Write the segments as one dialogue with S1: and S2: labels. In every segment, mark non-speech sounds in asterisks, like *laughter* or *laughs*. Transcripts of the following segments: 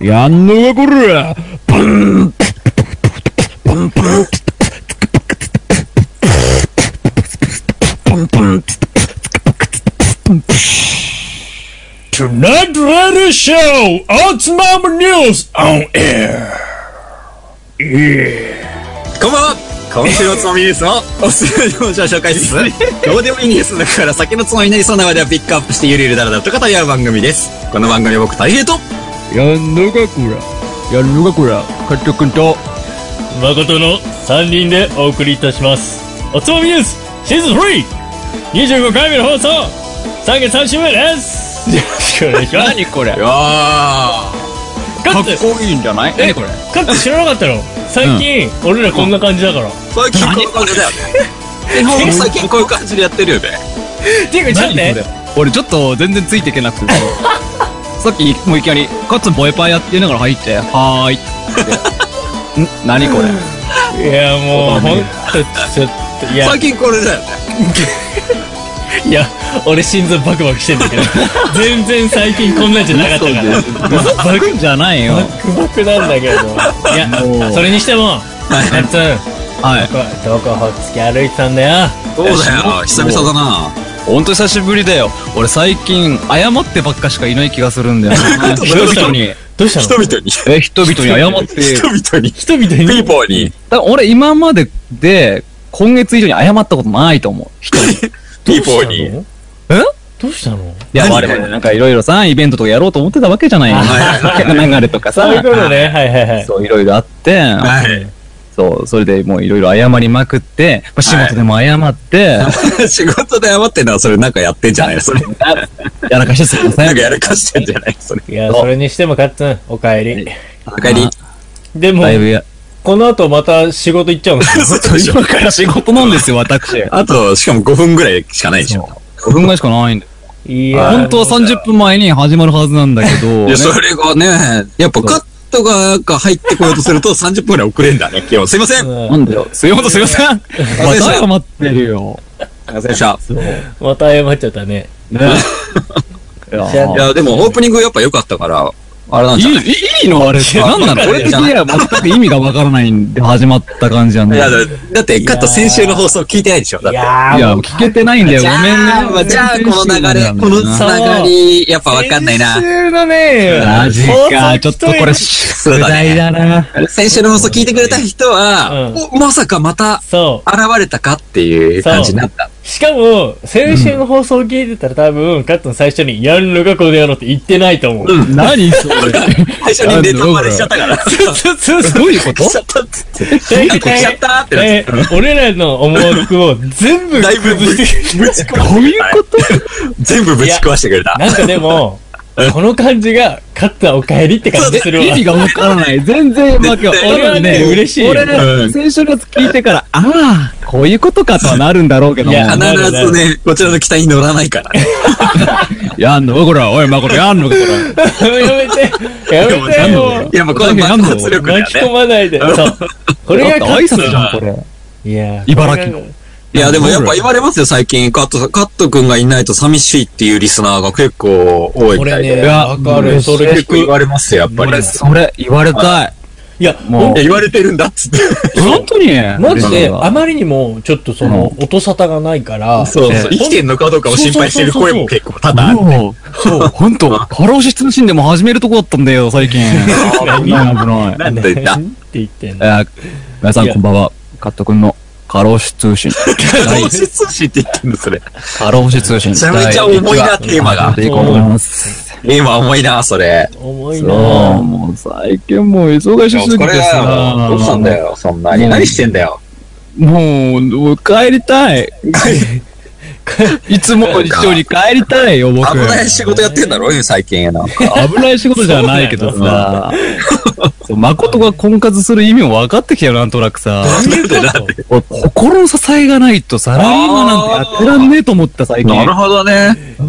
S1: やんのがこらパンパンパンパンパントゥナイトラディショーアツマムニュースオンエ
S2: こんばんは今週のつまみニュースをおすすめの文章を紹介す *laughs* るどうでもいいニュースだから酒のつまみになりそうな話題をピックアップしてゆるゆるだらだらと語り合う番組ですこの番組は僕大平と
S1: アやんのがこらやんのがこらカット君と
S3: 誠の3人でお送りいたしますおつまみニュースシーズン 3!25 回目の放送3月3週目ですよろしくお願い *laughs* します
S1: これ
S2: いやー
S3: カ
S2: か
S3: ッツ
S2: っこいいんじゃないえこれ
S3: カッツ知らなかったの最近、俺らこんな感じだから、
S2: 最近こういう感じだよねえもう最近こういう感じでやってるよね
S3: ていうかちょっとね
S4: 俺ちょっと全然ついていけ
S2: *laughs*
S4: なくてさっきもういきなり「かつボエパーやってながら入ってはー
S2: *laughs*
S4: い」ってん何これ
S3: いやもうほんとちょっといや
S2: 最近これだよね
S3: いや俺心臓バクバクしてんだ *laughs* けど全然最近こんなんじゃなかったから
S4: *laughs* バグじゃないよ
S3: バクバクなんだけどいやそれにしてもカッツン
S4: はい
S3: どこほっつき歩いてたんだよ
S2: そうだよ久々だな
S4: ほんと久しぶりだよ俺最近謝ってばっかしかいない気がするんだよ
S2: *laughs* どう
S4: 人
S2: した
S4: 々
S2: の
S4: に
S3: どうしたの
S2: 々に
S4: え人々に謝って
S2: 人々に
S3: 人々に
S2: ピーポーに
S4: 多分俺今までで今月以上に謝ったことないと思う人に
S2: ピーポーに
S4: え
S3: どうしたの
S4: いや
S2: 何
S4: 我々なんかいろいろさイベントとかやろうと思ってたわけじゃないよ *laughs* 流れとか
S3: そうい
S4: さ
S3: うことね。はいはいはい。
S4: そういろいろあって
S2: はい
S4: そう、それでもういろいろ謝りまくって、まあ、仕事でも謝って、
S2: 仕事で謝ってんのはそれなんかやってんじゃないそれ。
S4: やらかしてすいませ
S2: なん
S4: ん
S2: か。やらかしてんじゃないそれ。
S3: いや、それにしても、カッツン、お帰り。
S2: お帰り。
S3: でも
S4: だ、いぶや、
S3: この後また仕事行っちゃうん
S2: *laughs*
S3: ですよ。
S4: 今から仕事なんですよ、私。
S2: あと、しかも5分ぐらいしかないでしょ。
S4: 5分ぐらいしかないんで。
S3: いや、
S4: 本当は30分前に始まるはずなんだけど、
S2: い
S4: ね
S2: や、それがね、やっぱカットがなんか入ってこようとすると30分ぐらい遅れんだね、今日。すいません。
S3: う
S4: なんんだよ。すいません、すいません。また謝ってるよ。
S2: すいませんでした。
S3: また謝っちゃったね。
S4: ね。いや
S2: いや、でもオープニングやっぱ良かったから、あれなん
S4: い
S2: じゃ
S4: い
S2: ない
S4: いいのあれって。なんなの俺的には全く意味がわからないんで始まった感じなん
S2: い
S4: で。
S2: や、だだってカット先週の放送聞いてないでしょ。
S3: い
S2: だって。
S3: や
S4: い
S3: ー、
S4: や、
S3: もう
S4: 聞けてないんだよ。ごめんね。
S2: まあじゃあ、この流れ、このつながり、やっぱわかんないな
S3: 先。週のね、
S4: マジか。ちょっとこれ、宿題だな。
S2: 先週の放送聞いてくれた人は、
S3: うん
S2: おまさかまた
S3: そ
S2: 現れたかっていう感じになった。
S3: う。しかも、先週の放送聞いてたら多分、カッツン最初に、やるのがこの野郎って言ってないと思 *laughs* う。
S4: 何
S2: *laughs*
S4: それ。
S2: 最初にネタバレしちゃったから。
S3: そうそうそう。
S4: どういうこ
S2: *laughs* しち
S4: と
S2: ゃったっつって。
S3: 大
S2: なんか来ちゃったーってなっ
S3: えー俺らの思惑を全部
S2: だいぶぶ
S3: 崩して
S2: ちぶち壊
S4: どういうこと
S2: 全部ぶち壊してくれた。
S3: なんかでも、この感じが、勝ったお帰りって感じするわ。
S4: 意味がわからない。全然わけわ
S2: 絶対
S4: 俺はね、
S3: ね嬉しいよ
S4: 俺
S2: う
S4: ね、
S2: ん
S4: 先週のやつ聞いてから、ああ、こういうことかとはなるんだろうけども。
S3: いや
S4: い
S2: 必ずね、こちらの期待に乗らないからね。
S4: やんのこれ、おい、まこれ、やんのこれ。
S3: *laughs* やめて、やめてよ。
S2: やっぱこの爆発力だ
S3: 巻き込
S2: よね。
S3: まないで。そう。これが
S4: だって挨
S3: 勝つ
S4: 拶じゃん、これ。
S3: いや、
S4: 茨城の。
S2: いや、でもやっぱ言われますよ、最近。カット、カット君がいないと寂しいっていうリスナーが結構多い
S3: こ
S2: みた
S3: れ
S2: いで。
S3: ね、
S4: いや
S3: わかる。
S4: 嬉し
S3: そ
S4: い
S3: れ
S2: 結
S3: 聞
S2: 構言
S3: く。
S2: われますよ、やっぱり。い
S4: 俺、それ、言われたい。
S3: いや、
S4: もう
S2: や、言われてるんだっつって。
S4: 本当に
S3: マジで、
S4: 嬉しいわ
S3: あまりにも、ちょっとその、音沙汰がないから、
S2: そうそう。
S3: え
S2: *laughs* 生きてんのかどうかを心配してる声も結構多々ある。
S4: もうそう、本当。過労死通信でも始めるとこだったんだよ、最近。危ない、危ない。
S2: なん
S3: ね
S2: て言った
S3: って言ってん
S4: え
S3: の。
S4: ー、皆さ
S3: い
S4: ん
S3: や
S4: こんばんは。カット君の過労死
S2: *laughs*
S4: 通信。
S2: 同時通信って言ってんの、それ。
S4: 過労死通信。
S2: めちゃめちゃ重いな、テーマが。
S4: でいこうと思います。
S2: 今重いな、それ。
S3: 重い
S4: そう、
S3: なぁ。
S4: もう最近もう忙しすぎ
S2: これ
S4: て
S2: だ
S4: さ。
S2: よ。どうしたんだよ、そんな
S4: う
S2: に。
S4: ん
S2: 何してんだよ。
S4: もう、帰りたい。いつもの日常に帰りたいよ、僕。
S2: 危ない仕事やってんだろ、最近。なんか。 *laughs*
S4: 危ない仕事じゃないけど
S3: そうな
S4: さ。そう誠が婚活する意味も分かってきたよ、なんとなくさ。
S3: どういうこと
S4: 俺心の支えがないとサラリーマンなんてやってらんねえと思った、最近。
S2: ほどね。
S4: うん。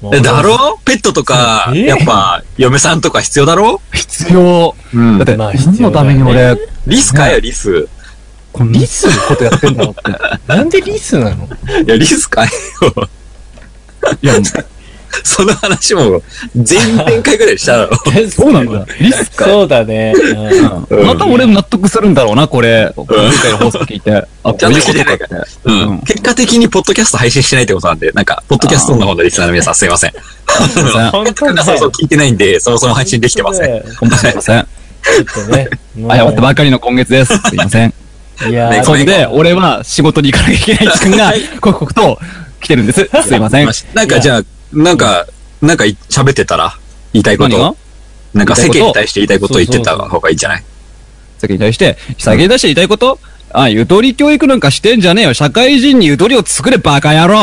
S3: もう
S2: え、だろペットとか、
S3: え
S2: やっぱ、嫁さんとか必要だろ
S4: 必要。
S2: うん
S4: だって、
S3: まあ
S4: 何のために
S3: 必要だ
S4: 俺、
S2: リスかよ、リス。い
S4: こんなことやってんだろうって。
S3: なんでリスなの
S2: や、リスかよ。
S4: いや、
S2: その話も、前々回ぐらいしたの。
S4: そうなんだ。リスク
S3: そうだね。うん
S2: うん
S4: また俺も納得するんだろうな、これ。今回の放送
S2: *laughs*
S4: 聞いて。あ、こういうことかって。
S2: うん結果的にポッドキャスト配信してないってことなんで、なんか、ポッドキャストの方のリスナーの皆さんすいません。
S4: す
S3: 本当
S2: 皆
S3: だ
S2: さん
S3: よ。
S2: そう聞いてないんで、そもそも配信できてません。
S3: ね
S4: いません。
S3: ちょっと
S2: *laughs*
S3: ね。もう
S4: 謝ってばかりの今月です。すいません。
S3: いやー
S2: ね
S4: そんで、俺は仕事に行かなきゃいけない時間
S2: *laughs*
S4: が、刻々と来てるんです。すいません。
S2: なんかじゃあ、なんか、なんか喋ってたら、言いたいこ
S4: 何が
S2: と。なんか世間に対して言いたいことを言ってた方がいいんじゃない
S4: 先に対して、先に対して言いたいことあ、ゆとり教育なんかしてんじゃねえよ。社会人にゆとりを作れ、バカ野郎。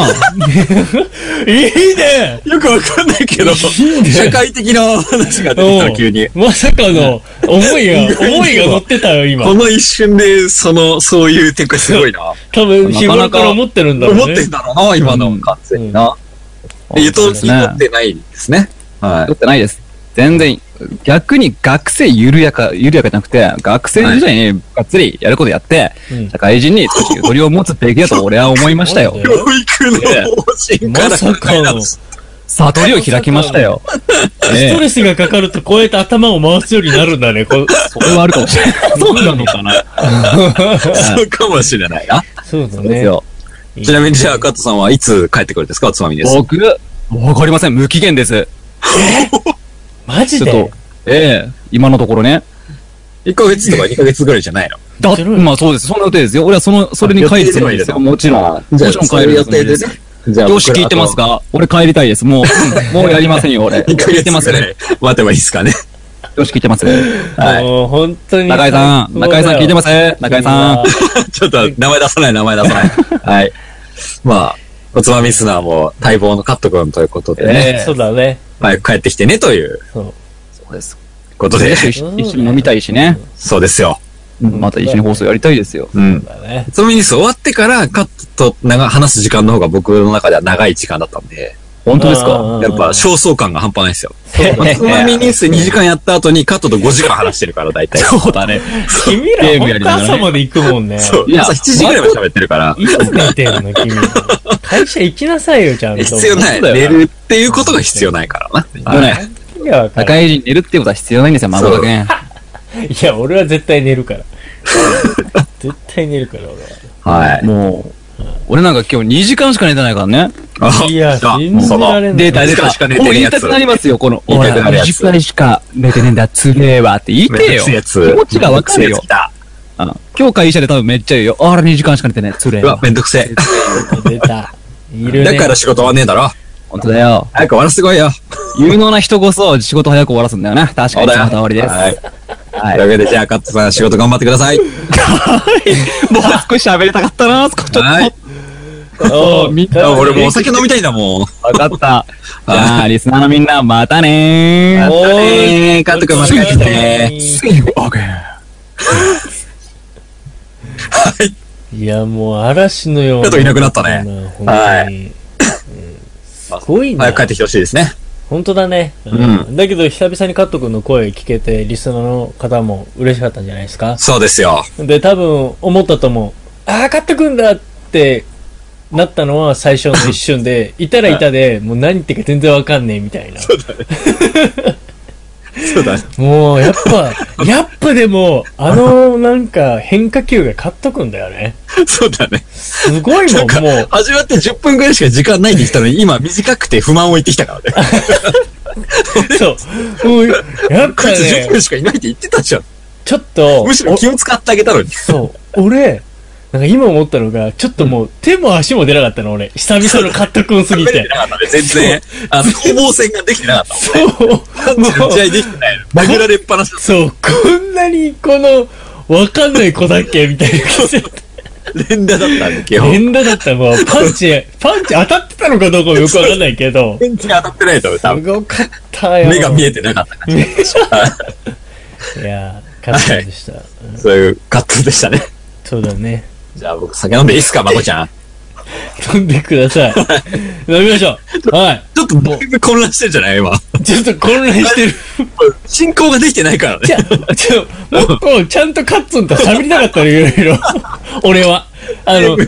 S3: いいね
S2: よくわかんないけど、社会的な話が出てきたの急に。
S3: うんまさか
S4: *laughs*
S3: の、思いが、思いが乗ってたよ、今
S2: こ。の一瞬で、その、そういう展開すごいな。
S3: 多分、日頃から思ってるんだろうね。
S2: 思ってんだろうな、今の完全にな。
S4: うん
S2: ゆとり
S4: そうですね
S2: 持ってないですね。は
S4: 作ってないです。全然、逆に学生緩やか、緩やかじゃなくて、学生時代にがっつりやることやって、
S3: うん
S4: 社会人に少しゆとりを持つべきだと俺は思いましたよ
S3: そう
S2: い。
S3: だ。
S2: 教育の方針から
S3: まさかの、ス
S4: 悟りを開きましたよ。え
S3: ト
S4: え、
S3: レスがかかるとこうやって頭を回すようになるんだね。こう
S4: それはあるかもしれない。そうなのかな
S2: そうかもしれないな。
S3: そうだ
S4: です
S3: ね。
S4: よ。
S2: ちなみにじゃあ、カットさんはいつ帰ってくるんですかおつまみです。
S4: 僕、わかりません。無期限です。
S3: マジ
S4: ちょっ
S3: で
S4: と、ええ、今のところね。
S2: 1ヶ月とか2ヶ月ぐらいじゃないの
S4: だ
S3: 面白い
S4: まあそうです。そんな予定ですよ。俺はその、それに帰るつもりですよ。もちろん。もち
S2: じゃ
S4: ろ
S2: あ、
S4: ん
S2: そう
S4: 帰
S2: い
S4: る
S2: う予
S4: つもり
S2: 定でね。じゃあ
S4: よし、聞いてますか俺帰りたいです。もう、うんもうやりませんよ、俺。
S2: 1ヶ
S4: 聞い
S2: 月
S4: てます
S2: ぐ
S4: よ
S2: ら。い待てばいいですか
S4: *laughs*
S2: ね。
S4: よし、聞いてます。
S2: はい。
S3: もう本当に。
S4: 中井さん、中井さん聞いてますす中井さん。
S2: ちょっと、名前出さない、名前出さ
S4: *laughs*
S2: ない。はい。まあ、おつまみスナーも待望のカット君ということでね、
S4: ええ
S3: そうだね。
S2: 早く帰ってきてねという
S3: そう。
S4: そうです。
S2: ことで、
S4: 一緒に一緒に飲みたいしね。
S2: そうですよ。
S4: うんまた一緒に放送やりたいですよ。
S2: うん。
S3: だね。
S2: そのニュース終わってからカットと長話す時間の方が僕の中では長い時間だったんで、
S4: 本当です
S3: うんうん
S4: か
S3: うん
S2: やっぱ焦燥感が半端ないですよ。
S3: そうだね
S2: つまみニュース2時間やった後にカットと5時間話してるから大体。
S4: そうだね。
S3: 君ら
S4: ゲームや
S3: 本
S4: り
S3: 当
S4: ながらね
S3: 朝まで行くもんね。
S2: そう。
S4: いや
S2: 朝7時ぐらいまで喋ってるから、
S3: いつ寝てんの君。会社行きなさいよ、ちゃんと。
S2: 必要ない。
S4: そうだ
S2: 寝
S4: よな
S2: るっていうことが必要ないからな。
S4: もうね、
S3: いや、わか
S4: 社
S3: る
S4: 会人寝るってことは必要ないんですよ、孫田君。
S3: いや、俺は絶対寝るから。 *laughs* 絶対寝るから、俺
S2: はい。
S4: もう、俺なんか今日2時間しか寝てないからね。
S2: あ
S3: は。いや、
S2: 来た
S3: 信じられない。
S4: データ
S2: 出
S4: 出
S2: た
S4: た。
S2: しか寝てねえやつ
S4: もう言いたくなりますよ、この。
S2: 言いたくなるやつ
S4: 2時間しか寝てねえんだ、つれえわって言い
S2: め
S4: て
S2: んど
S4: え
S2: く
S4: よ。
S2: せえや
S4: 気
S2: つ。
S4: 持ちがわかるよ
S2: めんどくせえやつ来。た
S4: うん今日会社で多分めっちゃ言うよ。あら、2時間しか寝てねえ、つれえ
S2: うわ
S4: わ、。
S2: めんどくせ
S3: 出た。い
S2: え。
S3: るね。
S2: だから仕事はねえだろ。
S4: 本当だよ。
S2: 早く終わらせてこいよ。
S4: 有能な人こそ仕事早く終わらすんだよな。確かにその通りです。
S2: はい。
S4: は
S2: というわけで、じゃあカットさん仕事頑張ってください。
S4: もう少し喋りたかったな、少しちょ
S2: は
S4: っ
S2: い。
S3: おう、
S4: みん
S2: あ俺もうお酒飲みたいんだもん。
S4: と。わかった。じゃあ、リスナーのみんな、またねー。
S2: おー、カット君また来てね。
S4: See you again.
S3: いや、もう嵐のような。
S2: ちょっといなくなったね
S3: ね。
S2: は
S3: はい。うんすごい
S2: 早
S3: な
S2: く帰。ってきてほしいですね。
S3: 本当だね。
S2: ん
S3: うんだけど、久々にカット君の声聞けて、リスナーの方も嬉しかったんじゃないですか。
S2: そうですよ。
S3: で、多分、思ったと思う。ああ、カット君だって、なったのは最初の一瞬で、
S2: *laughs*
S3: いたらいたで、もう何言ってるか全然わかんねえみたいな。
S2: そうだね。
S3: もう、やっぱ、 *laughs* やっぱでも、あの、なんか、変化球がカット君だよね。
S2: そうだね。
S3: すごいもん、も
S2: *laughs*
S3: う。
S2: 始まって10分ぐらいしか時間ないって言ってたのに、今短くて不満を言ってきたからね。
S3: そう。もう、やっ
S2: こ
S3: ぱ
S2: いつ10分
S3: ね、
S2: しかいないって言ってたじゃん。
S3: ちょっと、
S2: むしろ
S3: お
S2: 気を使ってあげたのに。
S3: そう、俺、なんか今思ったのが、ちょっともう、手も足も出なかったの、俺。久々のカット君すぎ
S2: 喋れ
S3: て
S2: *laughs* て。なかったね。全然、あの、攻防戦ができてなかった
S3: そう、も
S2: *laughs* もん。
S3: う
S2: 試合できてないの。殴られっぱなしだっ
S3: そう、こんなにこの、わかんない子だっけみたいな感じで。
S2: た。連打だったんで、基本。
S3: 連打だったらもう、パンチ、パンチ当たってたのかどうかもよくわかんないけど。
S2: 全然当たってないと思う、多
S3: す
S2: 分。
S3: ごかったよ。
S2: 目が見えてなかった感じ。
S3: *laughs* いやー、カットでした。
S2: そういうカットでしたね。
S3: そうだね。
S2: じゃあ僕酒飲んでいいっすか、まこちゃん。
S3: 飲んでください。飲みましょう。はい。
S2: ちょっとだいぶ混乱してるじゃない今。
S3: ちょっと混乱してる。
S2: 進行ができてないからね
S3: じ。ゃあ、ちょ、もっとちゃんとカッツンと喋りたかったの、いろいろ。俺は。あの、
S2: だ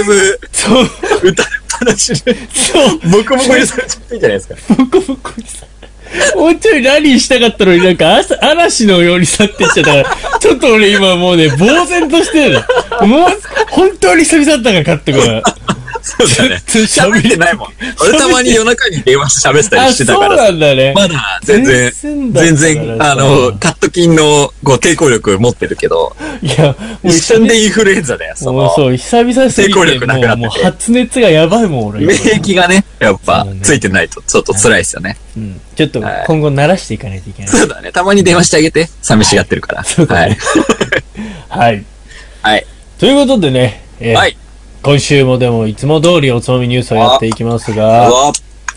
S2: いぶ、
S3: そう、
S2: 歌った話で、
S3: そう。
S2: 僕もこれされちゃっていいじゃないですか。
S3: ボコボコにさ。もうちょいラリーしたかったのになんか朝嵐のように去ってっちゃったから、ちょっと俺今もうね、呆然としてるのもう、本当に久々だったから、カットが。
S2: そうだね。
S3: ずっと喋
S2: 喋
S3: り
S2: ってないもん。俺たまに夜中に電話して喋ってた
S3: あ、
S2: りして
S3: そ
S2: たか
S3: う
S2: ら
S3: な
S2: さ。
S3: んだね。
S2: まだ全然、
S3: 全然
S2: 全
S3: だから
S2: 然、
S3: さ
S2: あの、カット菌のこう抵抗力持ってるけど、
S3: いや、もう
S2: 一
S3: 久
S2: 瞬
S3: 々
S2: でインフルエンザだよ、そ
S3: もう
S2: の。
S3: そう、久々すぎ
S2: 抵抗
S3: て、
S2: 力な
S3: も
S2: くな
S3: う
S2: ってて
S3: もう発熱がやばいもん、俺。
S2: 免疫がね、やっぱ
S3: そうね
S2: ついてないとちょっと辛いですよね。
S3: うん。ちょっと
S2: はい
S3: 今後慣らしていかないといけない。
S2: そうだね。たまに電話してあげて。寂しがってるから。
S3: そうだ
S2: は
S3: ね
S2: い。
S3: はい。
S2: はい。
S3: ということでね、えー
S2: はい。
S3: 今週もでもいつも通りおつまみニュースをやっていきますが、
S2: うわやっ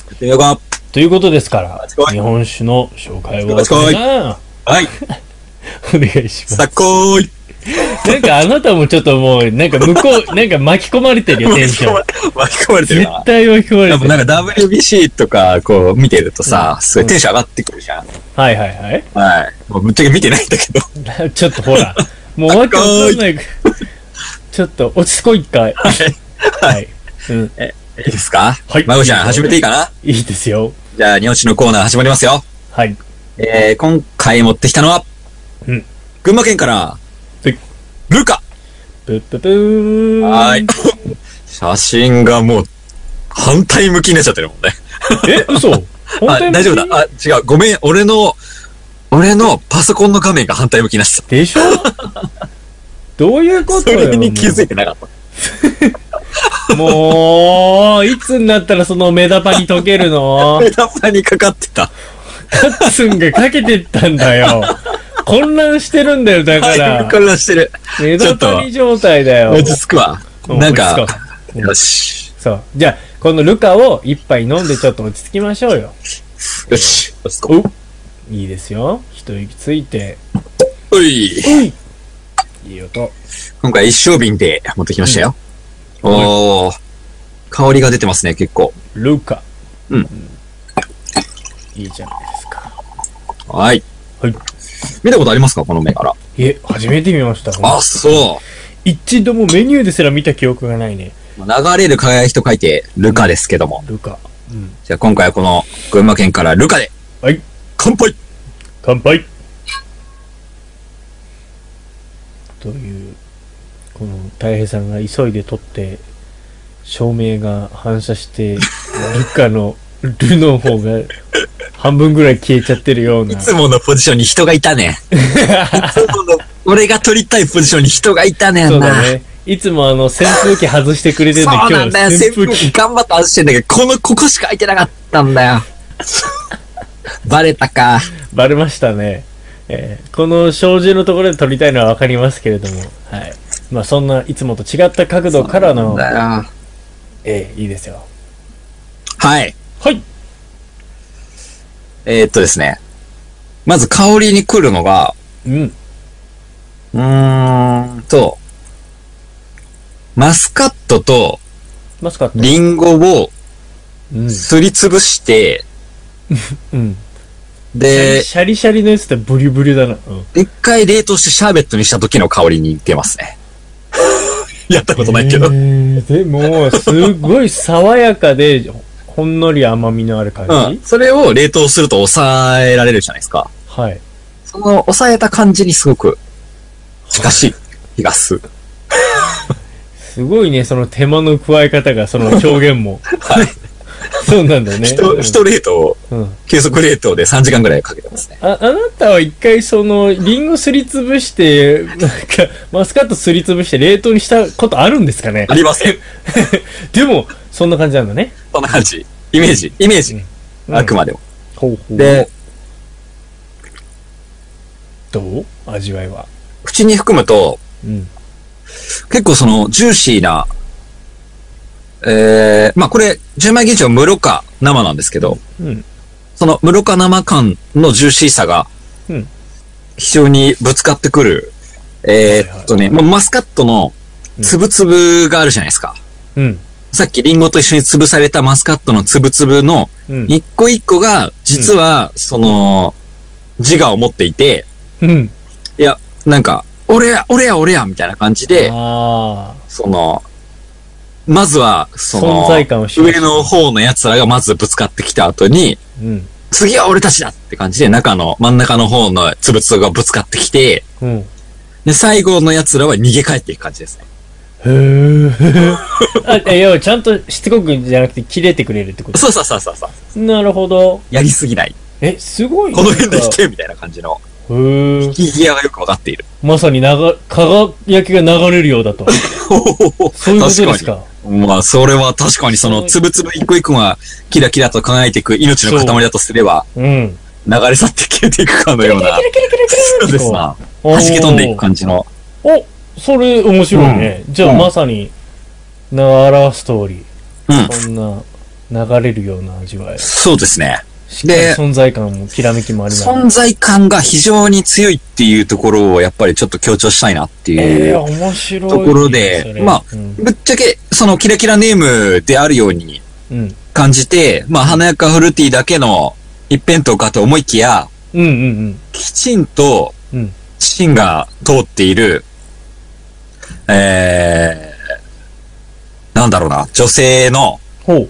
S2: てみようか。
S3: ということですから
S2: すご、い
S3: 日本酒の紹介をお願
S2: すごいはい。
S3: *laughs* いしま
S2: さっこーい。
S3: す。なんかあなたもちょっともう、なんか向こう、なんか巻き込まれてるよ、テン
S2: 巻き
S3: シ
S2: 込
S3: ョ
S2: ま
S3: ン
S2: れ。巻き込まれてるな
S3: 絶。対巻き込ま
S2: や
S3: れ
S2: ってぱ
S3: る。
S2: なんか WBC とかこう見てるとさ、すごいテンション上がってくるじゃん。
S3: はいはいはい。 *laughs*
S2: はい。もうぶっちゃけ見てないんだけど。
S3: ちょっとほら、もうわけわかんない。ちょっと落ち着こう一
S2: *laughs*
S3: 回。はい。うん、
S2: いいですか
S3: はい
S2: まこちゃ
S3: い
S2: ん、
S3: いです
S2: 始
S3: よ
S2: めていいかない
S3: いですよ。
S2: じゃあ、日本酒のコーナー始まりますよ。
S3: はい。
S2: えー、今回持ってきたのは、
S3: うん
S2: 群馬県から、
S3: はい
S2: ルカ
S3: ブッブブー。
S2: はーい。。写真がもう、反対向きになっちゃってるもんね。
S3: え、嘘本
S2: あ
S3: 当に
S2: 大丈夫だ。あ、違う。ごめん。俺の、俺のパソコンの画面が反対向きになっちゃっ
S3: でしょどういうこ
S2: た。そ
S3: とよ。
S2: れに気
S3: もう
S2: づいてなかった。
S3: もう、いつになったらそのメダパに溶けるの
S2: ペタパにかかってた。
S3: カッツンがかけてったんだよ。混乱してるんだよ、だか
S2: はい、
S3: ら。
S2: 混乱してる。
S3: メダパに状態だよ。
S2: 落ち着くわ。
S3: うん
S2: なんか
S3: 落ち、
S2: よし。
S3: そう。じゃあ、このルカを一杯飲んでちょっと落ち着きましょうよ。
S2: よし。落ち着こ
S3: おいいですよ。一息ついて。
S2: う。うい。
S3: いい音。
S2: 今回一升瓶で持ってきましたよ。おー。香りが出てますね、結構。
S3: ルカ。
S2: うん
S3: いいじゃないですか。
S2: はい。
S3: はい。
S2: 見たことありますかこの銘柄。
S3: え、初めて見ました。
S2: あ、そ
S3: 一度もメニューですら見た記憶がないね。
S2: う。流れる輝きと書いて、ルカですけども。
S3: ルカ。うん。
S2: じゃあ今回はこの群馬県からルカで、
S3: はい。
S2: 乾杯
S3: 乾杯というこのたい平さんが急いで撮って照明が反射して
S2: *laughs*
S3: ルカのルの方が半分ぐらい消えちゃってるようない
S2: つものポジションに人がい
S3: *laughs*
S2: たね。いつもの、俺が取りたいポジションに人がいたねんな。
S3: そうだねいつもあの扇風機外してくれてる
S2: そ
S3: ん
S2: う
S3: で今日
S2: なんだよ。
S3: は扇
S2: 扇
S3: 風
S2: 風
S3: 機
S2: 機頑張って外してんだけど、この、ここしか空いてなかったんだ
S3: *laughs*
S2: よ。バレたか。
S3: バレましたね、えーこの障子のところで撮りたいのはわかりますけれどもはいまあそんないつもと違った角度からの
S2: だよ。
S3: えーいいですよ
S2: はい。
S3: はい
S2: えーっとですね。まず香りに来るのが、
S3: うん
S2: うーんと、マスカットと
S3: マスカット
S2: リンゴを
S3: うん
S2: すりつぶして、
S3: うん
S2: で、
S3: シャリシャリのやつってブリブリだな。うん。
S2: 一回冷凍してシャーベットにした時の香りに似てますね。 *laughs* やったことないけど。
S3: えーでも、すごい爽やかで、ほんのり甘みのある感じ、
S2: うん。それを冷凍すると抑えられるじゃないですか。
S3: はい。
S2: その抑えた感じにすごく近しい気がする。
S3: すごいね、その手間の加え方が、その表現も。
S2: *laughs* はい。
S3: *laughs* そうなんだよね。
S2: 人、人冷凍を、
S3: うんうん
S2: 急速冷凍で3時間ぐらいかけてますね。
S3: あ、あなたは一回その、リンゴすりつぶして、なんか、マスカットすりつぶして冷凍にしたことあるんですかね
S2: ありません。
S3: でも、そんな感じなんだね。
S2: そんな感じ。イメージ。イメージ。
S3: うん
S2: あくまでも。
S3: ほうほう。
S2: で、
S3: どう味わいは。
S2: 口に含むと、
S3: うん。
S2: 結構その、ジューシーな、えー、まあこれ、10枚以上室か生なんですけど、
S3: うん。
S2: その室か生感のジューシーさが
S3: うん、
S2: 非常にぶつかってくる。えーっとね、もうマスカットのつぶつぶがあるじゃないですか。
S3: うん。
S2: さっきリンゴと一緒に潰されたマスカットのつぶつぶの
S3: うん。
S2: 一個一個が、実は、その、自我を持っていて、
S3: うん。
S2: いや、なんか、俺や、俺や、俺や、みたいな感じで、
S3: ああ。
S2: その、まずは、その、
S3: 存在感を示す
S2: 上の方の奴らがまずぶつかってきた後に、
S3: うん。
S2: 次は俺たちだって感じで、中の、真ん中の方のつぶつぶがぶつかってきて、
S3: うん。
S2: で、最後の奴らは逃げ帰っていく感じですね。
S3: へえ。あ、え、要はちゃんとしつこくじゃなくて切れてくれるってこ
S2: そうそうそうそうそう。
S3: となるほど。
S2: やりすぎない。
S3: え、すごいね
S2: この辺で来てみたいな感じの、
S3: へえ。
S2: ギギアがよくわかって
S3: *laughs*
S2: いる。
S3: まさになが、輝きが流れるようだと。そういうことですか。
S2: まあ、それは確かにその、つぶつぶ一個一個が、キラキラと輝いていく命の塊だとすれば、
S3: うん。
S2: 流れ去って消えていくかのよ
S3: *laughs*
S2: うな、そうですな。弾け飛んでいく感じの。
S3: お、それ面白いね。じゃあ、
S2: うん
S3: まさに、ナーラストーリ
S2: うん
S3: ー。。そんな、流れるような味わい。
S2: そうですね。
S3: しっかり存在感も、きらめきもありながら
S2: 存。在感が非常に強いっていうところを、やっぱりちょっと強調したいなってい
S3: えー、
S2: う。
S3: 面白い。
S2: ところで
S3: それ
S2: まあ
S3: うん。
S2: ぶっちゃけ、そのキラキラネームであるように
S3: うん。
S2: 感じて、まあ、華やかフルーティーだけの一辺倒かと思いきや、
S3: うんうん
S2: きちんと
S3: うん。うん。
S2: 芯が通っている、えー、なんだろうな、女性の、
S3: ほう。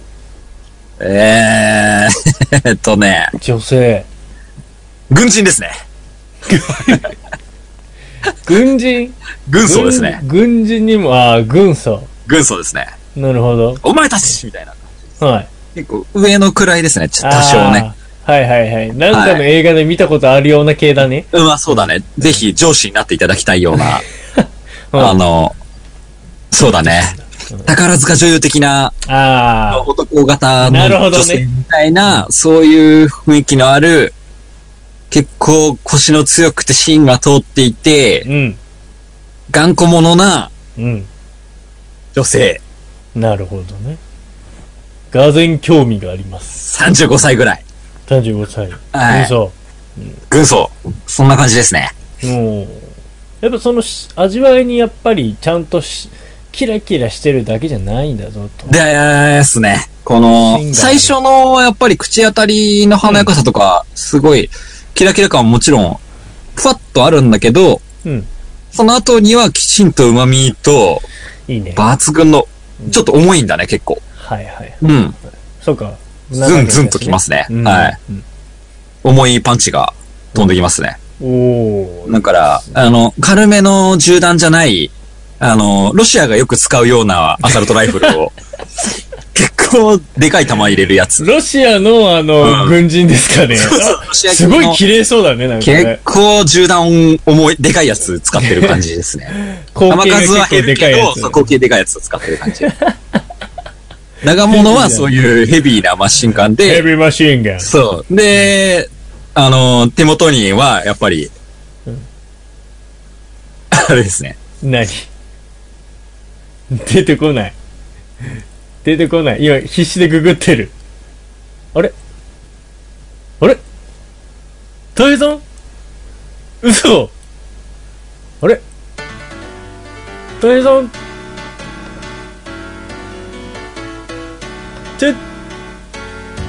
S2: えー、 *laughs* えっとね、
S3: 女性。
S2: 軍人ですね。
S3: 軍
S2: *laughs*
S3: 人
S2: 軍曹ですね。
S3: 軍軍人にも、ああ、軍曹。
S2: 軍曹ですね。
S3: なるほど。
S2: お前たちみたいな。
S3: はい。
S2: 結構上の位ですね、ちょ多少ね。
S3: あー。はいはいはい。なんかの映画で見たことあるような系だね。
S2: うんまあそうだね。ぜひ上司になっていただきたいような、あ
S3: うん、
S2: の、そうだね。宝塚女優的な
S3: あー
S2: 男型
S3: なるほ
S2: の
S3: どね
S2: 女性みたいな、そういう雰囲気のある、結構腰の強くて芯が通っていて、
S3: うん。
S2: 頑固者な
S3: うん。
S2: 女性、
S3: なるほどね。がぜん興味があります。
S2: 35歳ぐらい。
S3: 35歳。
S2: はい。
S3: そ
S2: 軍曹。そんな感じですね。
S3: う。もう。やっぱそのし味わいにやっぱりちゃんとし、キラキラしてるだけじゃないんだぞと。
S2: ですね。こ
S3: シーンがあ
S2: の、
S3: る
S2: 最初の、やっぱり口当たりの華やかさとか、すごい、キラキラ感はもちろん、ふわっとあるんだけど、
S3: うん。
S2: その後にはきちんと旨味と、
S3: いいね。
S2: 抜群の、ちょっと重いんだね、結構。
S3: はいはい。
S2: うん。
S3: そうか。
S2: ズンズンときますね。はい。。重いパンチが飛んできますね。
S3: おー。
S2: だから、あの、軽めの銃弾じゃない、あの、ロシアがよく使うようなアサルトライフル *laughs* を、結構でかい弾入れるやつ。
S3: ロシアのあの、
S2: うん
S3: 軍人ですかね。
S2: ロシア
S3: す
S2: 系の
S3: ごい綺麗そうだね、なんか
S2: 結
S3: ね。
S2: 構銃弾重い、でかいやつ使ってる感じです
S3: *laughs*
S2: ね。
S3: 口
S2: 弾
S3: 径が
S2: 数は
S3: 結構
S2: 減
S3: で
S2: る
S3: か
S2: け
S3: いや
S2: ど、
S3: つ
S2: そう、。口径でかいやつ使ってる感じ。長物はそういうヘビーなマシンガン
S3: ヘ
S2: で、
S3: ビーマシンガン。
S2: そう。で、あの、手元には、やっぱり、あれですね。
S3: 何出てこない。出てこない。今、必死でググってる。あれあれ大平さん嘘あれ大平さんちょ、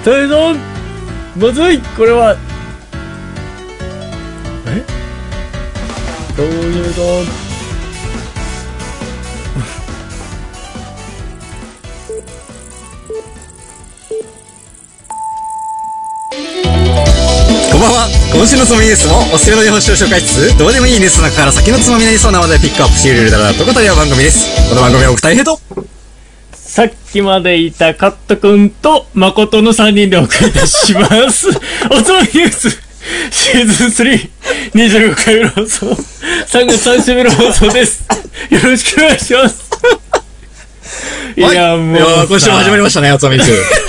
S3: 大平さんまずいこれはえ大平さん
S2: こんばんは。今週のつまみニュースもおすすめの日本酒を紹介しつつ、どうでもいいニュースの中から先のつまみになりそうな話題をピックアップしているだらだと答える番組です。この番組は僕大平と、
S3: さっきまでいたカットくんと誠の3人でお送りいたし
S2: *laughs*
S3: ます。おつまみニュースシーズン3、25回目の放送、3月3週目の放送です。よろしくお願いします。いや、
S2: はい
S3: もう
S2: い
S3: さ。
S2: や今週も始まりましたね、おつまみニュース。 *laughs*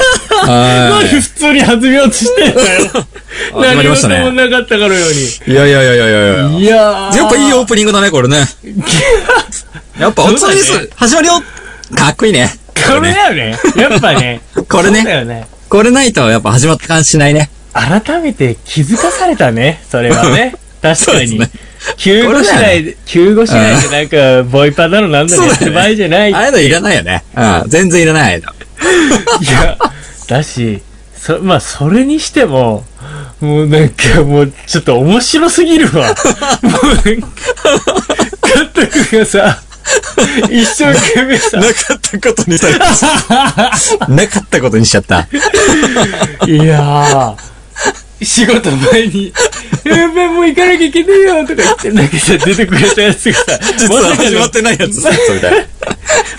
S3: *laughs*
S2: は
S3: 何
S2: い。
S3: 普通に弾み落ちしてんだよ。
S2: *laughs* 始まりましたね
S3: 何事もなかったかのよう
S2: いやいやいやいやいやいや。
S3: に。いやー。
S2: やっぱいいオープニングだね、これ *laughs* ね。やっぱ、おつまみで
S3: そうだ
S2: す。始まるよかっこいいね。
S3: これだよね。やっぱね。
S2: *laughs* これ
S3: そうだ
S2: ね。
S3: よね。
S2: これないと、やっぱ始まった感じしないね。
S3: 改めて気づかされた
S2: *laughs*
S3: ね、それはね。確
S2: そう
S3: か
S2: です
S3: に
S2: ね。
S3: 急
S2: こ
S3: ご
S2: れ
S3: し
S2: だよ
S3: ないで、急ごしないでなんか、ボイパなのなんだ
S2: そ
S3: の
S2: う
S3: やっ
S2: だよね
S3: て場合じゃない。い
S2: ああいうのいらないよね。うん、全然いらない。
S3: や、だし、そ、まあ、それにしても、もうなんかもう、
S2: *laughs*
S3: ちょっと面白すぎるわ。もうなんか、監督がさ、一生懸命さ、
S2: なかったことにされた。 *laughs* なかったことにしちゃった。
S3: いやー、仕事前に、やべ、もう行かなきゃいけねえよとか言って、なんかさ、出てくれたやつが
S2: *laughs*
S3: さ、
S2: 実
S3: ま
S2: は
S3: さか
S2: 始ま
S3: の
S2: って *laughs* ないやつ、それだ。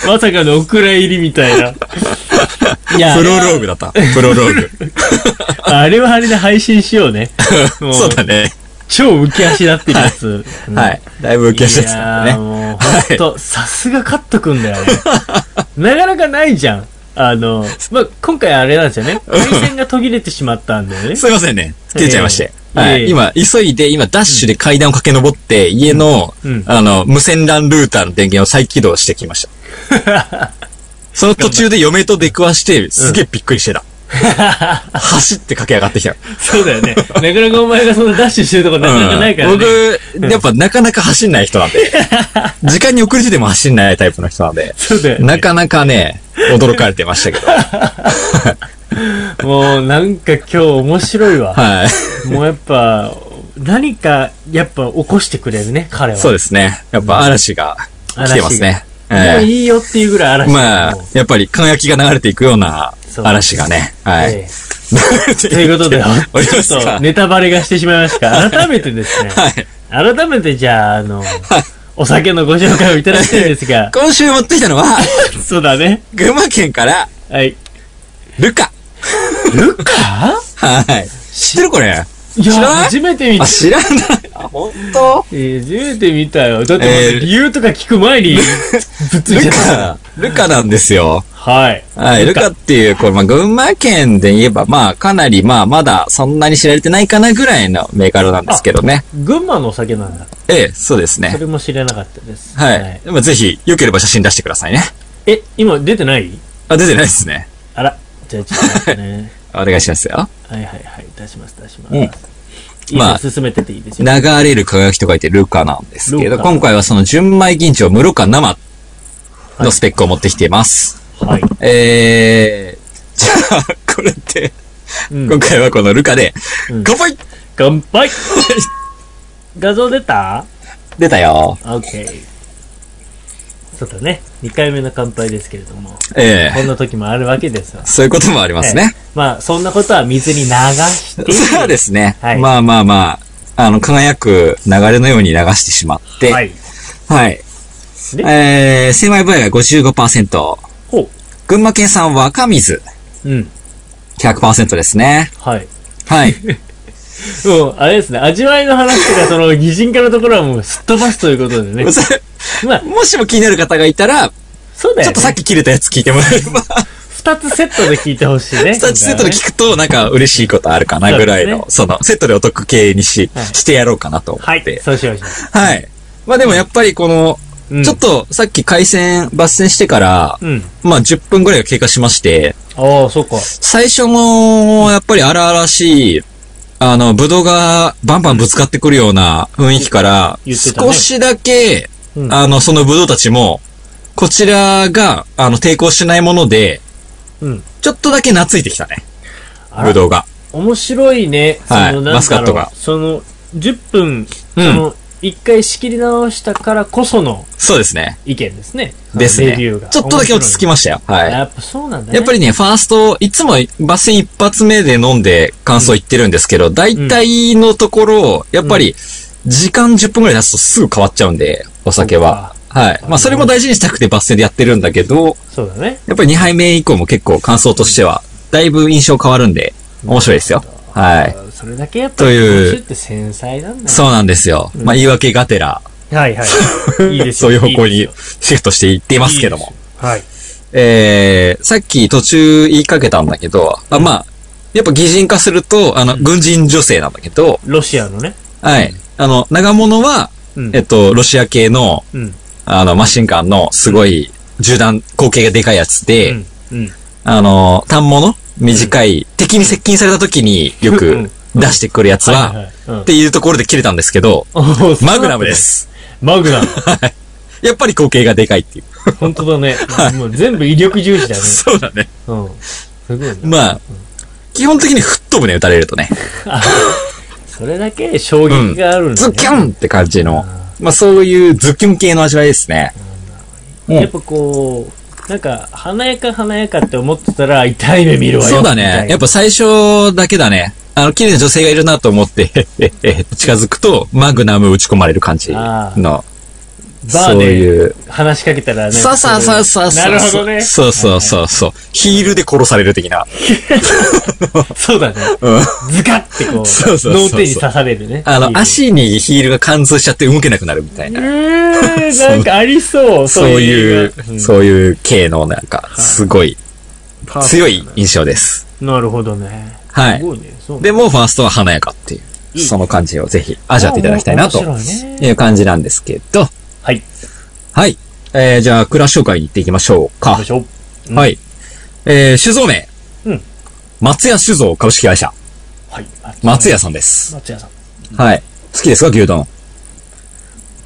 S3: まさかのお蔵入りみたいな。いや
S2: プロローグだった。プロローグ。
S3: あれはあれで配信しようね。もう
S2: *laughs* そうだね。
S3: 超浮き足立ってるやつ。うん
S2: はい。だいぶ浮き足立ってたん
S3: いやー
S2: だね。 *laughs*
S3: もうほんと、さすがカットくんだよね。なかなかないじゃん。あの、まあ、今回あれなんですよね。回線が途切れてしまったんだ
S2: *laughs*
S3: よね。
S2: すいませんね。切れちゃいまして。
S3: いえいえ
S2: はい
S3: えいえ
S2: い。今、急いで、今、ダッシュで階段を駆け上って、家の
S3: うんうん、
S2: あの、無線 LAN ルーターの電源を再起動してきました。
S3: *laughs*
S2: その途中で嫁と出くわして、すげえびっくりしてた。走って駆け上がってきた。
S3: そうだよね。なかなかお前がそんなダッシュしてるとこ *laughs* なかなかないからね。
S2: うん僕、やっぱなかなか走んない人なんで。時間に遅れてでも走んないタイプの人なんで。
S3: そうだよね
S2: なかなかね、驚かれてまし
S3: *laughs*
S2: たけど。
S3: もうなんか今日面白いわ。
S2: はい。
S3: もうやっぱ、何かやっぱ起こしてくれるね、彼は。
S2: そうですね。やっぱ嵐が来てますね。
S3: もう
S2: え
S3: いいよっていうぐらい
S2: え
S3: 嵐
S2: まあ
S3: もう、
S2: やっぱり輝きが流れていくような
S3: そう
S2: 嵐がね。は
S3: え
S2: い。
S3: えということで、
S2: *laughs* おりま
S3: ち
S2: す
S3: ょっ
S2: か
S3: とネタバレがしてしまいましたが、改めてですね、
S2: はい。、
S3: 改めてじゃあ、あの、お酒のご紹介をいただきたいんですが
S2: *laughs* 今週持ってきたの
S3: *laughs*
S2: は、
S3: そうだね。
S2: 群馬県から、
S3: はい。
S2: ルカ。
S3: ルカ
S2: はい。知ってるこれ。
S3: いや
S2: 知らない、
S3: 初めて見た
S2: あ、。知らない。あ、本当
S3: えー初めて見たよ。だって、
S2: えー
S3: 理由とか聞く前に、ぶっついちゃっ
S2: ル
S3: たから。
S2: カ、ルカなんですよ。
S3: はい。
S2: はい、ルカっていう、これ、まあ、群馬県で言えば、まあ、かなり、まあ、まだ、そんなに知られてないかなぐらいのメーカーなんですけどね。
S3: 群馬のお酒なんだ。
S2: ええ、そうです
S3: そ
S2: ね。
S3: れも知らなかったです。
S2: はい。。でも、ぜひ、良ければ写真出してくださいね。
S3: え、今出てない
S2: あ、出てないですね。
S3: あら。じゃあちょっと待ってね。
S2: お願いしますよ。
S3: はいはいはい。出します出します。
S2: うん
S3: いいです
S2: まあ
S3: 進めてていいですよ。
S2: 流れる輝きと書いてルカなんですけ
S3: ル
S2: ど、
S3: カ
S2: 今回はその純米銀賞室カ生のスペックを持ってきています。
S3: はい。
S2: えー、 *laughs* じゃあ、これって、
S3: うん
S2: 今回はこのルカで、
S3: うん
S2: 乾杯
S3: 乾
S2: *laughs*
S3: 杯画像出た
S2: 出たよ。
S3: ?OK。そうだね。2回目の乾杯ですけれども、
S2: ええ
S3: こんな時もあるわけですよ。
S2: そういうこともありますね。
S3: ええまあ、そんなことは水に流して、
S2: *laughs* そうですね。
S3: はい
S2: まあまあまあ、あの、輝く流れのように流してしまって、
S3: は
S2: はい。
S3: い。で
S2: えー、精米部合が55%。
S3: ほ
S2: 群馬県産若水
S3: う。うん。
S2: 100%ですね。
S3: はい。 *laughs*
S2: はい。
S3: もう、あれですね、味わいの話とか、その、擬人化のところはもう、すっ飛ばすということでね。まあ、
S2: もしも気になる方がいたら、
S3: そうだ
S2: ち
S3: よ、
S2: ょ
S3: ね。
S2: っとさっき切れたやつ聞いてもらえれ
S3: *laughs*
S2: ば、
S3: 二つセットで聞いてほし
S2: *laughs*
S3: いね。
S2: スタッチセットで聞くとなんか嬉しいことあるかなぐらいの、その、セットでお得系にし、
S3: はい
S2: してやろうかなと思
S3: は
S2: っ
S3: い。
S2: て。
S3: そうしましょう。
S2: はい。まあでもやっぱりこの、
S3: うん
S2: ちょっとさっき回線、抜線してから、
S3: うん。
S2: まあ10分ぐらいが経過しまして、
S3: ああ、そうか。
S2: 最初の、やっぱり荒々しい、あの、ブドウがバンバンぶつかってくるような雰囲気から、
S3: 言ってたね
S2: 少しだけ、
S3: うん
S2: あの、そのブドウたちも、こちらが、あの、抵抗しないもので、
S3: うん。
S2: ちょっとだけ懐いてきたね。
S3: あ
S2: ブ
S3: ら、
S2: ドウが。
S3: 面白いね。
S2: はい
S3: そのなんだろう
S2: マスカットが
S3: その、10分、
S2: うん
S3: その、一回仕切り直したからこその
S2: そうですね。
S3: 意見ですね。
S2: です
S3: レ
S2: ね。
S3: ビ
S2: ち
S3: ュ
S2: ょ
S3: ーが。
S2: っとだけ落ち着きましたよ。はい。
S3: やっぱそうなんだね。
S2: やっぱ
S3: り、
S2: りね、ファースト、いつもバス一発目で飲んで感想言ってるんですけど、大体のところ、やっぱり、時間10分くらい経つとすぐ変わっちゃうんで、お酒は。はい。まあ、それも大事にしたくてバス停でやってるんだけど、
S3: そうだね。
S2: やっぱり2杯目以降も結構感想としては、だいぶ印象変わるんで、面白いですよ。はい。
S3: それだけやっぱ
S2: と
S3: り、
S2: い
S3: 日
S2: う
S3: 本酒って繊細なんだね。
S2: そうなんですよ。まあ、言い訳がてら、
S3: はい
S2: *laughs*
S3: はい。いいです
S2: そ
S3: よ
S2: ういう方向
S3: いいです
S2: に
S3: よ
S2: シフトしていっていますけども。
S3: はい。
S2: えー、さっき途中言いかけたんだけど、あまあ、やっぱ擬人化すると、あの、軍人女性なんだけど、
S3: ロシアのね。
S2: はい。あの、長物は、
S3: うん
S2: えっと、ロシア系の、
S3: うん。
S2: あの、マシンガンのすごい銃弾、口径がでかいやつ
S3: う
S2: で
S3: ん、。うん。
S2: あの、単物短い、敵に接近された時によ
S3: う
S2: く
S3: ん
S2: 出してくるやつ
S3: はい
S2: は、
S3: はいうん
S2: っていうところで切れたんですけど、
S3: おーそう
S2: マグナムです。
S3: マグナム。
S2: やっぱり口径がでかいっていう。
S3: 本当だ
S2: *laughs*
S3: ね。もう全部威力重視だね。
S2: そうだね。
S3: うん。すごいな。
S2: まあ、基本的に吹っ飛ぶね、撃たれるとね。
S3: それだけ衝撃があるんだね。
S2: ズキュンって感じの。まあそういうズキュン系の味わいですね。うん
S3: やっぱこう、なんか、華やか華やかって思ってたら、痛い目見るわよ。
S2: そうだ
S3: みた
S2: ね
S3: い。な
S2: やっぱ最初だけだね。あの、綺麗な女性がいるなと思って、へっへっへって近づくと、マグナム打ち込まれる感じ
S3: あ
S2: の。
S3: バー
S2: そう
S3: で
S2: いう。
S3: 話しかけたらね。
S2: さあさあさあさあさあ。
S3: なるほどね。
S2: そうそうそうそう。ヒールで殺される的な。
S3: そうだね。
S2: うん。
S3: ズカってこう、
S2: そうそうそうそう
S3: 脳天に刺されるね。
S2: あ
S3: いい
S2: の、
S3: ね。
S2: 足にヒールが貫通しちゃって動けなくなるみたいうな。
S3: ーん、なんかありそう。
S2: そういう
S3: 映、画
S2: そういう系のなんか、すごい
S3: うん
S2: 強い印象です。
S3: なるほどね。
S2: は
S3: す
S2: い。
S3: ごいね。そう
S2: で、もうファーストは華やかってい、
S3: いうい
S2: その感じをぜひ味わっていただきたいなと
S3: あ面白いね
S2: いう感じなんですけど、
S3: はい。
S2: はい。えー、じゃあ、クラス紹介に行っていきましょうか
S3: で。しょ。うん
S2: はい。えー、酒造名。
S3: うん
S2: 松屋酒造株式会社。
S3: はい。
S2: 松屋さんです。
S3: 松屋さん。
S2: はい。好きですか、牛丼。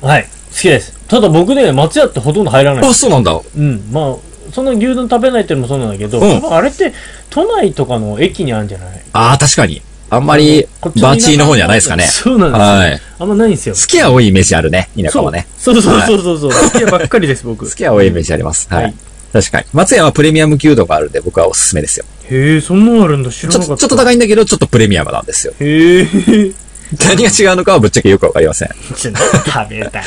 S3: はい。好きです。ただ僕ね、松屋ってほとんど入らない
S2: あ、。そうなんだ。
S3: うん。まあ、そんな牛丼食べないっていうのもそうなんだけど、
S2: うん
S3: 多分あれって、都内とかの駅にあるんじゃない
S2: あー、確かに。あんまり
S3: こっち、
S2: バーチーの方にはないですかね。
S3: そうなんですよ。
S2: はい。
S3: あんまないんですよ。
S2: 好きは多いイメージあるね、田舎
S3: そう
S2: はね。
S3: そうそうそうそうそう。好き屋ばっかりです、僕
S2: 好。きは多いイメージあります。はい。
S3: はい
S2: 確かに。松屋はプレミアム牛丼があるんで、僕はおすすめですよ。
S3: へえ、そんなのあるんだ。知ら
S2: ち
S3: な
S2: ょ
S3: かった。
S2: っと、ちょっと高いんだけど、ちょっとプレミアムなんですよ。
S3: へえ。
S2: *laughs* 何が違うのかはぶっちゃけよくわかりません。
S3: ちょっと食べたい。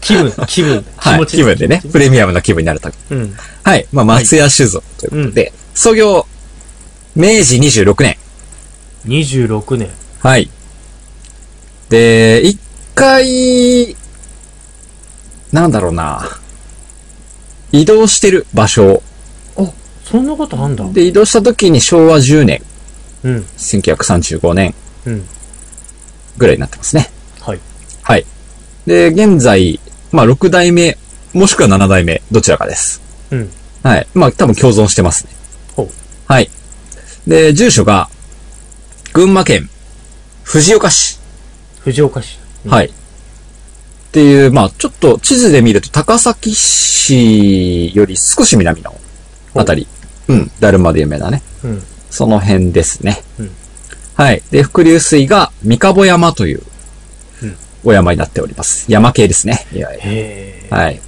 S3: 気分、気分。
S2: はい。
S3: ち
S2: 気分でね、プレミアムな気分になるため。
S3: うん。
S2: はい。まあ、松屋酒造ということで、創業、明治26年。
S3: 26年。
S2: はい。で、一回、なんだろうな。移動してる場所を
S3: そんなことあんだ。
S2: で、移動した時に昭和10年、
S3: うん。
S2: 1935年
S3: うん。
S2: ぐらいになってますね。
S3: はい。
S2: はい。で、現在、まあ、6代目、もしくは7代目、どちらかです。
S3: うん。
S2: はい。まあ、多分共存してますね。
S3: ほう
S2: はい。で、住所が、群馬県、藤岡市。
S3: 藤岡市。うん
S2: はい。っていう、まあ、ちょっと地図で見ると、高崎市より少し南のあたり。うん。だるまで有名だね。
S3: うん。
S2: その辺ですね。
S3: うん
S2: はい。で、伏流水が三abo山という
S3: うん、
S2: お山になっております。山系ですね。いわゆ
S3: へ
S2: る
S3: え。
S2: はい。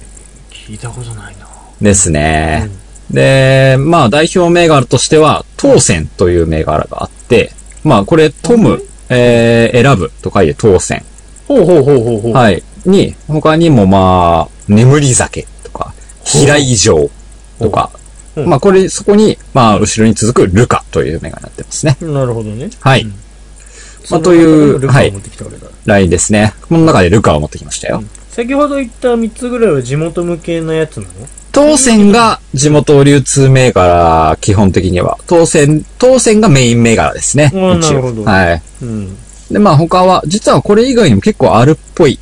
S3: 聞いたことないな。
S2: ですね。で、まあ、代表銘柄としては、当選という銘柄があって、まあ、これ、トム、えー、選ぶと書いて当選。
S3: ほうほうほうほうほう。
S2: はい。に、他にもまあ、眠り酒とか、平井城とか、
S3: うん
S2: まあ、これ、そこに、まあ、後ろに続くルカという銘柄になってますね。
S3: なるほどね。
S2: はい。
S3: うん
S2: まあ、という、
S3: は。
S2: はいい
S3: 持、ってきたわけだ。
S2: ラインですね。この中でルカを持ってきましたよ。
S3: 先ほど言った3つぐらいは地元向けのやつなの
S2: 当選が地元流通銘柄、基本的には。当選、当選がメイン銘柄ですね。
S3: うん
S2: 一応
S3: なるほど
S2: はい。
S3: うん。
S2: で、まあ他は、実はこれ以外にも結構あるっぽい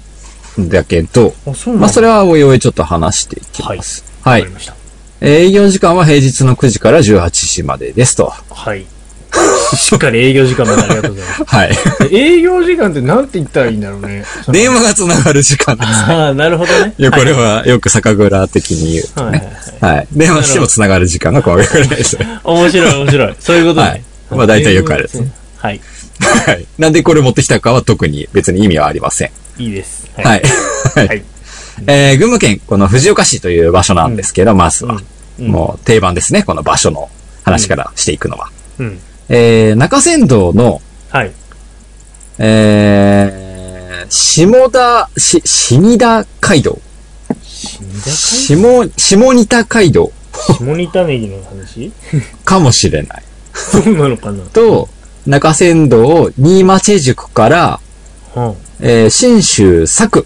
S2: んだけど、
S3: あ、そうなんだ。
S2: まあそれ
S3: は、
S2: はおいおいちょっと話していきます。は
S3: わ
S2: い
S3: かり。ました。
S2: 営業時間は平日の9時から18時までですと。
S3: はい。 *laughs* しっかり営業時間までありがとうございます。
S2: *laughs* はい。
S3: *laughs* 営業時間ってなんて言ったらいいんだろう *laughs* ね。
S2: 電話が繋がる時間です。
S3: ああ、なるほどね。
S2: いや、これはよく酒蔵的に言うと
S3: はいはい
S2: ね。
S3: はい。
S2: はい。電話しても繋がる時間がこれぐらいです。
S3: 面白い面白い。そういうことね。
S2: はいまあ大体よくあるやつね。
S3: はい。
S2: はい。なんでこれ持ってきたかは特に別に意味はありません。
S3: いいです。は。
S2: はいい。はい。
S3: はい
S2: えー、群馬県、この藤岡市という場所なんですけど、まずは、
S3: うん
S2: もう定番ですね、この場所の話からしていくのは。
S3: うん。
S2: えー、中山道の、
S3: はい。
S2: えー、下田、し、死田街道。
S3: 死に
S2: 下、下仁田街道
S3: 下仁田ネギの
S2: *laughs*
S3: 話
S2: かもしれない。
S3: そうなのかな
S2: と、中山道新町宿から、
S3: うん。
S2: えー、新州佐久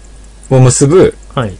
S2: を結ぶ
S3: はい。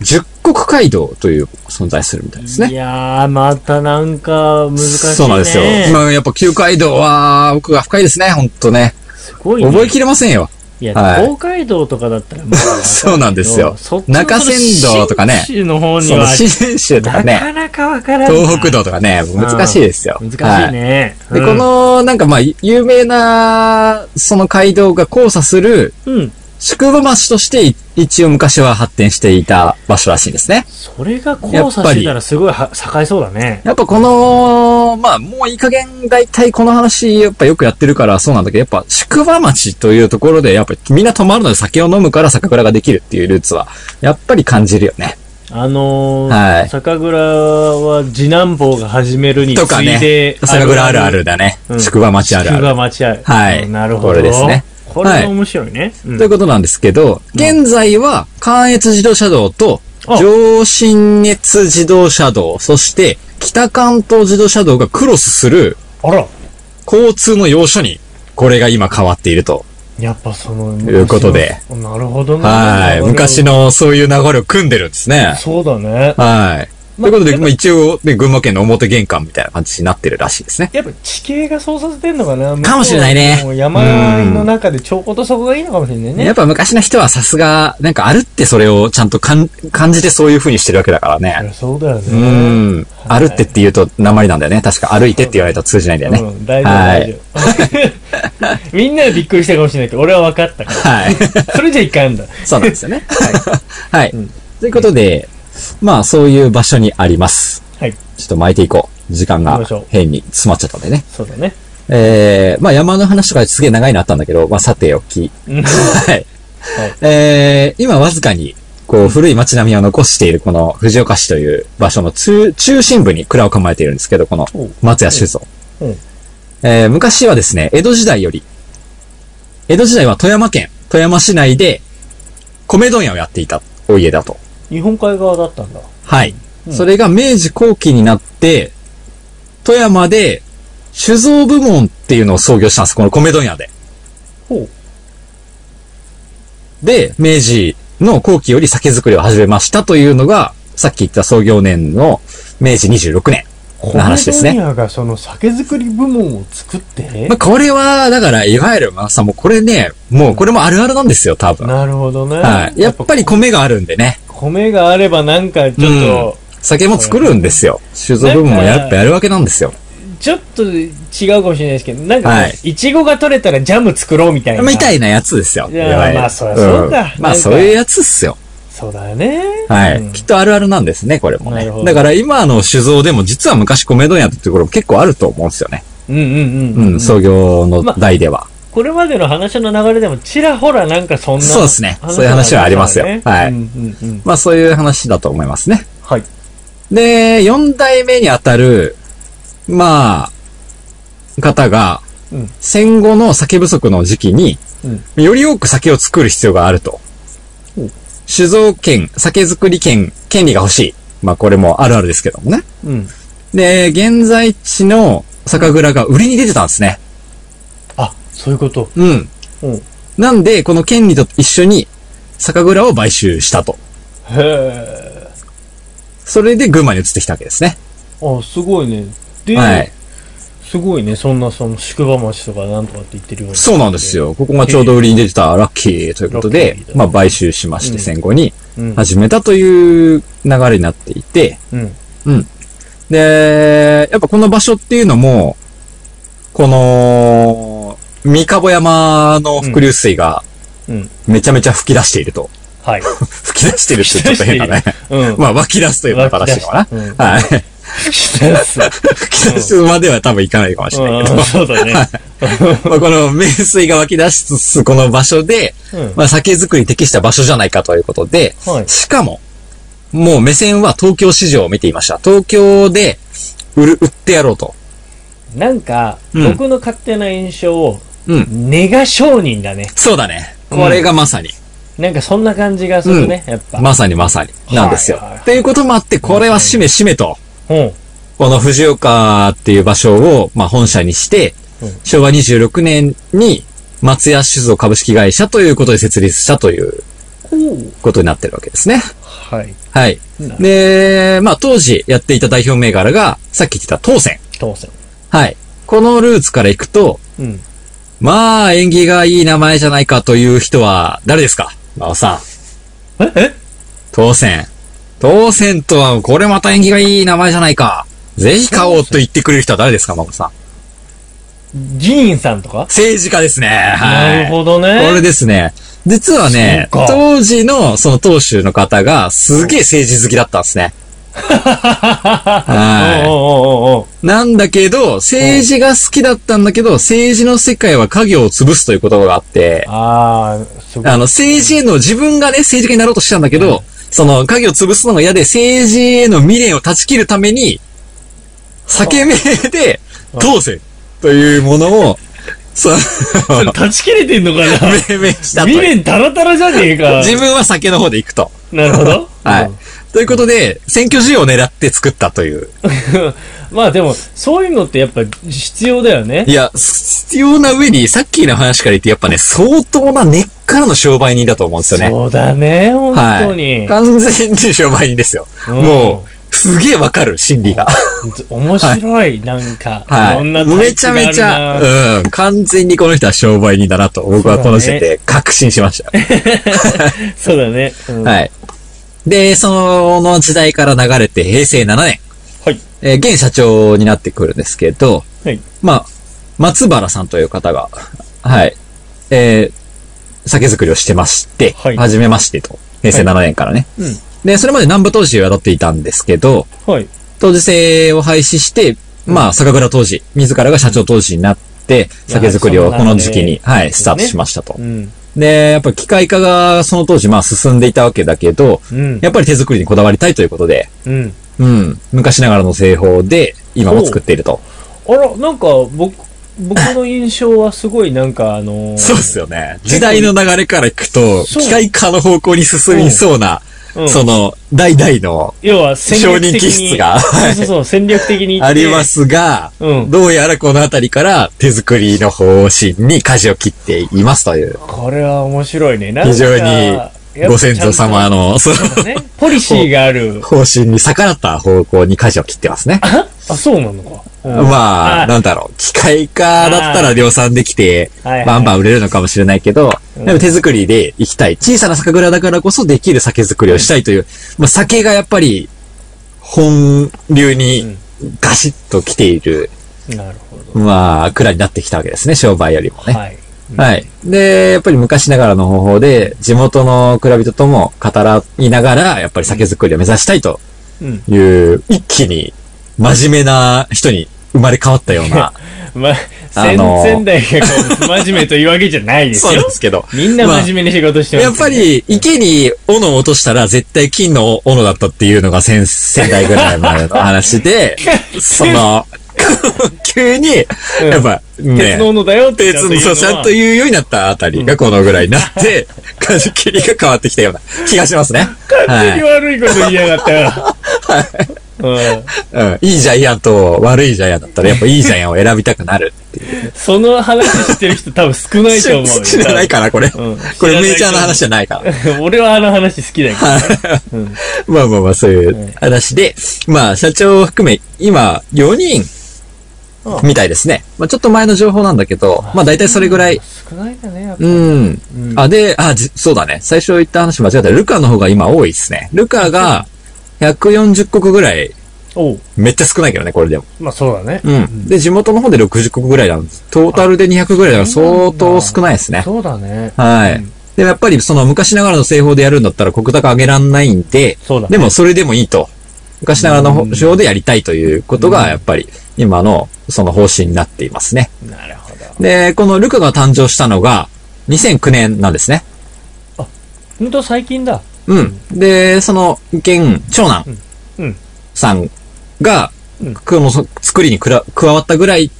S2: 十国街道という存在するみたいですね
S3: い。やー、またなんか難しいね。
S2: そうなんですよ。まあ、やっぱ旧街道は、奥が深いですね、ほんとね。
S3: すごいね。
S2: 覚えきれませんよ。
S3: いや、
S2: はい
S3: 東海道とかだったらまだわかるけど
S2: *laughs* そうなんですよ
S3: そっち
S2: 中山道とかね
S3: 信州の方に
S2: その、
S3: は、
S2: 新州と
S3: な
S2: か
S3: *laughs*
S2: ね、
S3: かなかわからない。
S2: 東北道とかね、難しいですよ。
S3: 難しいね。
S2: はい。で、
S3: うん
S2: こ、の、なんかまあ、有名な、その街道が交差する
S3: うん。
S2: 宿場町として、い一応昔は発展していた場所らしいんですね。
S3: それが交差してたらすごいは栄えそうだね。
S2: やっぱこの、まあ、もういい加減、だいたいこの話、やっぱよくやってるからそうなんだけど、やっぱ宿場町というところで、やっぱみんな泊まるので酒を飲むから酒蔵ができるっていうルーツは、やっぱり感じるよね。
S3: あのー
S2: はい
S3: 酒蔵は次男坊が始めるに
S2: とか
S3: 次い
S2: ね
S3: で、、
S2: 酒蔵あるあるだね
S3: うん。
S2: 宿場町あるあ
S3: 宿
S2: る
S3: 場。町ある。
S2: はい
S3: うんなるほど。
S2: これですね。
S3: これ
S2: はい
S3: が面白いね。うん
S2: ということなんですけど、現在は関越自動車道と
S3: あ
S2: 上信越自動車道、そして北関東自動車道がクロスする
S3: あら、
S2: 交通の要所に、これが今変わっていると。
S3: やっぱその、
S2: ということで
S3: 昔の。なるほどね。
S2: はい。昔
S3: の。
S2: のそういう流れを組んでるんですね。
S3: そうだね。
S2: はい。と
S3: ま
S2: い
S3: あ
S2: うことで、まあ、一応、ね、群馬県の表玄関みたいな感じになってるらしいですね。
S3: やっぱ地形がそうさせてんのかな
S2: かもしれないね
S3: 向こうはもう山あいの中でちょこっとそこがいいのかもしれないね。
S2: やっぱ昔の人はさすが、なんかあるってそれをちゃんとかん感じてそういう風にしてるわけだから
S3: そり
S2: ね。
S3: ゃそうだよね。
S2: う
S3: うん。
S2: ん。あるってって言うと鉛なんだよね。確か歩いてって言われたら通じないんだよね。
S3: 大丈夫、
S2: はい
S3: 大丈夫。 *laughs* みんなはびっくりしたかもしれないけど、俺は分かったか
S2: はい。 *laughs*
S3: ら。それじゃいかんだ。
S2: そうなんですよね。はい。はい。
S3: うん
S2: ということで、まあそういう場所にあります。
S3: はい。
S2: ちょっと巻いていこう。時
S3: 行
S2: 間
S3: き
S2: が
S3: ましょう
S2: 変に詰まっちゃったんでね。
S3: そうだね。
S2: えー、まあ山の話とかすげえ長いのあったんだけど、まあさておき。
S3: うん
S2: はい。えー、今わずかに、こう、古い街並みを残しているこの藤岡市という場所の中、中心部に蔵を構えているんですけど、この
S3: お
S2: 松屋酒造
S3: うんうん。
S2: えー、昔はですね、江戸時代より、江戸時代は富山県、富山市内で、米問屋をやっていたお家だと。
S3: 日本海側だったんだ。
S2: はい。
S3: うん
S2: それが明治後期になって、富山で酒造部門っていうのを創業したんです。この米問屋で。
S3: ほう。
S2: で、明治の後期より酒造りを始めましたというのが、さっき言った創業年の明治26年の話です
S3: 米
S2: ね。
S3: 問屋がその酒造り部門を作って
S2: まあ、、これは、だから、いわゆる、まあさ、もうこれね、もうこれもあるあるなんですよ、多分。
S3: なるほどね。
S2: はい。やっぱり米があるんでね。
S3: 米があればなんかちょっと、
S2: 酒も作るんですよ。酒造部門もやっぱやるわけなんですよ。
S3: ちょっと違うかもしれないですけど、なんか、
S2: はい
S3: い、ちごが取れたらジャム作ろうみたいな。
S2: みたいなやつですよ。
S3: いや
S2: いわゆる
S3: まあそりゃそうだ
S2: んまあそういうやつっすよ。
S3: そうだよね。
S2: はい、
S3: うん
S2: きっとあるあるなんですね、これも
S3: な
S2: ね
S3: るほど。
S2: だから今の酒造でも実は昔米問屋ってところも結構あると思うんですよね。
S3: うんうん
S2: う、
S3: うんん。
S2: 創業の代では。
S3: これまでの話の流れでもちらほらなんかそんな。
S2: そうですねそういう話はありますよ
S3: ね
S2: は
S3: う
S2: い
S3: んうんうん。
S2: まあそういう話だと思いますね。
S3: はい。
S2: で、4代目にあたる、まあ、方が
S3: うん、
S2: 戦後の酒不足の時期に、
S3: うん
S2: より多く酒を作る必要があると
S3: うん。
S2: 酒造権、酒造り権、権利が欲しい。まあこれもあるあるですけどもね。
S3: うん。
S2: で、現在地の酒蔵が売りに出てたんですね。
S3: あ、そういうこと。
S2: うん。
S3: うん。へ
S2: なんで、この権利と一緒に酒蔵を買収したと。
S3: え。
S2: それで群馬に移ってきたわけですね。
S3: あ、すごいね。で、
S2: はい。
S3: すごいね。そんな、その、宿場町とかなんとかって言ってるような。
S2: そうなんです。よ。ここがちょうど売りに出てたラッキーということ
S3: ラッ
S2: で
S3: キーだ、
S2: まあ買収しまし
S3: うん
S2: て戦後に
S3: うん。
S2: 始めたという流れになっていて、
S3: うん。
S2: で、やっぱこの場所っていうのも、この、三籠山の伏流水が
S3: うん。
S2: めちゃめちゃ噴き出していると。
S3: はい。
S2: 吹き出してるってちょっと変だね。
S3: うん。
S2: *laughs* まあ、湧き出すというのが正しいのか
S3: 湧き出すうん
S2: な。はい。
S3: したやつ。
S2: 吹き出すまでは多分いかないかもしれないけ
S3: うん、そう
S2: *laughs*
S3: だね。
S2: ど、まあ、この名水が湧き出しつつ、この場所で、
S3: うん。
S2: まあ、酒造りに適した場所じゃないかということで、
S3: はい
S2: しかも、もう目線は東京市場を見ていました。東京で売る、売ってやろうと。
S3: なんか、
S2: うん
S3: 僕の勝手な印象を、
S2: うん。
S3: ネガ商人だね。
S2: そうだね。
S3: うん
S2: これがまさに、
S3: なんかそんな感じがするね、やっぱ。
S2: まさにまさに、なんですよ
S3: はいはいはい。
S2: ということもあって、これはしめしめと、
S3: うん。
S2: この藤岡っていう場所を、まあ、本社にして、
S3: うん
S2: 昭和26年に松屋酒造株式会社ということで設立したということになってるわけですね。
S3: はい。
S2: はい。
S3: な
S2: で、まあ、当時やっていた代表銘柄が、さっき言ってた当選。
S3: 当選。
S2: はい。このルーツから行くと、
S3: うん。
S2: まあ、縁起がいい名前じゃないかという人は、誰ですか馬尾さん。
S3: ええ
S2: 当選。当選とは、これまた縁起がいい名前じゃないか。ぜひ買おうと言ってくれる人は誰ですか、馬尾さん。
S3: ジーンさんとか
S2: 政治家ですね。はい。
S3: なるほどね。 *laughs*
S2: これですね。実はね、
S3: そうか
S2: 当時のその当主の方がすげえ政治好きだったんですね。は
S3: おうおうおうおう
S2: い。なんだけど、政治が好きだったんだけど、政治の世界は家業を潰すという言葉があって、
S3: ああ、すごい。
S2: あの、政治への自分がね、政治家になろうとしたんだけど、その、影を潰すのが嫌で、政治への未練を断ち切るために、酒名で、当選というものを、その、
S3: *laughs* それ *laughs* 断ち切れてんのかな
S2: 命名したという
S3: 未練タラタラじゃねえか。
S2: 自分は酒の方で行くと。
S3: なるほど。
S2: はい。ということで、選挙需要を狙って作ったという。
S3: *laughs* まあでも、そういうのってやっぱ必要だよね
S2: い。や、必要な上に、さっきの話から言って、やっぱね、相当な根っからの商売人だと思うんですよね。
S3: そうだね、本当
S2: は
S3: に
S2: い。。完全に商売人ですよ。
S3: うん
S2: もう、すげえわかる、心理が。
S3: 面白い、なんか。
S2: はい。
S3: ろんな
S2: めちゃめちゃ、
S3: タイ
S2: うん、完全にこの人は商売人だなと、僕はこの時点で確信しました。
S3: プがあるなそうだね。。
S2: はいい。で、その時代から流れて平成7年、
S3: はい。
S2: えー現社長になってくるんですけど、
S3: はい。
S2: まあ、松原さんという方が、はい、えー酒造りをしてまして、
S3: はい
S2: 初めましてと、平成7年からね。
S3: うん
S2: で、それまで南部当時を宿っていたんですけど、
S3: はい。
S2: 当時制を廃止して、まあ、酒蔵当時、自らが社長当時になって、酒造りをこの時期に、はい、スタートしましたと
S3: う。ん。
S2: で、やっぱ機械化がその当時まあ進んでいたわけだけど、
S3: うん。
S2: やっぱり手作りにこだわりたいということで、
S3: うん。
S2: うん、昔ながらの製法で今も作っていると。
S3: あら、なんか、僕、僕の印象はすごいなんかあのー、
S2: そうっすよね。時代の流れからいくと、
S3: そう
S2: 機械化の方向に進みそうな、
S3: うん
S2: その、代々の
S3: 要は戦
S2: 承
S3: 略
S2: 認
S3: 的
S2: 気
S3: に。
S2: 質が
S3: そうそうそう、戦略的に言って。
S2: ありま。すが、
S3: うん
S2: どうやらこのあたりから手作りの方針に舵を切っていますという、
S3: これは面白いね。なんか
S2: 非常にご先祖様。の、その、
S3: やっぱちゃんとね、ポリシーがある。
S2: 方針に逆らった方向に舵を切ってますね。
S3: あ、そうなのか。うん
S2: まあ、
S3: あ
S2: なんだろう、機械化だったら量産できて、
S3: はいはい
S2: バンバン売れるのかもしれないけど、
S3: うん
S2: でも手作りで行きたい。小さな酒蔵だからこそできる酒作りをしたいという、まあ酒がやっぱり、本流にガシッと来ている、
S3: なるほど。
S2: まあ、蔵になってきたわけですね、商売よりもね。
S3: はい。
S2: はい。で、やっぱり昔ながらの方法で、地元の蔵人とも語らいながら、やっぱり酒造りを目指したいと
S3: うん。
S2: いう、一気に真面目な人に生まれ変わったような、
S3: まあ、
S2: あ
S3: 先
S2: のー
S3: 々代がこう真面目というわけじゃないです
S2: そうなん
S3: よ
S2: で。すけど。
S3: みんな真面目に仕事してます。
S2: やっぱ、り、池に斧を落としたら絶対金の斧だったっていうのが先、先代ぐらい前の話 *laughs* で、その、 *laughs* 急に、
S3: うん
S2: やっぱ、ね
S3: 鉄、の斧だよってち
S2: 鉄
S3: ゃんと
S2: の、
S3: 言うの
S2: そう、
S3: は。
S2: ちゃんと言うようになったあたりがこのぐらいにな *laughs* って、舵切りが変わってきたような気がしますね。
S3: 完全に
S2: はい。
S3: 悪いこと言いやがったよ。うん。
S2: うん。いいジャイアンと悪いジャイアンだったら、やっぱいいジャイアンを選びたくなるっていう。
S3: その話してる人多分少ないと思うよ。
S2: *laughs* 知らないから、これ。
S3: うん
S2: これメジャーな話じゃないから。
S3: *laughs* 俺はあの話好きだけど。
S2: まあまあまあ、そういう話で、まあ、社長を含め、今、4人、みたいですね。まあ、ちょっと前の情報なんだけど、まあ、大体それぐらい。
S3: 少ないんだね、やっぱ
S2: うん。あ、で、あ、じそうだね。最初言った話間違った。ルカの方が今多いですね。ルカが、140国ぐらい、
S3: おう。
S2: めっちゃ少ないけどね、これでも。
S3: まあそうだね。
S2: うん。で、地元の方で60国ぐらいなんです。トータルで200ぐらいだから相当少ないですね。
S3: そうだね。
S2: はい。でもやっぱりその昔ながらの製法でやるんだったら国高上げらんないんで、
S3: そうだね
S2: でもそれでもいいと。昔ながらの方法でやりたいということが、やっぱり今のその方針になっていますね。
S3: なるほど。
S2: で、このルカが誕生したのが2009年なんですね。
S3: ほんと最近だ。
S2: うん。で、その、現、長男
S3: うんうん
S2: さんが
S3: うん、
S2: このそ作りにくら加わったぐらい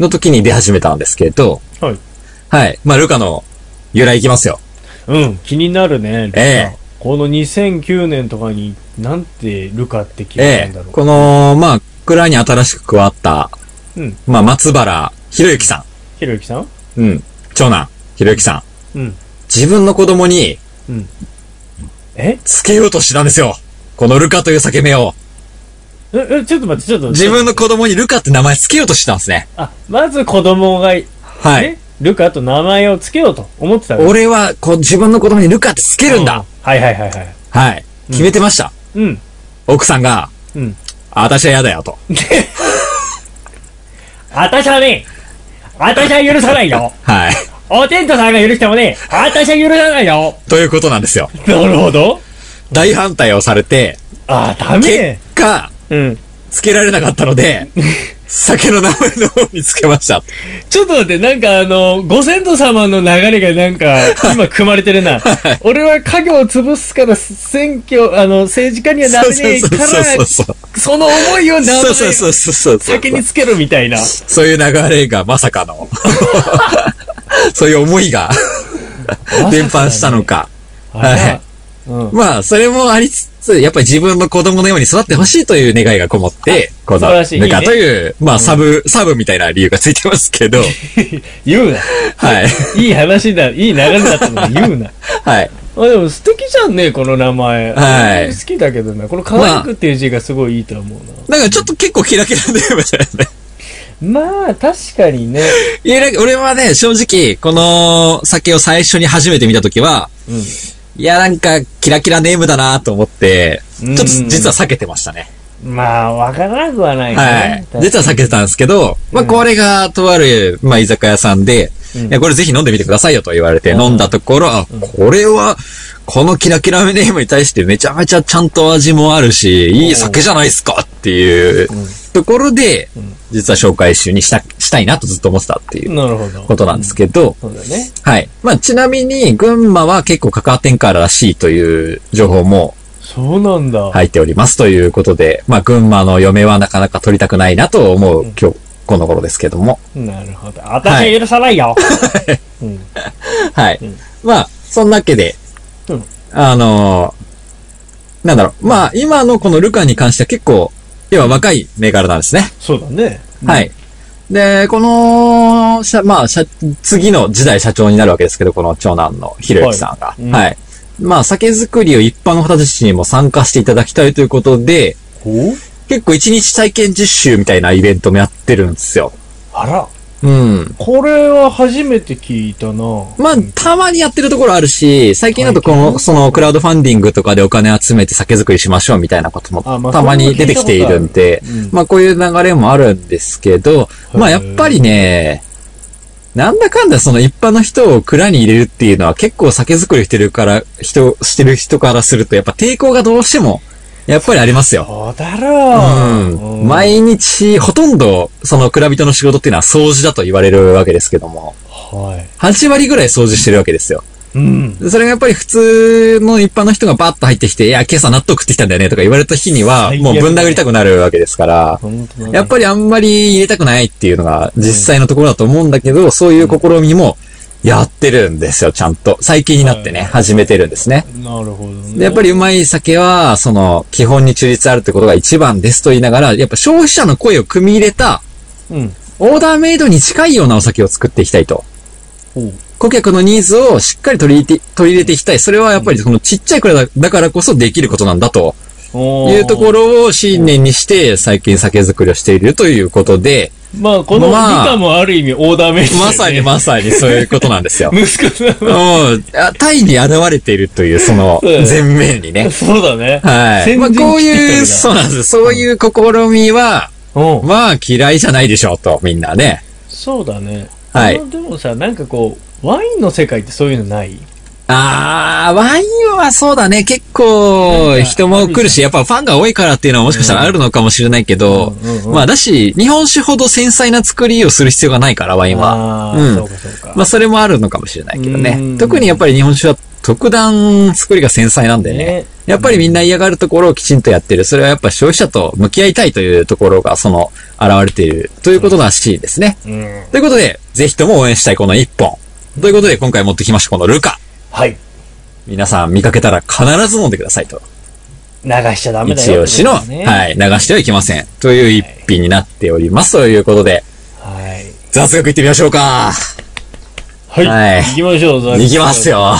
S2: の時に出始めたんですけど、
S3: はい。
S2: はい。まあ、ルカの由来いきますよ。
S3: うん、気になるね、ルカ。
S2: ええ
S3: この2009年とかに、なんてルカって決めた
S2: え
S3: んだ
S2: え
S3: ろう。
S2: この、まあ、蔵に新しく加わった、
S3: うん、
S2: まあ、松原博之さ
S3: ひろゆきさん
S2: ん。うん。長男、博之さん。
S3: うん。
S2: 自分の子供に、
S3: え
S2: つけようとしたんですよ。このルカという酒名を。
S3: え、えちょっと待って、ちょっと。
S2: 自分の子供にルカって名前つけようとしたんですね。
S3: あ、まず子供が、
S2: は
S3: ね
S2: い。
S3: ルカと名前をつけようと思ってたの
S2: 俺は、こう、自分の子供にルカってつけるんだ。。
S3: うはいはいはいはい。
S2: はい。決めてました。
S3: うん。
S2: 奥さんが、
S3: うん。
S2: あ私は嫌だよと。
S3: 私はね、私は許さないよ。
S2: はい。
S3: おてんとさんが許してもね、私は許さないよ。
S2: ということなんですよ。
S3: なるほど。
S2: 大反対をされて、
S3: あー、ダメ
S2: 結。果、
S3: うん。
S2: つけられなかったので、酒の名前の方につけました。
S3: ちょっと待って、なんかあの、ご先祖様の流れがなんか、今組まれてるな。俺 *laughs* は家業を潰すから、選挙、あの、政治家にはな
S2: そう
S3: れ
S2: そ
S3: ね
S2: う
S3: え
S2: そう
S3: か
S2: そう
S3: ら、
S2: そう。
S3: その思いを名
S2: そうそう
S3: 前
S2: そうそうそう。
S3: 先につけろみたいな。
S2: そういう流れがまさかの。 *laughs* そういう思いが伝播したのか。
S3: あら
S2: はい
S3: うん。
S2: まあ、それもありつつ、やっぱり自分の子供のように育ってほしいという願いがこもって、こ
S3: 素
S2: の
S3: 晴らしい
S2: ぬかという、まあ、サブ、サブみたいな理由がついてますけど、
S3: *laughs* 言うな。
S2: はい。
S3: いい話だ、いい流れだったの *laughs* に言うな。
S2: はい。
S3: あ、でも素敵じゃんね、この名前。
S2: はい
S3: 好きだけどな。この可愛くっていう字がすごいいいと思うな。
S2: なんかちょっと結構キラキラでみたいなね。
S3: まあ、確かにね。
S2: いや、なんか俺はね、正直、この酒を最初に初めて見たときは、
S3: うん。
S2: いや、なんか、キラキラネームだなと思って、ちょっと実は避けてましたね。
S3: まあ、わからなくはない
S2: は
S3: ね
S2: い。。実は避けてたんですけど、まあ、これが、とある、まあ、居酒屋さんで、
S3: うん
S2: いやこれぜひ飲んでみてくださいよと言われて、
S3: うん
S2: 飲んだところ、あ、これは、このキラキラネームに対してめちゃめちゃちゃんと味もあるし、いい酒じゃないですかっていうところで、実は紹介集にした、したいなとずっと思ってたっていう
S3: なるほど。
S2: ことなんですけど、
S3: そうだね。
S2: はい。まあ、ちなみに、群馬は結構カカアテンカーらしいという情報も
S3: そうなんだ。
S2: 入っておりますということで、まあ、群馬の嫁はなかなか取りたくないなと思う今日、この頃ですけども。
S3: なるほど。私は許さないよ。 *laughs* うん。
S2: はい。
S3: うん
S2: まあ、そんなわけで、
S3: うん
S2: あのーなんだろう。まあ、今のこのルカに関しては結構、要は若い銘柄なんですね。
S3: そうだね。
S2: はい。で、この、社まあ、社次の時代社長になるわけですけど、この長男のひろゆきさんが。は。
S3: はいいうん
S2: まあ、酒造りを一般の方たちにも参加していただきたいということで、
S3: ほう
S2: 結構一日体験実習みたいなイベントもやってるんですよ。
S3: あら。
S2: うん。
S3: これは初めて聞いたな
S2: まあ、たまにやってるところあるし、最近だとこの、その、クラウドファンディングとかでお金集めて酒造りしましょうみたいなことも
S3: あまあ
S2: たまに出てきているんで
S3: それも聞いたことあるうん、
S2: まあ、こういう流れもあるんですけど、まあ、やっぱりね、なんだかんだその一般の人を蔵に入れるっていうのは結構酒造りしてるから、人、してる人からするとやっぱ抵抗がどうしても、やっぱりありますよ。
S3: そうだ
S2: う
S3: ろ
S2: ん。毎日、ほとんど、その蔵人の仕事っていうのは掃除だと言われるわけですけども、
S3: は
S2: 8割ぐらい掃除してるわけですよ。
S3: い。うん。
S2: それがやっぱり普通の一般の人がバーッと入ってきて、いや、今朝納豆食ってきたんだよねとか言われた日には、
S3: 最悪
S2: もうぶん殴りたくなるわけですから、
S3: 本当だね
S2: やっぱりあんまり入れたくないっていうのが実際のところだと思うんだけど、そういう試みもやってるんですよ、ちゃんと。最近になってね、
S3: はい
S2: 始めてるんですね。
S3: なるほどね。
S2: でやっぱりうまい酒は、その、基本に忠実あるってことが一番ですと言いながら、やっぱ消費者の声を組み入れた、
S3: うん。
S2: オーダーメイドに近いようなお酒を作っていきたいと。
S3: ほう。
S2: 顧客のニーズをしっかり取り入れて、取り入れていきたい。それはやっぱりそのちっちゃいくらいだからこそできることなんだと
S3: おー
S2: いうところを信念にして最近酒造りをしているということ
S3: *laughs*
S2: で、
S3: まあ、この理
S2: まあ
S3: 科もある意味オーダーメイドだよね。。
S2: まさにまさにそういうことなんですよ
S3: *laughs* 息子さんは。
S2: うん。あタイに現れているというその
S3: そうだね
S2: 前面にね。
S3: そうだね。
S2: はい。まあ
S3: 先陣切ってきてるな
S2: こういう、そうなんです。そういう試みは、
S3: うん。
S2: まあ嫌いじゃないでしょうと、みんなね。
S3: そうだね。
S2: はい
S3: あのでもさ、なんかこう、ワインの世界ってそういうのない
S2: あー、ワインはそうだね。結構、人も来るし、やっぱファンが多いからっていうのはもしかしたらあるのかもしれないけど
S3: うんうんう、ん
S2: まあだし、日本酒ほど繊細な作りをする必要がないから、ワインは。
S3: あ
S2: う
S3: ー
S2: ん
S3: そうかそう
S2: まあ
S3: か。
S2: それもあるのかもしれないけど
S3: う
S2: ね。
S3: ん
S2: 特にやっぱり日本酒は特段作りが繊細なんでね
S3: ね。
S2: やっぱりみんな嫌がるところをきちんとやってる。それはやっぱ消費者と向き合いたいというところが、その、現れているということらしいですね。
S3: うん。
S2: ということで、ぜひとも応援したいこの一本。ということで、今回持ってきましたこのルカ。
S3: はい。
S2: 皆さん見かけたら必ず飲んでくださいと。
S3: 流しちゃダメだ
S2: 一
S3: よ。
S2: 押しの、
S3: ね
S2: はい、流してはいけません。という一品になっております。ということで、
S3: はい。
S2: 雑学いってみましょうか。
S3: はい。
S2: はい
S3: 行きましょう、雑学
S2: いきます。よ。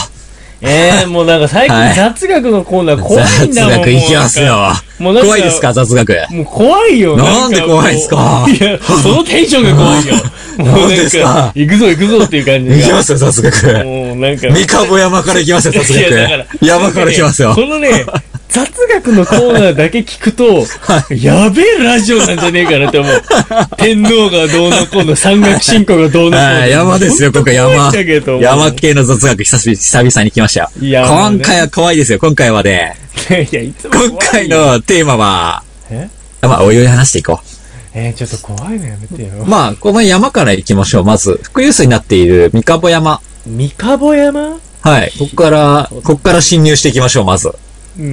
S3: ええもうなんか最
S2: はい
S3: 近雑学のコーナー怖い
S2: 雑
S3: んだもん。
S2: 学いきますよ。
S3: もうなんか
S2: 怖いですか、雑学。
S3: もう怖いよ。
S2: なんで怖いんすか
S3: いや、そのテンションが怖い
S2: *laughs*
S3: よ。も
S2: な
S3: うん
S2: ですか
S3: 行くぞ行くぞっていう感
S2: い
S3: じ
S2: きま
S3: が。
S2: すよ、雑学。
S3: もうなんか。
S2: 三abo山からいきますよ、
S3: *laughs*
S2: 雑
S3: いやだ
S2: 学。山からいきますよ。
S3: このね、雑学のコーナーだけ聞くと、やべえラジオなんじゃねえかなって思
S2: *laughs*
S3: う。天皇がどうのこうの、山岳信仰がどうのこうの。
S2: はい、山ですよ、今回
S3: 怖い
S2: 山
S3: んだけ。ど
S2: 山系の雑学、久しぶり久々に来ましたよ。
S3: いやもうね
S2: 今回は怖いですよ、今回はね。
S3: いや、いつも怖いよ
S2: 今回。のテーマは、
S3: え
S2: まあ、おいおい話していこ
S3: えー、ちょっと怖いのやめてよ
S2: う。。まあ、この山から行きましょう。まず、伏遊水になっている三abo山。
S3: 三abo山
S2: はい。ここから、ここから侵入していきましょう、まず。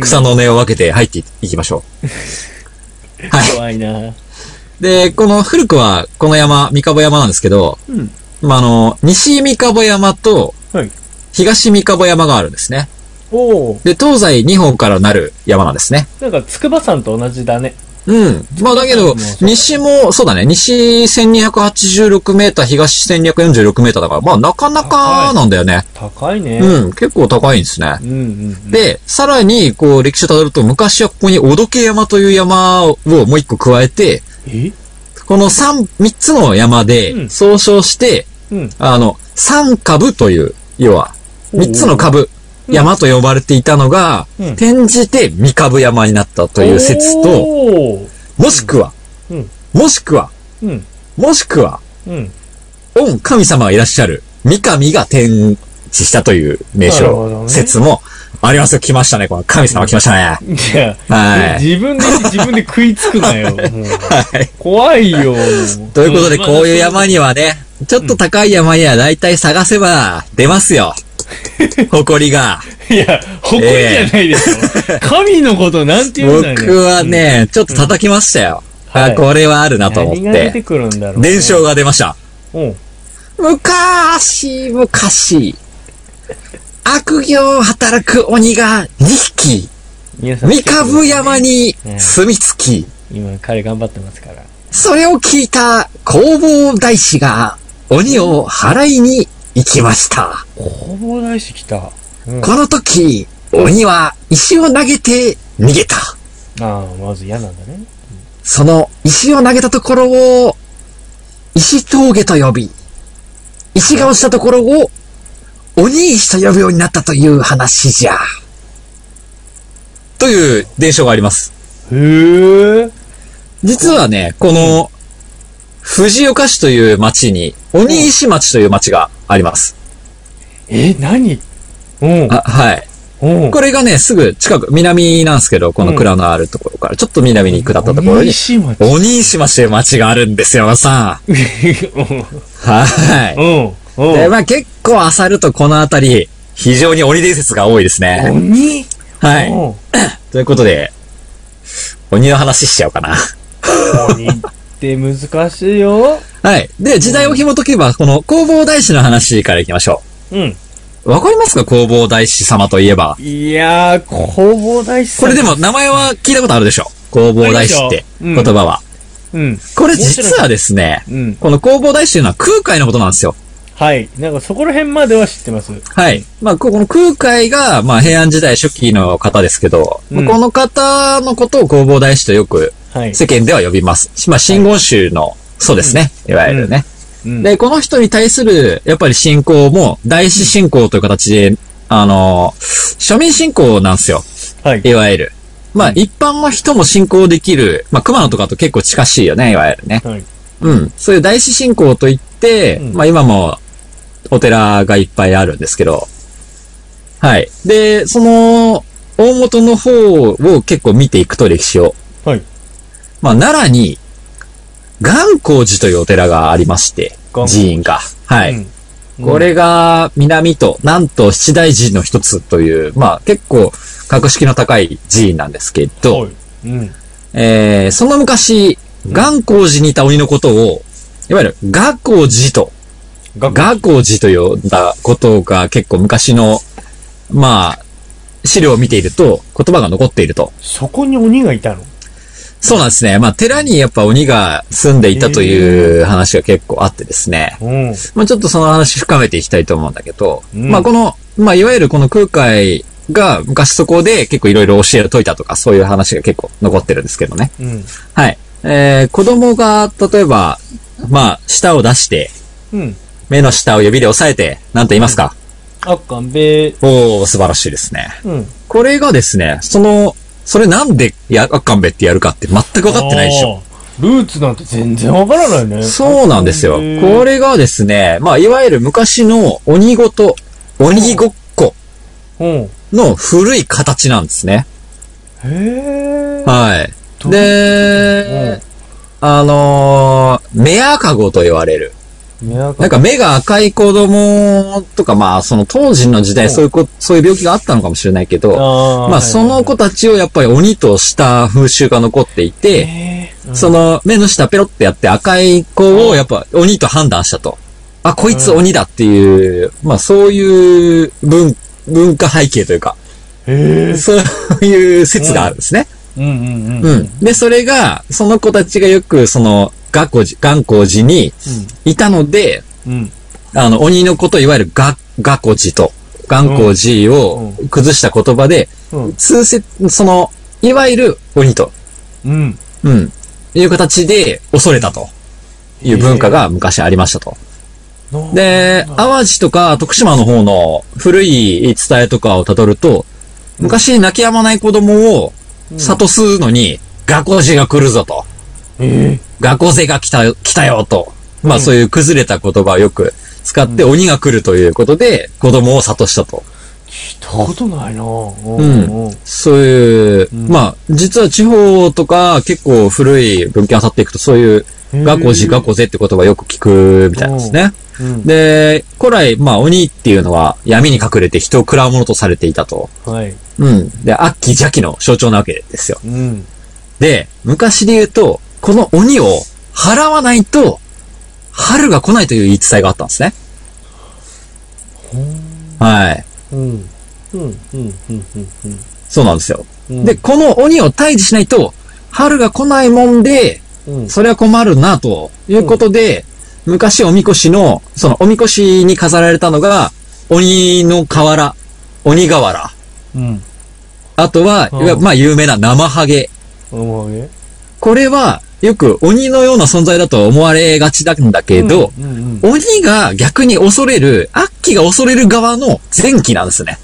S2: 草
S3: の。
S2: の根を分けて入っていきましょう。はい。
S3: 怖いな。
S2: で、この古くは、この山、三abo山なんですけど、
S3: うん
S2: まあ、あの、西三abo山と
S3: はい。
S2: 東三abo山があるんですね。
S3: おお、
S2: で、東西2本からなる山なんですね。
S3: なんか筑波山と同じだね。
S2: うん。まあだけど、西も、そうだね、西1286メーター、東1246メーターだから、まあなかなかなんだよね。
S3: 高いね。
S2: うん、結構高いんですね
S3: う。んうん。、
S2: で、さらに、こう、歴史をたどると、昔はここにおどけ山という山をもう一個加えて、
S3: え
S2: この三、三つの山
S3: う
S2: で
S3: ん
S2: 総称して、
S3: うん。
S2: あの、三株という、要は、三つの株、
S3: うん
S2: 山と呼ばれていたのが、
S3: うん
S2: 転じて三株山になったという説と、
S3: おー
S2: もしくは、
S3: うん
S2: もしくは、
S3: うん。
S2: もしくは、
S3: うん。
S2: 御神様がいらっしゃる、三神が転地したという名
S3: なるほど
S2: 称、
S3: ね
S2: 説もありますよ。来ましたね、この神様来ましたね。
S3: いや、
S2: はい
S3: 自分で、自分で食いつくな *laughs* よ。もう
S2: はい。
S3: 怖いよ。もう
S2: ということで、
S4: うん
S2: こういう山にはね、ちょっと高い山には大体探せば出ます
S3: *laughs*
S2: よ。誇りが。
S3: いや、誇りじゃないですよ。神のことなんて言うんだよね。
S2: 僕はね、ちょっと叩きましたよ。
S3: うんは
S2: あ、
S3: い
S2: これはあるなと思っ
S3: 何が出て
S2: て。
S3: くるんだろう。
S2: 伝承が出ました。
S3: うん。
S2: 昔昔悪行を働く鬼が2匹、
S3: 皆さん。
S2: 三株山に住み着き、
S3: 今、彼頑張ってますから。
S2: それを聞いた工房大師が鬼を払いに行きました。
S3: 工房大師来た。うん。
S2: この時、鬼は石を投げて逃げた。
S3: ああ、まず嫌なんだね。
S2: その石を投げたところを、石峠と呼び、石が落ちたところを、鬼石と呼ぶようになったという話じゃ。という伝承があります。
S3: へえ。
S2: 実はね、この、藤岡市という町に、鬼石町という町があります。
S3: え、何うん。
S2: あ、はい。
S3: うん。
S2: これがね、すぐ近く、南なんですけど、この蔵のあるところから、ちょっと南に下ったところ
S3: 鬼
S2: に、
S3: 石町。 *laughs*
S2: 鬼石町という町があるんですよ、さん。はい。
S3: うん。うん。
S2: で、まあ結構漁るとこの辺り、非常に鬼伝説が多いですね。
S3: 鬼
S2: はい。
S3: うん
S2: ということで、鬼の話しちゃおうかな。
S3: 鬼って難しいよ。
S2: はい。で、時代を紐解けば、この工房大師の話からいきましょ
S3: うん。
S2: う。わかりますか工房大師様といえば。
S3: いやー、工房大師さ
S2: こ
S3: ん
S2: れで、も名前は聞いたことあるでしょ工房大師って言葉は。
S3: うん。
S2: これ実はですね、
S3: うん。
S2: この工房大師というのは空海のことなんですよ。
S3: はい。なんかそこら辺までは知ってます。
S2: はい。まあ、ここの空海が、まあ、平安時代初期の方ですけど、
S3: うん
S2: この方のことを工房大師とよく
S3: はい。
S2: 世間では呼びます。まあ、真言宗の、そうですね。いわゆるね。
S3: うん
S2: で、この人に対する、やっぱり信仰も、大師信仰という形で、あの、庶民信仰なんですよ。
S3: はい。
S2: いわゆる。まあ、一般の人も信仰できる、まあ、熊野とかと結構近しいよね、いわゆるね。
S3: はい。
S2: うん。そういう大師信仰といって、
S3: うん
S2: まあ、今も、お寺がいっぱいあるんですけど、はい。で、その、大元の方を結構見ていくと歴史を。
S3: はい。
S2: まあ、奈良に、元光寺というお寺がありまして、
S3: 元光
S2: 寺院が。はい。
S3: うん
S2: こ、れが、南と、南と七大寺院の一つという、まあ、結構、格式の高い寺院なんですけど、
S3: はいうん。
S2: えー、その昔、元光寺にいた鬼のことを、いわゆる、元光寺と、
S3: が、
S2: 元光寺と呼んだことが結構昔の、まあ、資料を見ていると、言葉が残っていると。
S3: そこに鬼がいたの
S2: そうなんですね。まあ、寺にやっぱ鬼が住んでいたという話が結構あってですね。
S3: うん。
S2: まあ、ちょっとその話深めていきたいと思うんだけど、
S3: うん
S2: まあ、この、まあ、いわゆるこの空海が昔そこで結構いろいろ教えを解いたとか、そういう話が結構残ってるんですけどね。
S3: うん。
S2: はい。えー、子供が、例えば、まあ、舌を出して、
S3: うん。
S2: 目の下を指で押さえて、なんて言いますか、
S3: あ、かんべー。
S2: おー、素晴らしいですね。
S3: うん。
S2: これがですね、その、それなんで、や、あかんべってやるかって全く分かってないでしょ。
S3: ょ。ルーツなんて全然わからないね。
S2: そうなんですよ。
S3: へー
S2: これがですね、まあ、いわゆる昔の鬼ごと、鬼ごっこ
S3: うん。
S2: の古い形なんですね。
S3: へえ。
S2: はい。で、あのー、メアカゴと言われる。
S3: なん
S2: なんか目が赤い子供とか、まあ、その当時の時代、そういうこ、そういう病気があったのかもしれないけど、
S3: あー
S2: まあ、その子たちをやっぱり鬼とした風習が残っていて、そ、の目の下ペロってやって赤い子をやっぱ鬼と判断したと。あ、こいつ鬼だっていう、まあ、そういう文、文化背景というか、
S3: はいはいはいはいへー
S2: そういう説があるんですね。
S4: うんうんう。
S2: うんん。で、それが、その子たちがよく、その、学校寺、元光寺にいたので、
S3: うん。
S2: あの、鬼のこと、いわゆるが、学校寺と、元光寺を崩した言葉で、
S3: うん。
S2: 通説、その、いわゆる鬼と、
S3: うん。
S2: うん、いう形で恐れたと。いう文化が昔ありましたと。
S3: の
S2: で、淡路とか徳島の方の古い伝えとかをたどると、昔泣き止まない子供を諭すのに、学校寺が来るぞと。
S3: え
S2: 学校生が来たよ、来たよと。まあそういう崩れた言葉をよく使って鬼が来るということで子供を諭したと。
S3: ー、聞いたことないなうん
S2: そういう、
S3: ん
S2: まあ実は地方とか結構古い文献を漁っていくとそういう
S3: へー
S2: 学校寺学校生って言葉よく聞くみたいなんですね。
S3: うん。
S2: で、古来まあ鬼っていうのは闇に隠れて人を食らうものとされていたと。
S3: はい。
S2: うん。で、悪鬼邪鬼の象徴なわけですよ。
S3: うん。
S2: で、昔で言うと、この鬼を払わないと、春が来ないという言い伝えがあったんですね。はい。
S3: うん。うん。うん。うん。うん
S2: そうなんですよ。
S3: うん。
S2: で、、この鬼を退治しないと、春が来ないもんで、
S3: うん。
S2: それは困るな、ということで、昔おみこしの、そのおみこしに飾られたのが、鬼の瓦、鬼瓦。
S3: うん。
S2: あとは、
S3: うん
S2: いわまあ有名な生ハゲ。
S3: 思うね。
S2: これは、よく鬼のような存在だと思われがちなんだけど、
S3: うん。うん。
S2: 鬼が逆に恐れる、悪鬼が恐れる側の前期なんですね。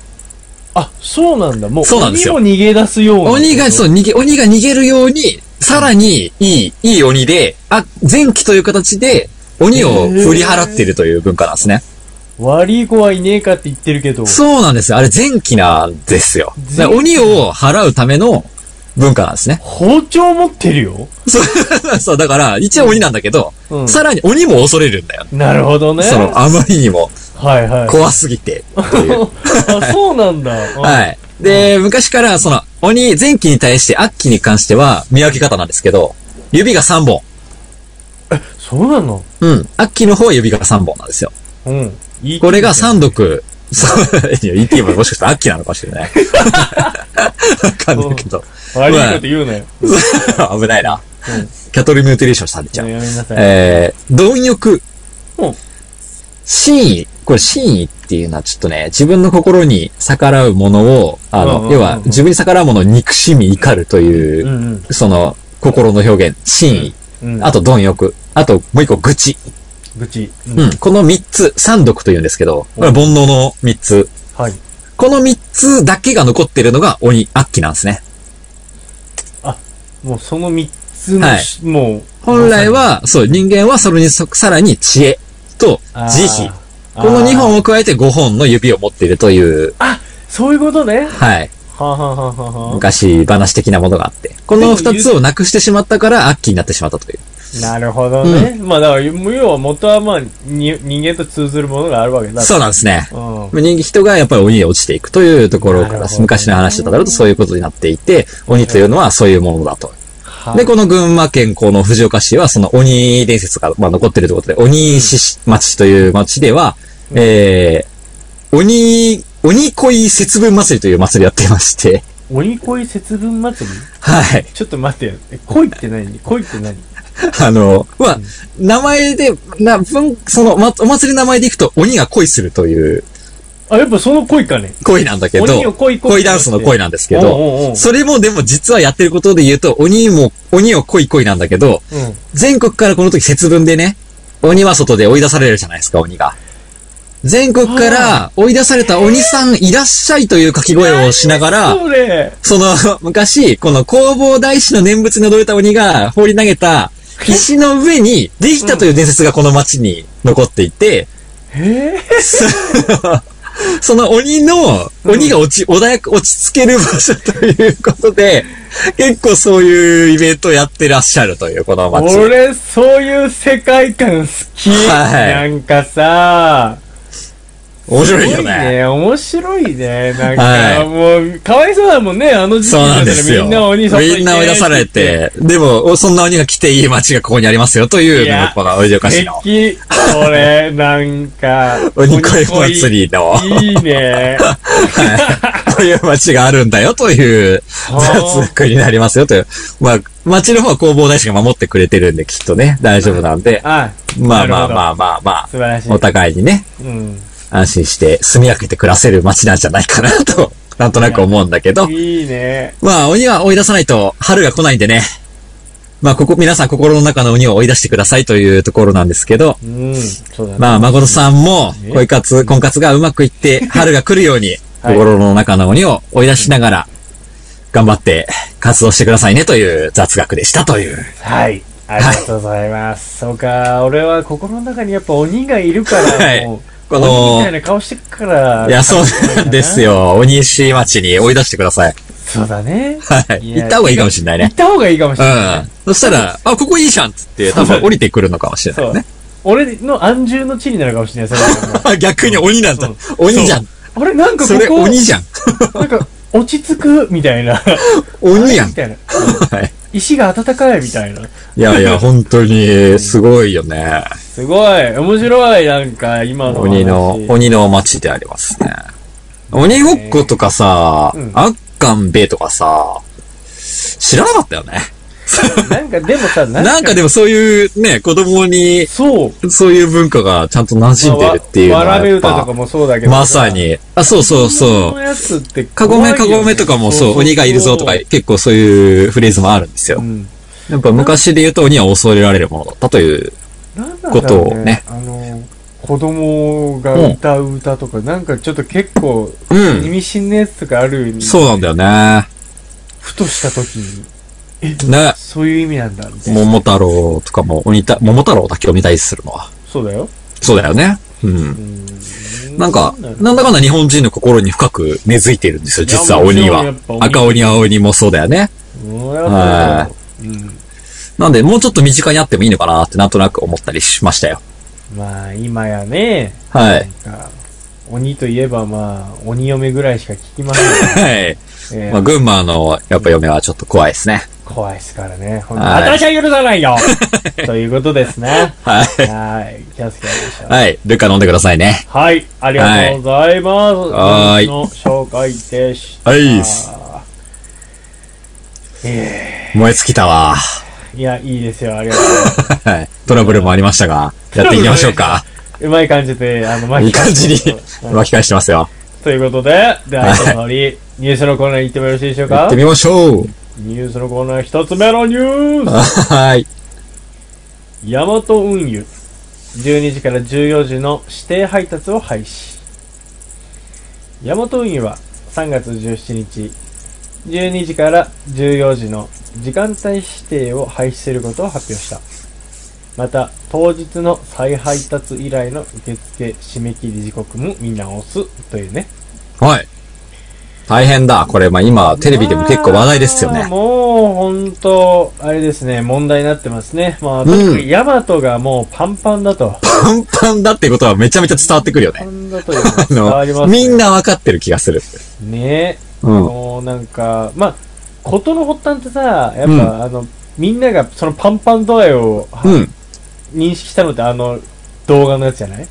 S3: あ、そうなんだ。もう、
S2: そうなんですよ
S3: 鬼を逃げ出すような。
S2: 鬼が、そう、逃げ、鬼が逃げるように、さらにいい、いい鬼で、あ、前期という形で、鬼を振り払ってるという文化なんですね。
S3: 悪い子はいねえかって言ってるけど。
S2: そうなんですよ。あれ前期なんですよ。だから鬼を払うための文化なんですね。 *laughs*
S3: 包丁持ってるよ。
S2: そう、そう、だから、一応鬼なんだけど、
S3: うん
S2: さらに鬼も恐れるんだよ。
S3: なるほどね。
S2: その、あまりにも
S3: はいはい。
S2: 怖すぎて、という。
S3: *laughs* あ、そうなんだ。は。
S2: *laughs* はいい。で、昔から、その、鬼、前期に対して、悪鬼に関しては、見分け方なんですけど、指が3本。
S3: そうなの
S2: うん。悪鬼の方は指が3本なんですよ。
S3: うん。いい
S2: これが三毒。そう、いや、言ってももしかしたら悪鬼なのかもしれない。わかんないけど。
S3: 悪いこと言うなよ。
S2: 危ないな。キャトルミューティレーションされちゃ
S3: や
S2: う。
S3: めなさい。
S2: えー、貪欲
S3: うん。
S2: 真意。これ真意っていうのはちょっとね、自分の心に逆らうものを、あ
S3: うんうんうんう
S2: の、
S3: ん
S2: 要は自分に逆らうものを憎しみ怒るという
S3: ん
S2: う、
S3: うん。
S2: その、心の表現、真意、
S3: うん。
S2: あ、と貪欲、あともう一個愚痴。
S3: 愚痴。う
S2: うん。この三つ、三毒と言うんですけど、これは煩悩の三つ。
S3: はい。
S2: この三つだけが残ってるのが鬼、悪鬼なんですね。
S3: もうその三つのし、もう。
S2: 本来、は、そう、人間はそれにそさらに知恵と
S3: あー
S2: 慈悲。
S3: あー
S2: この2本を加えて5本の指を持っているという、
S3: そういうことね。
S2: はい、
S3: はあ、はあはあはあ、
S2: 昔話的なものがあって、この2つをなくしてしまったから悪鬼になってしまったという。
S3: なるほどね。まあだから、要は元はまあ、に人間と通ずるものがあるわけだ。
S2: そうなんですね。
S3: うん。
S2: 人人がやっぱり鬼へ落ちていくというところ
S3: な
S2: か
S3: るほ
S2: ら
S3: ど、ね
S2: 昔の話だとそういうことになっていて、鬼というのはそういうものだと。
S3: は
S2: で、この群馬県この藤岡市は、その鬼伝説が、まあ、残ってるということで、鬼市町という町では、えー、鬼、鬼恋節分祭りという祭りやってま
S3: *laughs*
S2: して、
S3: 鬼恋節分祭り
S2: はい。
S3: ちょっと待ってよ。え恋って何恋って何
S2: あの、まあ、名前で、な、文、その、ま、お祭りの名前でいくと、鬼が恋するという
S3: あ、やっぱその恋かね。
S2: 恋なんだけ
S3: 鬼
S2: ど、
S3: を恋恋
S2: 恋ダンスの恋なんですけど、
S3: おうおうおう
S2: それもでも実はやってることで言うと、鬼も、鬼を恋恋なんだけど、
S3: うん。
S2: 全国からこの時節分でね、鬼は外で追い出されるじゃないですか、鬼が。全国から追い出された鬼さんいらっしゃいという掛け声をしながら、
S3: それ
S2: その昔、この工房大師の念仏に踊れた鬼が放り投げた石の上にできたという伝説がこの町に残っていて、
S3: え
S2: その鬼の、鬼が落ち、穏やか、落ち着ける場所ということで、結構そういうイベントやってらっしゃるという、この街。
S3: 俺、そういう世界観好き。
S2: はい
S3: なんかさ、
S2: 面白い
S3: すご
S2: よ
S3: い
S2: ね。
S3: ね。面白いね。なんか、
S2: はい
S3: もう、かわいそうだもんね、あの時期
S2: そう
S3: だ
S2: なん
S3: っ
S2: です
S3: たら
S2: よ。
S3: みんな鬼さ
S2: みんな追い出され。て、でも、そんな鬼が来ていい街がここにありますよというのが、このおいでおかしいの
S3: 素。敵。これ、なんか、
S2: *laughs* 鬼越祭りの、
S3: 鬼恋いい
S2: *laughs*
S3: ね。
S2: こういう街があるんだよという、雑句になりますよという。まあ、街の方は工房大使が守ってくれてるんで、きっとね、大丈夫なんで。
S3: あ、
S2: ま
S3: な
S2: あま
S3: る
S2: あ
S3: ほど
S2: まあまあまあ
S3: 素晴らしい。
S2: お互いにね、
S3: うん。
S2: 安心して住み分けて暮らせる街なんじゃないかなと、なんとなく思うんだけど。
S3: いいね。
S2: まあ、鬼は追い出さないと春が来ないんでね。まあ、ここ、皆さん心の中の鬼を追い出してくださいというところなんですけど。
S3: うん。そうだね。
S2: まあ、誠さんも
S3: え、
S2: 恋活、婚活がうまくいって、春が来るように、
S3: はい
S2: 心の中の鬼を追い出しながら、頑張って活動してくださいねという雑学でしたという。
S3: はい。ありがとうございます。そうか、俺は心の中にやっぱ鬼がいるか
S2: はい
S3: ら、もう、
S2: こ
S3: 鬼みたい
S2: の、
S3: な顔してっから。
S2: いや、そうなんです。よ。鬼石町に追い出してください。
S3: そうだね。
S2: はい。
S3: いや
S2: 行った方がいいかもしれない
S3: 行っ
S2: ね。
S3: た方がいいかもし
S2: う
S3: れない。
S2: ん。そした
S3: *laughs*
S2: ら、あ、ここいいじゃんっつって、多分降りてくるのかもしれない
S3: そう
S2: ね。。
S3: 俺の安住の地になるかもしれない、それ
S2: *laughs*
S3: はもう
S2: 逆に鬼なんだ
S3: うん。
S2: 鬼じゃん。
S3: あれ、なんか
S2: そ
S3: こ
S2: れ
S3: こ、
S2: 鬼じゃん。
S3: なんか、落ち着く、みたいな。
S2: 鬼
S3: *laughs*
S2: やん
S3: み。たいな。
S2: はい
S3: 石が温かい、みたいな。
S2: いやいや、本当に、すごいよね。
S3: すごい、面白い、なんか、今の話。
S2: 鬼の、鬼の街でありますね。鬼ごっことかさ、
S3: うん
S2: アッカンベとかさ、知らなかったよね。
S3: なんか、でもさ、な
S2: なんかでもそういうね、子供に、
S3: そう。
S2: そういう文化がちゃんと馴染んでるっていうの
S3: わわ
S2: は
S3: らべ
S2: やっ
S3: 歌とか
S2: ぱ、
S3: もそうだけどさ。
S2: まさに。あ、そうそう
S3: こ
S2: そ
S3: の
S2: う。
S3: やつって
S2: カゴメカゴメとかもそう、鬼がいるぞとか、結構そういうフレーズもあるんですよ
S3: う。ん。
S2: やっぱ昔で言うと鬼は恐れられるものだったという。
S3: なんなんだろ
S2: ことを
S3: う
S2: ね
S3: ね。あの、子供が歌う歌とか、なんかちょっと結構、
S2: うん
S3: 意味深なやつとかあるよね
S2: そうなんだよね。
S3: ふとした時に、
S2: ね。
S3: そういう意味なんだ、みたいな。
S2: 桃太郎とかも、鬼た、桃太郎だけを見たりするのは。
S3: そうだよ。
S2: そうだよね。う。
S3: うんん
S2: なんか、
S3: だろう
S2: なんだかんだ日本人の心に深く根付いてるんですよ、
S3: いや
S2: 実は鬼
S3: もちろんや
S2: は
S3: っぱ。鬼
S2: 赤鬼、青鬼もそうだよね。
S3: うんやっぱそうだよ
S2: なんで、もうちょっと身近にあってもいいのかなってなんとなく思ったりしましたよ。
S3: うんまあ、今やね、
S2: はい。
S3: なんか鬼といえばまあ、鬼嫁ぐらいしか聞きませんよ
S2: はい。
S3: ええ
S2: *laughs* まあ、群馬の、やっぱ嫁はちょっと怖いですね。
S3: 怖いですからね。本当に
S2: はい
S3: 私は許さない
S2: *laughs*
S3: よということですね。
S2: はい。
S3: はい。気をつけましょう。
S2: はい。ルカ飲んでくださいね。
S3: はい。ありがとうございます。
S2: はーい
S3: 本日の紹介でした。
S2: はいっす
S3: え
S2: 燃え尽きたわ。
S3: えいや、いいですよ。ありがとうございます。
S2: はい。トラブルもありましたが、やっていきましょうか。 *laughs*
S3: うまい感じで、あの、巻
S2: いい感じに
S3: うん
S2: 巻き返してますよ。
S3: ということで、では、最後に、ニュースのコーナーに行ってもよろしいでしょう
S2: や
S3: か
S2: ってみましょう。
S3: ニュースのコーナー一つ目のニュース
S2: はい。
S3: ヤマト運輸12時から14時の指定配達を廃止ヤマト運輸は3月17日12時から14時の時間帯指定を廃止することを発表したまた当日の再配達以来の受付締め切り時刻も見直すというね
S2: はい。大変だ。これ、まあ今、テレビでも結構話題ですよ
S3: まあ
S2: ね。
S3: もう本当あれですね問題になってますねまあとにかくヤマトがもうパンパンだと、
S2: パンパンだってことはめちゃめちゃ伝わってくるよ
S3: パ
S2: ね。
S3: ンダというのが
S2: *laughs*
S3: 伝わ
S2: あ
S3: り
S2: の、
S3: ますね
S2: みん。なわかってる気がする。
S3: ね
S2: う
S3: あ
S2: ん。は
S3: のなんか、まあ、ことの発端ってさ、やっぱ、
S2: うん
S3: あの、みんながそのパンパン度合いを、
S2: うん
S3: 認識したのってあの動画のやつじゃない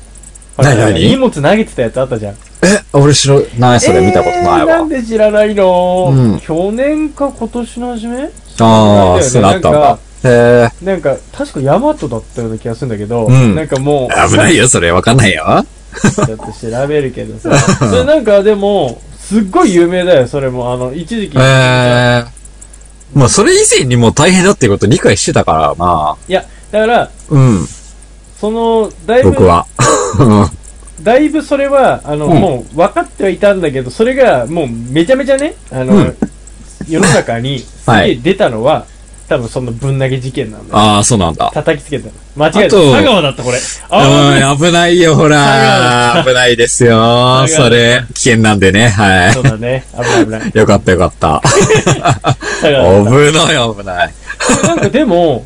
S2: 何
S3: ほら
S2: 何
S3: 荷物投げてたやつあったじゃん。
S2: え、俺知らない、それ見たことない
S3: えーなん
S2: わ。
S3: で知らないの、
S2: うん
S3: 去年か今年の初め
S2: ああ、そ
S3: そうう
S2: な
S3: な
S2: っ
S3: ん
S2: た
S3: だよ
S2: ん
S3: ね
S2: だ。へえ。
S3: なんか、確かヤマトだったような気がするんだけど、
S2: うん
S3: なんかもう、
S2: 危ないよ、それ。わかんないよ。
S3: ちょっと調べるけど
S2: *laughs*
S3: さ。それなんかでも、すっごい有名だよ、それも。あの、一時期。
S2: ええ。まあ、それ以前にもう大変だっていうこと理解してたから、まあ。
S3: いや、だから、
S2: うん。
S3: その、だいぶ
S2: 僕、 *laughs* は。
S3: だいぶそれは、あの、
S2: うん
S3: もう分かってはいたんだけど、それがもうめちゃめちゃね、あの、
S2: うん
S3: 世の中に、すげ
S2: は
S3: え
S2: い
S3: 出たのは、多分そのぶん投げ事件なんだよ。
S2: ああ、そうなんだ。
S3: 叩きつけた。間違えた。
S2: あと
S3: 佐川だった、これ。
S2: う
S3: あ
S2: ん、危ないよ、ほ
S3: *laughs*
S2: ら。危ないですよ。
S3: 危ない
S2: それ、危険なんでね。は
S3: あ、そうだね。危ない危ない。
S2: い。よかったよかった。
S3: 佐川だった。
S2: 危ない、危ない。
S3: なんかでも、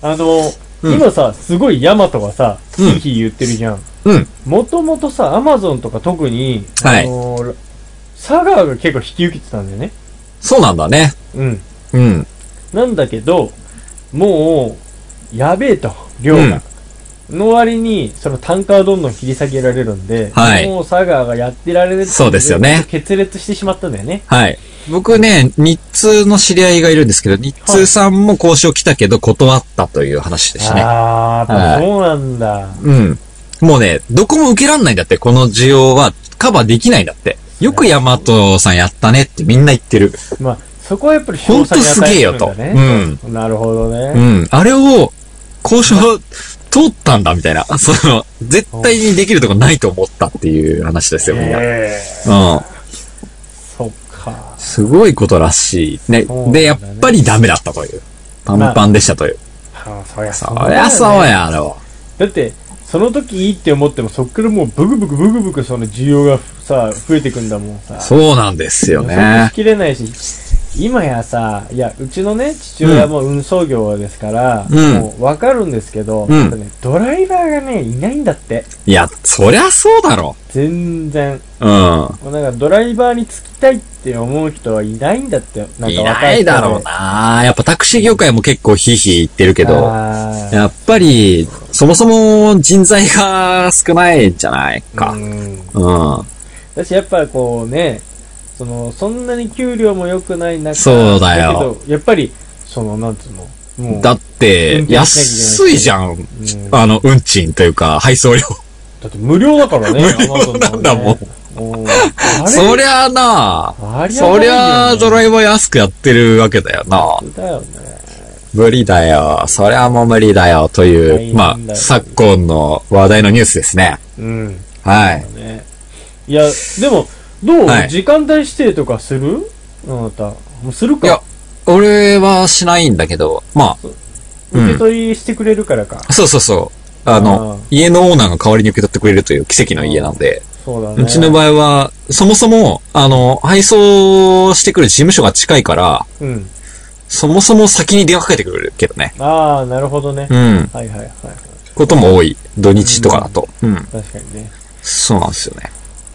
S3: あの、
S2: うん
S3: 今さ、すごいヤマトがさ、ヒーヒー言ってるじゃん。
S2: うん。
S3: もともとさ、アマゾンとか特に、
S2: はい
S3: あのー、佐川が結構引き受けてたんだよね。
S2: そうなんだね。
S3: うん。
S2: うん。
S3: なんだけど、もう、やべえと、量が。の割に、その単価はどんどん切り下げられるんで、
S2: はい
S3: もう佐川がやってられるってい
S2: そうですよね
S3: 決裂してしまったんだよね。
S2: はい。僕ね、日通の知り合いがいるんですけど、日通さんも交渉来たけど断ったという話でしたね。
S3: あー、やっぱそうなんだ。
S2: うん。もうね、どこも受けらんないんだって、この需要はカバーできないんだって。よくヤマトさんやったねってみんな言ってる。
S3: まあ、そこはやっぱり賞賛に値するんだ
S2: ほんとすげ
S3: ね
S2: えよ。
S3: うん。なるほど
S2: う
S3: ね。
S2: ん。あれを、交渉通ったんだみたいな。その、絶対にできるとこないと思ったっていう話ですよ、みんな。
S3: ええ
S2: うん。
S3: そっか。
S2: すごいことらしい。ね
S3: そう。
S2: で、
S3: な
S2: や
S3: ん
S2: っ
S3: だね
S2: ぱりダメだったという。パンパンでしたという。
S3: はあ、そりゃ
S2: そ
S3: そうだよね
S2: りゃそう。やろ。
S3: だって、その時いいって思っても、そっからもうブクブクブクブクその需要がさ、増えてくんだもんさ。
S2: そうなんですよ
S3: 予測 *laughs*
S2: ね
S3: し。きれないし、今やさ、いや、うちのね、父親も運送業ですから、
S2: うん
S3: もうわかるんですけど、
S2: うん
S3: やっぱね、ドライバーがね、いないんだって。
S2: いや、そりゃそうだろ。
S3: 全然。
S2: うん。
S3: もうなんかドライバーにつきたいって思う人はいないんだって。なんか若い
S2: いないだろうな。やっぱタクシー業界も結構ヒーヒー言ってるけ
S3: け
S2: ど、やっぱり、そもそも人材が少ないんじゃないか。うん。
S3: だし、やっぱこうね、その、そんなに給料も良くない中
S2: そうだよ
S3: けど、やっぱり、その、なんつうの、もう、
S2: だって
S3: 運、転しなきゃいけない
S2: 安いじゃん。
S3: うんだ
S2: あの、運賃というか、配送料。
S3: って無料だからね、
S2: 無料
S3: Amazon
S2: なんだ *laughs* もん
S3: もんね。うんあれ
S2: そりゃあな
S3: ありゃ
S2: そりゃあドラ
S3: イ
S2: イバー安くやってるわけだよな。
S3: だよね。
S2: 無理だよ。そりゃもう無理だよ。と
S3: 大
S2: い
S3: 変
S2: う、ま
S3: だよ
S2: あ、昨今の話題のニュースですね。
S3: うん。
S2: はい。
S3: ね。いや、でも、どう、
S2: はい
S3: 時間帯指定とかするあなた。もうする
S2: いや
S3: か。
S2: 俺はしないんだけど、まうん
S3: 受け取りしてくれるからか。
S2: あ、そうそうそう。あの、
S3: あー
S2: 家のオーナーが代わりに受け取ってくれるという奇跡の家なんで、
S3: そうだね。
S2: うちの場合は、そもそも、あの、配送してくる事務所が近いから、
S3: うん。
S2: そもそも先に電話かけてくれるけどね。
S3: ああ、なるほどね
S2: う。ん。
S3: はいはいはいはい。
S2: ことも多い。土日とかだと。うん。
S3: 確かにね。
S2: そうなんですよ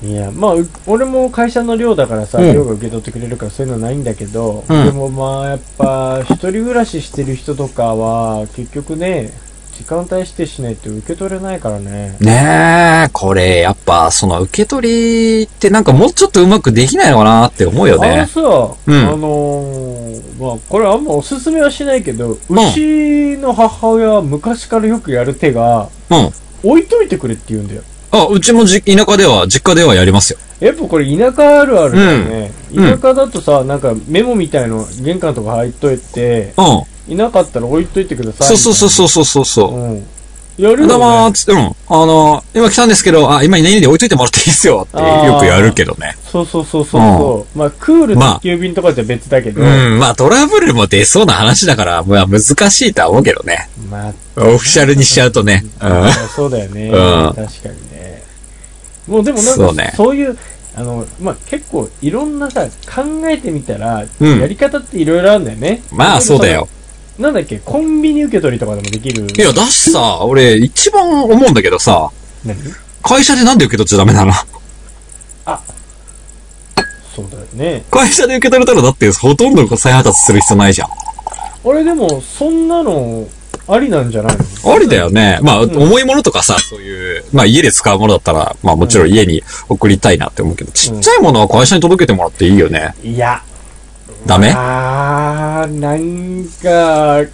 S2: ね。
S3: いや、まあ、う俺も会社の寮だからさ、
S2: うん
S3: 寮が受け取ってくれるからそういうのはないんだけど、
S2: うん
S3: でもまあ、やっぱ、一人暮らししてる人とかは、結局ね、時間帯指定しないと受け取れないからね。
S2: ねえ、これ、やっぱ、その受け取りってなんかもうちょっとうまくできないのかなって思うよ
S3: あの
S2: ね。
S3: さ、
S2: うん
S3: あのーまあ、これあんまおすすめはしないけど、うちの母親は昔からよくやる手が、
S2: うん。
S3: 置いといてくれって言うんだよ。
S2: あ、うちもじ、田舎では、実家ではやりますよ。
S3: やっぱこれ田舎あるあるだよね。
S2: うん
S3: 田舎だとさ、なんかメモみたいの玄関とか入っといて、
S2: うん。
S3: いなかったら置いといてください。
S2: そうそうそう
S3: う。
S2: そうそうそうそう。
S3: うん。やる
S2: うだま
S3: よ、
S2: ー
S3: ね。
S2: つって、うん。あの、今来たんですけど、あ、今いないんで置いといてもらっていいですよって、
S3: あー
S2: よくやるけどね。
S3: そうそうそうそうそう、まあ、クール
S2: ま
S3: と
S2: あ
S3: 急便とかじゃ別だけど。
S2: うん。まあ、トラブルも出そうな話だから、まあ、難しいとは思うけどね。
S3: まあ、
S2: オフィシャルにしちゃうとね。うん。
S3: そうだよね、
S2: うん
S3: 確かにね。もうでもなんかそ,、
S2: そううね
S3: いう、あの、まあ、結構いろんなさ、考えてみたら、
S2: うん
S3: やり方っていろいろあるんだよね。
S2: まあ、そうだよ。
S3: その。なんだっけ、コンビニ受け取りとかでもできる。
S2: いや、だしさ、俺、一番思うんだけどさ、
S3: 何
S2: 会社でなんで受け取っちゃダメなの *laughs*
S3: そうだよね。
S2: 会社で受け取れたらだってほとんど再発達する必要ないじゃん。
S3: 俺でも、そんなの、ありなんじゃないの
S2: ありだよね。まあ、
S3: ん
S2: 重いものとかさ、そういう、まあ家で使うものだったら、まあもちろん家に送りたいなって思うけど、ちっちゃいものは会社に届けてもらっていいよね。
S3: いや。
S2: ダメ
S3: あー、なんか、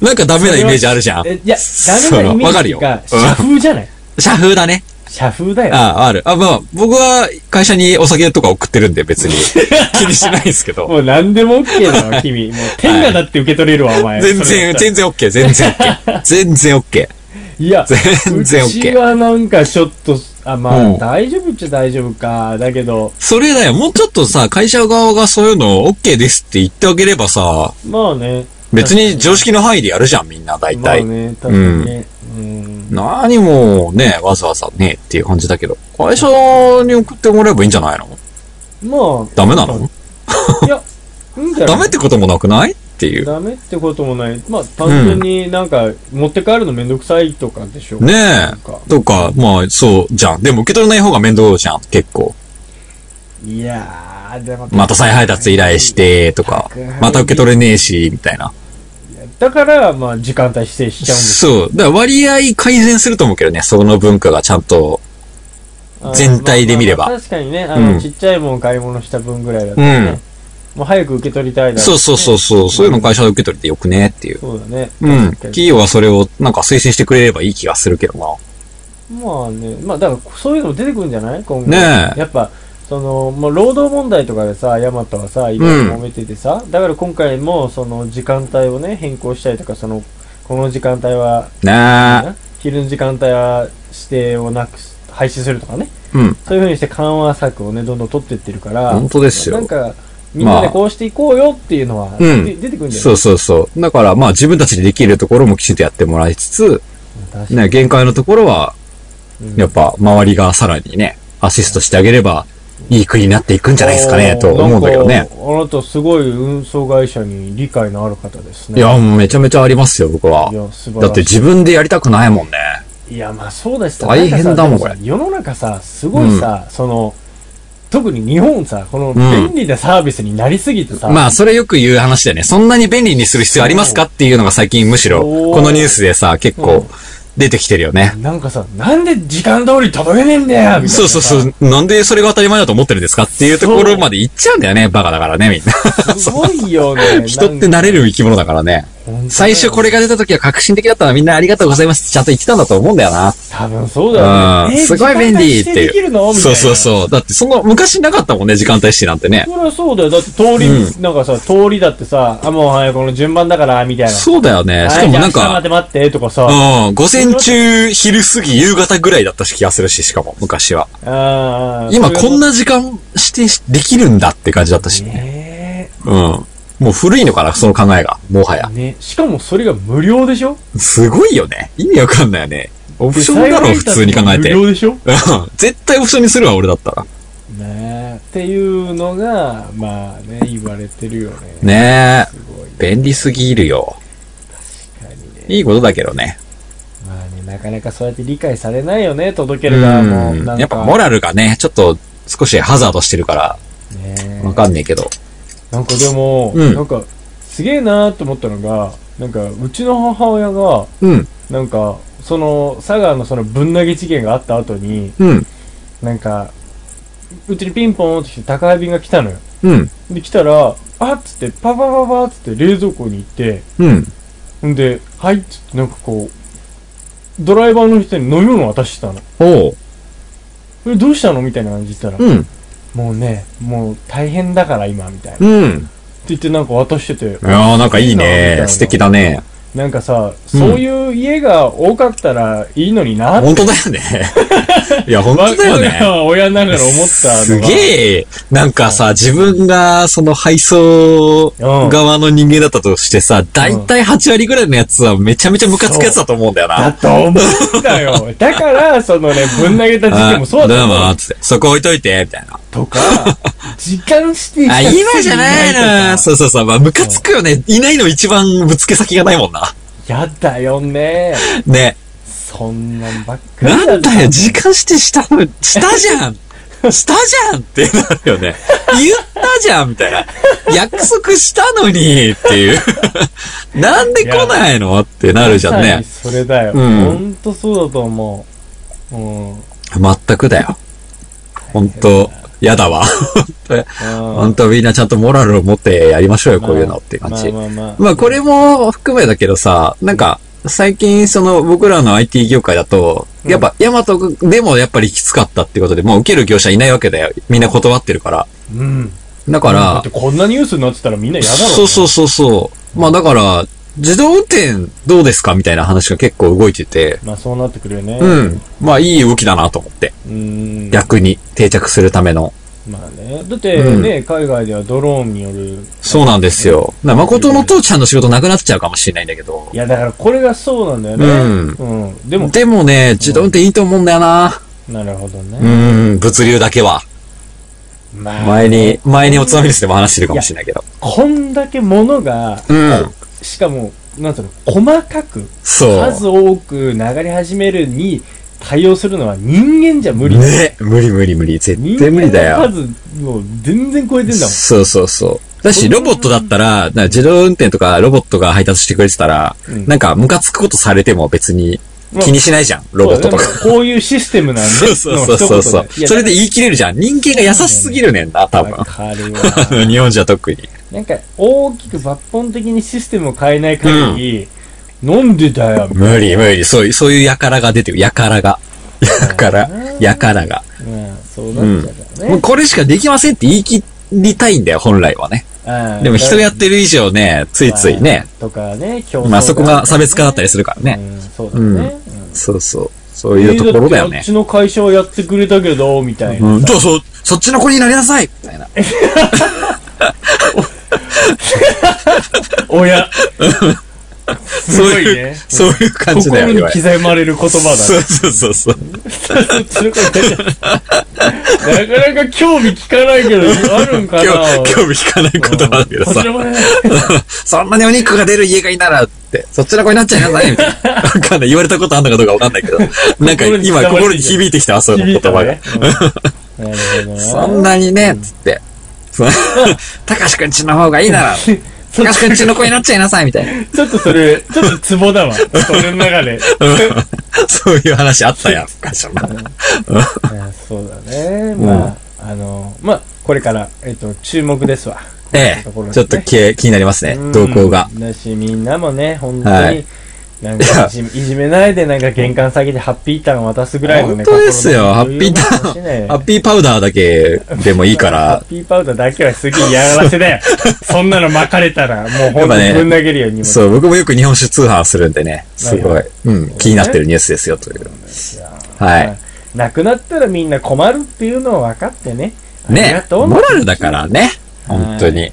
S2: なんかダメなイメージあるじゃん。
S3: えいや、ダメなイメ
S2: わか
S3: ー
S2: る
S3: ジ
S2: よ
S3: が、。社
S2: うん
S3: 風じゃない
S2: 社風だね。
S3: 社風だよ。
S2: ああ、ある。あ、まあ、僕は会社にお酒とか送ってるんで *laughs* 別に気にしないんです *laughs* けど。
S3: もう何でも OK だわ、君。もう、天下だって受け取れるわ、お前。
S2: 全
S3: それだった
S2: 然、
S3: ら
S2: 全然 OK、全然 OK。全然 OK。
S3: いや、
S2: 全然 OK
S3: うちはなんかちょっと、あ、まあ、
S2: うん
S3: 大丈夫っちゃ大丈夫か。だけど、
S2: それだよ。もうちょっとさ、会社側がそういうの OK ですって言ってあげればさ、
S3: まあね、
S2: 別に常識の範囲でやるじゃん、みんな、大
S3: まあ
S2: 体。
S3: ね、多分ね。うん。
S2: 何もね、わざわざね、っていう感じだけど。会社に送ってもらえばいいんじゃないの
S3: まあ、
S2: ダメなの
S3: いや、いいんじゃない
S2: ダメってこともなくないっていう。
S3: ダメってこともない。まあ、単純になんか、持って帰るのめんどくさいとかでしょ。
S2: ね
S3: なん
S2: え。
S3: か。
S2: とか、まあ、そう、じゃん。でも受け取れない方が面倒じゃん、結構。
S3: いやー、でも。
S2: また再配達依頼し。て、とか
S3: 宅配、
S2: また受け取れねえし、みたいな。
S3: だから、まあ、時間帯指定しちゃうんです
S2: そう。だから割合改善すると思うけどね、その文化がちゃんと。
S3: あー
S2: 全体で見れば
S3: まあまあまあ確かにね、あの、
S2: うん
S3: ちっちゃいもん買い物した分ぐらいだったらね。もう早く受け取りたいだろね
S2: そうそうそうそう、そういうの会社で受け取れてよくねっていう。
S3: そうだね。
S2: うん。
S3: 確かに
S2: 企業はそれをなんか推薦してくれればいい気がするけどな。
S3: まあね、まあだからそういうのも出てくるんじゃない今後。
S2: ねえ
S3: やっぱ、その、もう労働問題とかでさ、ヤマトはさ、いろいろ揉めててさ、だから今回もその時間帯をね、変更したりとか、その、この時間帯は、
S2: ね
S3: 昼の時間帯は指定をなくす、廃止するとかね。
S2: え。うん。
S3: そういうふうにして緩和策をね、どんどん取ってってるから、
S2: 本当です
S3: なん
S2: よ。
S3: か、みんなでこうしていこうよっていうのは、
S2: うん
S3: で出てくるんじゃな
S2: そ
S3: いう
S2: そうそう。だからまあ自分たちでできるところもきちんとやってもらいつつ、
S3: 確かに
S2: ね、限界のところは、
S3: うん
S2: やっぱ周りがさらにね、アシストしてあげれば、いい国になっていくんじゃないですかね、と思うんだけど
S3: なん
S2: ね
S3: か。あなたすごい運送会社に理解のある方ですね。。
S2: いや、もうめちゃめちゃありますよ、僕はい
S3: や素晴らしい
S2: だって自分でやりたくないもんね。
S3: いや、まあそうだしさ
S2: 大変だもん
S3: なかさ
S2: こ
S3: 世の中さ、すごいさ、その、特に日本さ、この便利なサービスになりすぎてさ、
S2: まあ、それよく言う話だよね。そんなに便利にする必要ありますかっていうのが最近むしろ、
S3: そう
S2: このニュースでさ、結
S3: うん
S2: 構出てきてるよね。
S3: なんかさ、なんで時間通り届けねえんだよみたいなさ
S2: そうそうそう。なんでそれが当たり前だと思ってるんですかっていうところまで行っちゃうんだよね。バカだからね、みんな。
S3: すごいよね。
S2: *laughs* 人って慣れる生き物だからね。
S3: なんか
S2: 最初これが出た時は革新的だったらみんなありがとうございますってちゃんと言ってたんだと思うんだよな。
S3: 多分そうだよ
S2: うん
S3: ね。えー
S2: すごい
S3: 時
S2: 便利っ
S3: 間帯指定
S2: て
S3: でき
S2: い
S3: るのみ
S2: う。
S3: たい
S2: そ
S3: な
S2: うそうそう。だってその昔なかったもんね、時間帯指定なんてね。
S3: そりゃそうだよ。だって通り、
S2: う
S3: なんかさ、通りだってさ、あ、もうはい、この順番だから、みたいな。
S2: そうだよね。しかもなん
S3: はいじゃあ明日
S2: か
S3: ま、で待って、とかさ。
S2: うん、午前中、昼過ぎ、夕方ぐらいだったし気がするし、しかも昔は。
S3: あー
S2: 今こん。な時間指定しできるんだって感じだったし
S3: それが
S2: ね。
S3: ね
S2: うん。もう古いのかな、その考えが。もはや。
S3: ね。しかもそれが無料でしょ
S2: すごいよね。意味わかんないよね。オプションだろ、普通に考えて。
S3: 無
S2: うん
S3: 料でしょ
S2: 絶対オプションにするわ、俺だったら。
S3: ねえ。っていうのが、まあね、言われてるよね。
S2: ね
S3: すごい。
S2: え。便利すぎるよ。
S3: 確かにね。
S2: いいことだけどね。
S3: まあね、なかなかそうやって理解されないよね、届け
S2: う
S3: る側も。なん
S2: ん。
S3: か
S2: やっぱモラルがね、ちょっと少しハザードしてるから、
S3: ね
S2: わかんねえけど。
S3: なんかでも、
S2: うん
S3: なんか、すげえなーって思ったのが、なんか、うちの母親が、
S2: うん。
S3: なんか、その、佐賀のそのぶん投げ事件があった後に、
S2: うん。
S3: なんか、うちにピンポーンって来て宅配便が来たのよ。
S2: うん。
S3: で、来たら、あっつって、パパパパっつって冷蔵庫に行って、
S2: うん。
S3: んで、はいっつって、なんかこう、ドライバーの人に飲み物渡してたの。
S2: おう。
S3: え、どうしたのみたいな感じで言ったら、
S2: うん。
S3: もうね、もう大変だから今、みたいな。って
S2: うん。
S3: 言ってなんか渡してて
S2: い、やーなんかいい
S3: みたい
S2: ね
S3: な。
S2: 素敵だね。
S3: なんかさ、そういう家が多かったらいいのになって、
S2: 本当だよね。いや、本当だよ
S3: 我
S2: ね。
S3: が親ながら思ったのが。
S2: すげえ、なんかさ、自分がその配送側の人間だったとしてさ、だいたい8割ぐらいのやつはめちゃめちゃムカつくやつだと思うんだよ
S3: だ
S2: な。
S3: と思うんだ
S2: *laughs*
S3: よ。だから、そのね、ぶん投げた時期もそうだ
S2: だ
S3: と思
S2: な
S3: う。
S2: つって。そこ置いといて、みたいな。
S3: とか、時間指定した
S2: あ、今じゃ *laughs* ないな
S3: とか
S2: そうそうそう。まあ、ムカつくよね。いないの一番ぶつけ先がないもんな。
S3: やだよね。
S2: ね。
S3: そんなんばっかり
S2: なんだよ、
S3: じ
S2: 時間してしたの、したじゃんしたじゃんってなるよね。言ったじゃんみたいな。約束したのにっていう。なんで来ないのってなるじゃんね。
S3: それだよ。
S2: うん
S3: ほんとそうだと思う。うん。
S2: 全くだよ。ほんと、やだわ。ほん
S3: 当
S2: とみんなちゃんとモラルを持ってやりましょうよ、こういうのって感じ。
S3: まあまあまあ。
S2: まあこれも含めだけどさ、なんか、最近その僕らの IT 業界だと、やっぱヤマトでもやっぱりきつかったってことで、もう受ける業者いないわけだよ。みんな断ってるから。
S3: うん。
S2: だか
S3: だ
S2: ら
S3: って、こんなニュースになってたらみんなやだろね。
S2: そうそうそうそう。まあだから、自動運転どうですかみたいな話が結構動いてて、
S3: まあそうなってくるよね。
S2: うん。まあいい動きだなと思って。
S3: うん。
S2: 逆に定着するための。
S3: まあね。だってね、海外ではドローンによる。
S2: そうなんですよ。だから誠の父ちゃんの仕事なくなっちゃうかもしれないんだけど
S3: い。や、だからこれがそうなんだよね。
S2: うん
S3: うん。でも、
S2: でもね、自動運転いいと思うんだよな。
S3: なるほど
S2: う
S3: ね。
S2: ん、物流だけは。
S3: まあ、
S2: 前に、前におつまみですでも話してるかもしれないけど。
S3: こんだけ物が、
S2: うん。
S3: しかも、なんつうの、細かく、
S2: そう。
S3: 数多く流れ始めるに対応するのは人間じゃ無理。
S2: ね無理無理無理。絶
S3: 人
S2: 対無理だ
S3: 間の
S2: よ。
S3: 数、もう全然超えてんだもん。
S2: そうそうそう。だし、ロボットだったら、なんか自動運転とかロボットが配達してくれてたら、
S3: うん
S2: なんかムカつくことされても別に
S3: まあ
S2: 気にしないじゃん、ロボットとか。
S3: そうだねこういうシステムなんで。
S2: *laughs* そうそうそうそうそう
S3: の一言でいや
S2: それで言い切れるじゃん。人間が優しすぎるねんな、多分
S3: わ。かるわ
S2: 日本じゃ特に。
S3: なんか、大きく抜本的にシステムを変えない限り、なんでだよ、
S2: 無理無理。そういう、そういうやからが出てくる。やからが。やから、やからが。
S3: うん、そうなっちゃうから
S2: もう
S3: ね。
S2: これしかできませんって言い切りたいんだよ、本来はね。
S3: うん
S2: でも人やってる以上ね、ついついね、。
S3: とかね、競争
S2: まあそこが差別化だったり
S3: す
S2: するから
S3: う
S2: ね。
S3: ん、そうだね。うん
S2: そうそう。そういうところだよ
S3: えーってあ
S2: ね
S3: っ。ちの会社はやってくれたけど、みたいな
S2: うん、。そうそう、そっちの子になりなさいみたいな。
S3: おや、
S2: そう
S3: すごい
S2: いう、
S3: ね
S2: そういう感じだ
S3: 心
S2: よね。
S3: に
S2: いわゆる
S3: 刻まれる言葉だ
S2: そ
S3: ね
S2: う。そうそうそ
S3: そ
S2: う。
S3: っちの会社なかなか興味聞かないけど、あるんかな
S2: 今日、興味引かない言葉だけど
S3: こ
S2: さ
S3: ち、らもね
S2: そんなにお肉が出る家がいいならって、そっちの子になっちゃいなさいみたい
S3: *laughs*
S2: な。わかんない。言われたことあんのかどうかわかんないけど。なんか
S3: 心に刻まれ
S2: 今
S3: てる
S2: 心に響いてきたわ、そういう言
S3: う
S2: 葉が。
S3: んなるほど
S2: そ
S3: な。*laughs*
S2: んなにね、つって。その *laughs* たかしくんちの方がいいなら、たかしくんちの子になっちゃいなさいみたいな。
S3: ちょっとそれ、ちょっとツボだ *laughs* わ。俺の中で。
S2: そういう話あったやん、昔はな。
S3: いやそうだね。まあ、あの、まあ、これから、えっと、注目ですわ。
S2: ええ
S3: ところで、す
S2: ちょ
S3: ね
S2: っと気気になりますね
S3: うん、
S2: 動向が。。
S3: だし、みんなもね、本当に、
S2: はい
S3: なんかいじめ、いじめないで、なんか玄関先でハッピーターン渡すぐらいのね、
S2: 本当ですよ
S3: 心の余裕
S2: ハッピーターン
S3: も欲しいね
S2: ハッピーパウダーだけでもいいか
S3: ハ
S2: ら
S3: ッ、ピーパウダーだけはすげえ嫌がらせだよ。
S2: *laughs*
S3: そんなの巻かれたら、もう
S2: やっ
S3: 本
S2: ぱ
S3: 当
S2: ね
S3: にぶん投げるようにも。
S2: そう、僕もよく日本酒通販するんでね、すご、
S3: はい
S2: うん、気になってるニュースですよ、という。はい。
S3: なくなったらみんな困るっていうのを分かってね。ありが
S2: ね、
S3: とう
S2: モラルだからね、本当に。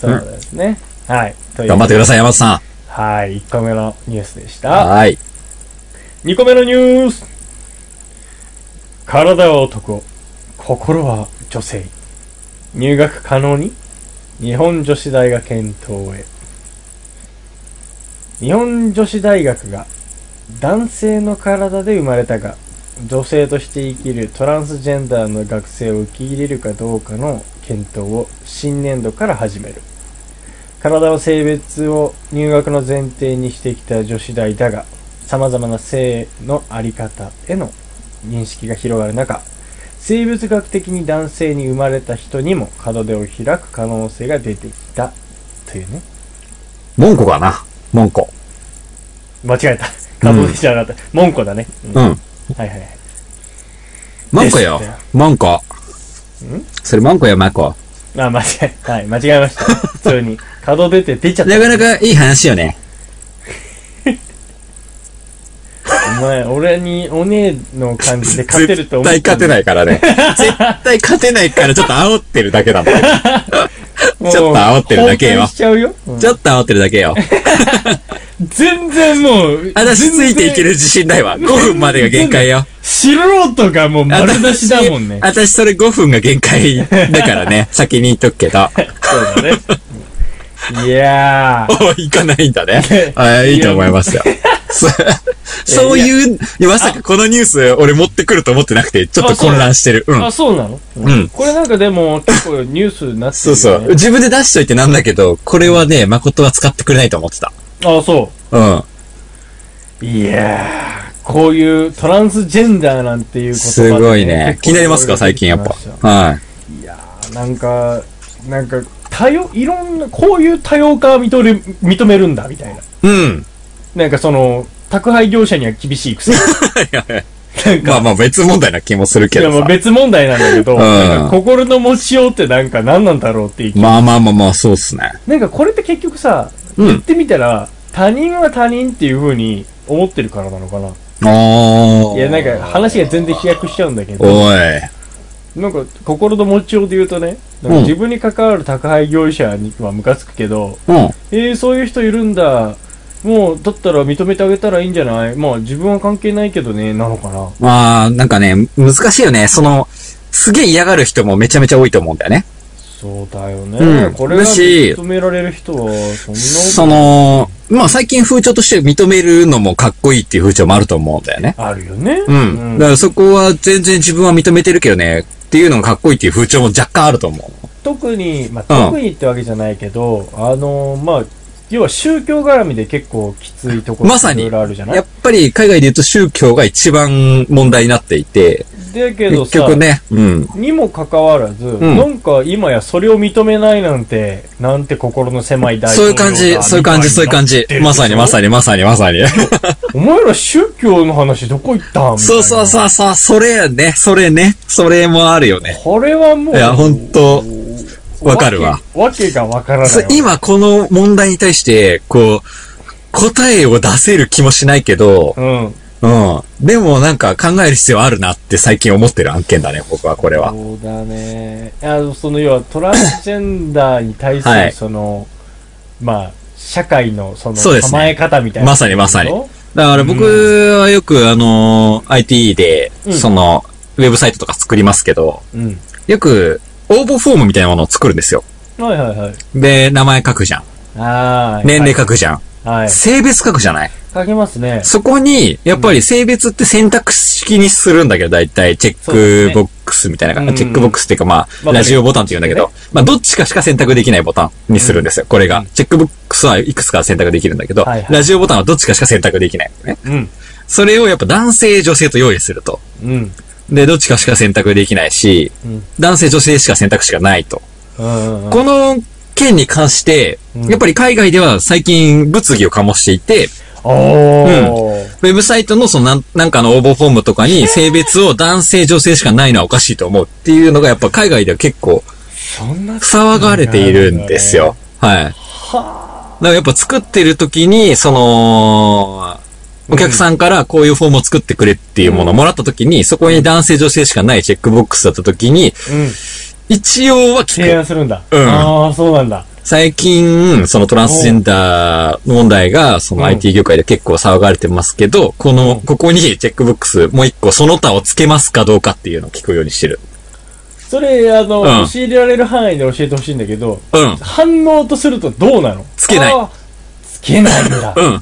S3: そうですね。はい。という
S2: 頑張ってください、山田さ
S3: はい。1個目のニュースでし
S2: ん。
S3: た。
S2: はい。
S3: 2個目のニュース体は男、心は女性。入学可能に日本女子大が検討へ。日本女子大学が男性の体で生まれたが、女性として生きるトランスジェンダーの学生を受け入れるかどうかの検討を新年度から始める。体を性別を入学の前提にしてきた女子大だが、様々な性のあり方への認識が広がる中、生物学的に男性に生まれた人にも門出を開く可能性が出てきた。というね。
S2: 文庫かな文庫。
S3: 間違えた。門出じゃなかった。門戸だね。うん
S2: う
S3: はい
S2: ん。
S3: はいはい。
S2: マンコよ
S3: ですっ。
S2: マンコ。それマンコよ、マンコ。
S3: あ、間違え、はい、間違えました。普通に。門出て出ちゃった。
S2: なかなかいい話よね。
S3: お前、俺にお姉の感じで勝てると思っ
S2: 絶対
S3: た
S2: 勝て
S3: い。
S2: ないか
S3: *laughs*
S2: らね。絶対勝てないからちょっと煽ってるだけなんだよ。
S3: もう
S2: ちょっと煽ってるだけよ
S3: 崩壊しちゃうよ。うん
S2: ちょっと煽ってるだけよ。
S3: 全然もう、
S2: 私ついていける自信ないわ。5分までが限界よ。
S3: 素人がもう丸出しだもんね。
S2: 私それ5分が限界だからね。
S3: *laughs*
S2: 先に言っとくけど。
S3: そうだね。 *laughs* いやー。
S2: おい行かないんだね。あいいと思いますよ。そ *laughs* そういう、いやまさかこのニュース俺持ってくると思ってなくて、ちょっと混乱してる。うん
S3: あ、。そうなの
S2: うん
S3: これなんかでも、結構ニュースになってる
S2: そう
S3: よね。
S2: そう。自分で出しといてなんだけど、これはね、誠は使ってくれないと思ってた。
S3: そう。あ、そ
S2: うん。
S3: う。いやー。こういうトランスジェンダーなんていう言葉
S2: す
S3: で
S2: ごいね
S3: 結。構
S2: 気になりますか最近やっ
S3: 出てきました
S2: ぱ。はい。
S3: いやー、なんか、なんか、多様、いろんな、こういう多様化は認め、認めるんだ、みたいな。
S2: うん。
S3: なんかその、宅配業者には厳しいくせに。なんか、
S2: まあまあ別問題な気もす *laughs* るけ
S3: いや
S2: ど
S3: まあ
S2: さ。
S3: 別問題なんだけど、
S2: ん
S3: なんか心の持ちようってなんか何なんだろうっていう気
S2: まあまあまあまあ、そうっすね。
S3: なんかこれって結局さ、
S2: うん
S3: 言ってみたら、他人は他人っていう風に思ってるからなのかな。
S2: ああ。
S3: いや、なんか話が全然飛躍しちゃうんだけど、
S2: おい。
S3: なんか、心の持ちようで言うとね、なんか自分に関わる宅配業者にはムカつくけど、
S2: うん。
S3: えー、そういう人いるんだ。もう、だったら認めてあげたらいいんじゃないまあ、自分は関係ないけどね、なのかな。
S2: まあ、なんかね、難しいよね。その、すげえ嫌がる人もめちゃめちゃ多いと思うんだよね。
S3: そうだよね。
S2: うん
S3: これが
S2: だし
S3: 認められる人は、そんな
S2: その、まあ最近風潮として認めるのもかっこいいっていう風潮もあると思うんだよね。
S3: あるよね。
S2: うん。だからそこは全然自分は認めてるけどね、っていうのがかっこいいっていう風潮も若干あると思う。
S3: 特に、まあ、特にってわけじゃないけど、あのーまあ、要は宗教絡みで結構きついところ
S2: まさに
S3: いろいろあるじゃない、
S2: やっぱり海外で言うと宗教が一番問題になっていて、
S3: だけど
S2: 結
S3: さ、
S2: 局ね、うん。
S3: にもかかわらず、
S2: ん
S3: なんか今やそれを認めないなんて、なんて心の狭い大
S2: そういう感じ、そういう感じ、そういう感じ。まさにまさにまさにまさに。
S3: お前ら宗教の話どこ行ったん
S2: そうそう
S3: う。
S2: そうそう、それやね、それね、それもあるよね。
S3: これはもう。
S2: いや、ほんと、わかるわ。
S3: け。わけがわからないわ。
S2: 今この問題に対して、こう、答えを出せる気もしないけど、
S3: うん。
S2: うん。でもなんか考える必要あるなって最近思ってる案件だね、僕はこれは。
S3: そうだね。いや、その要はトランスジェンダーに対す
S2: は
S3: る
S2: い
S3: その、まあ、社会のその
S2: そうですね
S3: 構え方みたいな。
S2: まさにまさにだから僕はよくあのー IT で、
S3: うん
S2: その、ウェブサイトとか作りますけど、
S3: うん。
S2: よく応募フォームみたいなものを作るんですよ。
S3: はいはいはい。
S2: で、名前書くじゃん。
S3: ああ。
S2: 年齢書くじゃん。
S3: はい。はい。
S2: 性別書くじゃない。
S3: 書けますね。
S2: そこに、やっぱり性別って選択式にするんだけど、だいたいチェ
S3: そうですね
S2: ックボックスみたいな感じ、
S3: うん
S2: チェックボックスっていうかま
S3: か
S2: あ、
S3: る
S2: ラジオボタンって言うんだけど、まあどっちかしか選択できないボタンにするんですよ。これ
S3: う
S2: が
S3: ん。
S2: チェックボックスはいくつか選択できるんだけど、
S3: はいはい
S2: ラジオボタンはどっちかしか選択できない、ね。
S3: うん。
S2: それをやっぱ男性、女性と用意すると。
S3: うん。
S2: で、どっちかしか選択できないし、
S3: うん。
S2: 男性、女性しか選択肢がないと。
S3: うんうん。
S2: この件に関して、
S3: うん
S2: やっぱり海外では最近物議を醸していて、
S3: おー。
S2: ウェブサイトのそのなんなんかの応募フォームとかに性別を男性女性しかないのはおかしいと思うっていうのがやっぱ海外では結構
S3: そんな。
S2: 騒がれているんですよ。はい。だからやっぱ作ってる時に、その、お客さんからこういうフォームを作ってくれっていうものをもらった時に、そこに男性女性しかないチェックボックスだった時
S3: う
S2: に、
S3: ん。
S2: 一応は聞
S3: 提
S2: く。
S3: 案するんだ。
S2: うん
S3: ああ、そうなんだ。
S2: 最近、そのトランスジェンダー問題が、その
S3: うん
S2: IT 業界で結構騒がれてますけど、こ
S3: う
S2: の
S3: ん、
S2: ここにチェックボックス、もう一個その他をつけますかどうかっていうのを聞くようにしてる。
S3: それ、あの、
S2: うん
S3: 教えられる範囲で教えてほしいんだけど、
S2: うん。
S3: 反応とするとどうなの
S2: つけない
S3: あーつけないんだ。
S2: うん。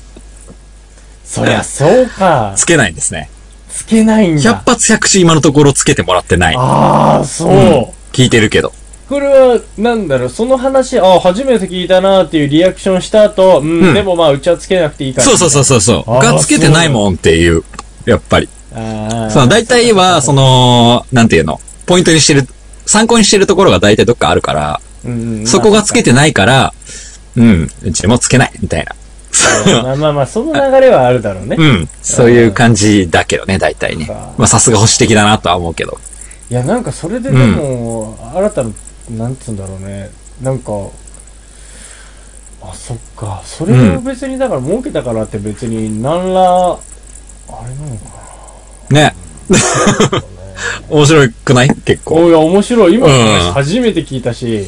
S3: そりゃそうか。
S2: つけないんですね。
S3: つけないん
S2: 百
S3: だ。
S2: 発百中今のところつけてもらってない。
S3: ああ、そう。
S2: 聞いてるけど。
S3: これは、なんだろう、その話、ああ、初めて聞いたなーっていうリアクションした後、うん、
S2: うん
S3: でもまあ、うちはつけなくていいから。。
S2: そうそうそううそうそう。
S3: あー
S2: がつけてないもんっていう、やっぱり。
S3: ああ。
S2: その大体は、その、なんていうの、ポイントにしてる、参考にしてるところが大体どっかあるから、
S3: うん、うん
S2: そこがつけてないから、うん、うちもつけない、みたいな。
S3: まあまあまあ、その流れはあるだろうね。い
S2: うん。そういう感じだけどね、大体ね
S3: そうか。
S2: まあさすが保守的だなとは思うけど。
S3: や、なんかそれででも、新たな、なんつうんだろうね。なんか、あ、そっか。それを別に、だから、儲けたからって別に、なんら、あれなのかな。
S2: ね。 *laughs* 面白くない結構。
S3: おいや、面白い。今、
S2: うん
S3: 初めて聞いたし、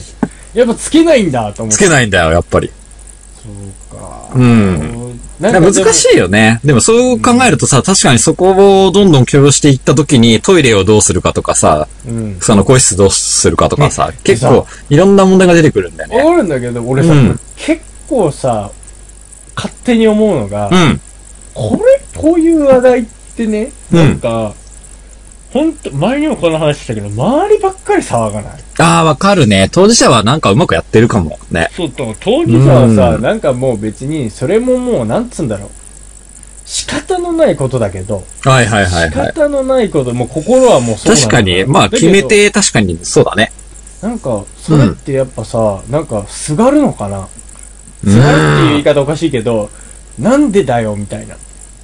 S3: やっぱつけないんだと思っ
S2: つ
S3: て。
S2: けないんだよ、やっぱり。
S3: そうか。
S2: うん。
S3: な
S2: 難しいよね。でもそう考えるとさ、確かにそこをどんどん許容していった時にトイレをどうするかとかさ、
S3: い。うん。
S2: その個室どうするかとかさ、結
S3: そう
S2: 構いろんな問題が出てくるんだよ
S3: わ
S2: ね。
S3: かるんだけど、俺さ、
S2: うん
S3: 結構さ、勝手に思うのが、
S2: うん。
S3: これ、こういう話題ってね、
S2: うん
S3: なんか、ほんと、前にもこの話したけど、周りばっかり騒がない。
S2: ああ、わかるね。当事者はなんかうまくやってるかも。ね。
S3: そう、だから当事者はさ、
S2: うん
S3: なんかもう別に、それももう、なんつうんだろう。仕方のないことだけど、
S2: はいはいはい
S3: 仕
S2: はい。
S3: 方のないこと、もう心はもうそうなん
S2: 確
S3: だ
S2: かに、まあ
S3: だけ
S2: 決
S3: ど
S2: めて、確かにそうだね。
S3: なんか、それってやっぱさ、なんか、すがるのかな
S2: うん
S3: すがるっていう言い方おかしいけど、なんでだよ、みたいな。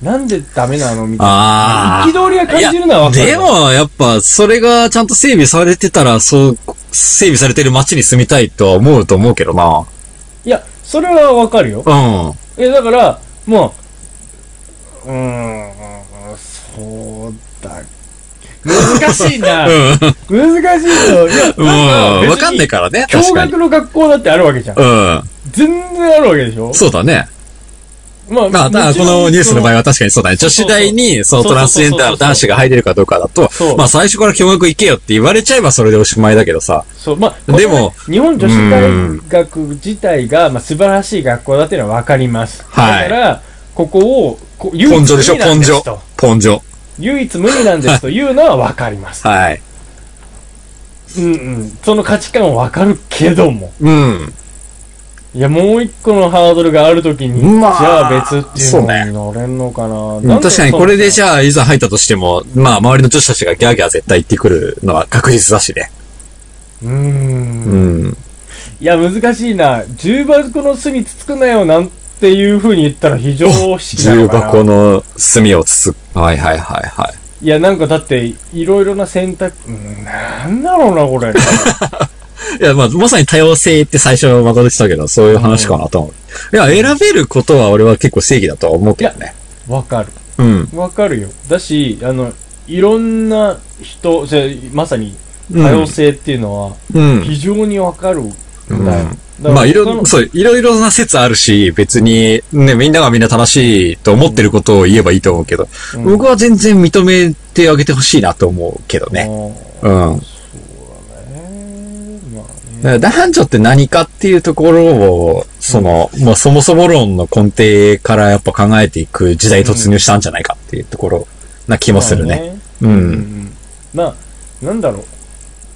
S3: なんでダメなのみたいな。
S2: ああ。
S3: 憤りは感じるのはわかる。
S2: で、も、やっぱ、それがちゃんと整備されてたら、そう、整備されてる街に住みたいとは思うと思うけどな。
S3: いや、それはわかるよ。
S2: うん。
S3: え、だから、もう、うーん、そうだ難しい
S2: *laughs*
S3: な。難しいと。いや、
S2: うん。
S3: 別に
S2: わかんないからね、確
S3: 共
S2: かに
S3: 学。の学校だってあるわけじゃん。
S2: う
S3: 全然あるわけでしょ
S2: ん。そうだね。
S3: まあ
S2: まあ、ただこのニュースの場合
S3: は。
S2: は確かにそうだね。女子大に、そ
S3: そう
S2: の
S3: そう
S2: トランスジェンダーの男子が入れるかどうかだと
S3: そう、
S2: まあ最初から共学行けよって言われちゃえばそれでおしまいだけどさ。
S3: そう、まあ、これ
S2: でも
S3: 日本女子大学自体が、まあ、素晴らしい学校だっていうのはわかります。
S2: は
S3: だ
S2: い
S3: から、ここを、こう唯一
S2: 根性でしょ、
S3: 無二なん
S2: 根
S3: です
S2: 性
S3: と。。
S2: 根性。
S3: 唯一無二なんですというのはわかり
S2: *laughs*
S3: ます。
S2: はい。
S3: うんうん。その価値観はわかるけども。
S2: うん。
S3: いや、もう一個のハードルがあるときに、
S2: まあ
S3: じゃあ別って
S2: そうね
S3: いうのに乗れんのかな。なんで
S2: 確かにこれでじ
S3: ゃ
S2: ゃあ、いざ入ったとしても、まあ周りの女子たちがギャーギャー絶対言ってくるのは確実だしね。
S3: うーん。
S2: うん。
S3: いや、難しいな。重箱の隅つつくなよ、なんていう風に言ったら非常識な
S2: 重
S3: のかな。
S2: 箱の炭をつつく。はいはいはいはい。
S3: いや、なんかだって、いろいろな選択、うんなんだろうな、こ
S2: *laughs*
S3: れ。
S2: いや、まあ、まさに多様性って最初まとめてたけど、そういう話かなと思う。いや、選べることは俺は結構正義だとは思うけどね。
S3: わかる。
S2: うん。
S3: わかるよ。だし、あの、いろんな人、それまさに、多
S2: うん
S3: 様性っていうのは、
S2: うん。
S3: 非常にわかるんだよ。だから
S2: まあ、い
S3: 他
S2: ろ、
S3: の
S2: そう、いろいろな説あるし、別に、ね、みんながみんな正しいと思ってることを言えばいいと思うけど、
S3: うん
S2: 僕は全然認めてあげてほしいなと思うけどね。
S3: ね。
S2: うん。
S3: えーまあね。
S2: だから男女って何かっていうところを、その、まあ、そもそも論の根底からやっぱ考えていく時代突入したんじゃないかっていうところな気もするね。う。
S3: まあね。うんん。まあ、なんだろう。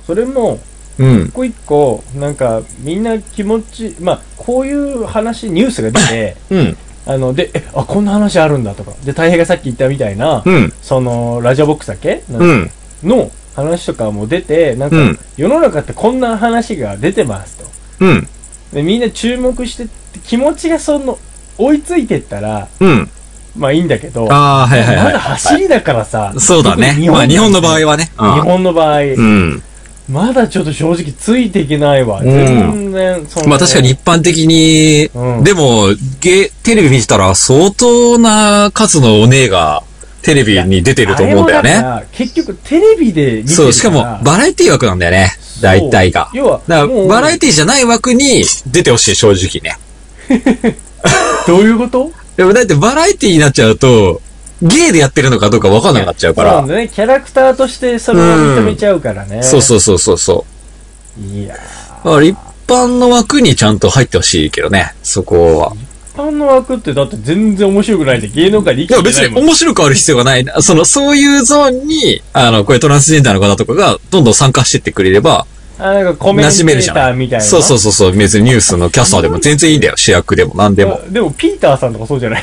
S3: それも、
S2: うん
S3: 一。個一個、なんか、みんな気持ち、まあ、こういう話、ニュースが出て、
S2: うん。
S3: あの、で、え、あ、こんな話あるんだとか。で、大平がさっき言ったみたいな、
S2: うん。
S3: その、ラジオボックスだっけ、なんか
S2: うん。
S3: の話とかも出て、なんか、
S2: うん
S3: 世の中ってこんな話が出てますと。
S2: うん。
S3: で、みんな注目してって、気持ちがその、追いついてったら、
S2: うん。
S3: まあいいんだけど、
S2: ああ、はいはい
S3: ま
S2: はい
S3: だ。走りだからさ、
S2: そうだね。まあ日本の場合
S3: は、
S2: はね。
S3: 日本の場合、
S2: うん。
S3: まだちょっと正直ついていけないわ。
S2: うん
S3: 全然、その、
S2: まあ確かに一般的に、
S3: うん
S2: でも、ゲ、テレビ見てたら相当な数のお姉がテレビに出てると思うんだよ
S3: あれ
S2: ね
S3: も。から結局テレビで見てるから
S2: そう、しかもバラエティ枠なんだよね。大体が
S3: そう。要は、
S2: だか
S3: も
S2: ら、
S3: う
S2: バラエティじゃない枠に出てほしい、正直ね。
S3: どういうこと
S2: でもだってバラエティになっちゃうと、ゲイでやってるのかどうかわかんなくなっちゃうか
S3: そうな
S2: ら
S3: ん。だね。キャラクターとしてそれを認めちゃうからね。
S2: そうそうそうそうそう。
S3: う。いや、
S2: だから一般の枠にちゃんと入ってほしいけどね、そこは。
S3: 一般の枠ってだって全然面白くないで芸能界で
S2: い
S3: 生
S2: や
S3: きて
S2: 別
S3: ない
S2: に
S3: もん。
S2: 面白くある必要がない。その、そういうゾーンに、あの、こういうトランスジェンダーの方とかがどんどん参加してってくれれば、
S3: あ、なんかコメン
S2: 馴
S3: テ
S2: 染めるじ
S3: ー
S2: ゃ
S3: タ
S2: な
S3: ーみたい
S2: い。
S3: な。
S2: そうそうそうそう、別にニュースのキャスターでも全然いいんだよ、主役でも何でも。
S3: あでも、ピーターさんとかそうじゃない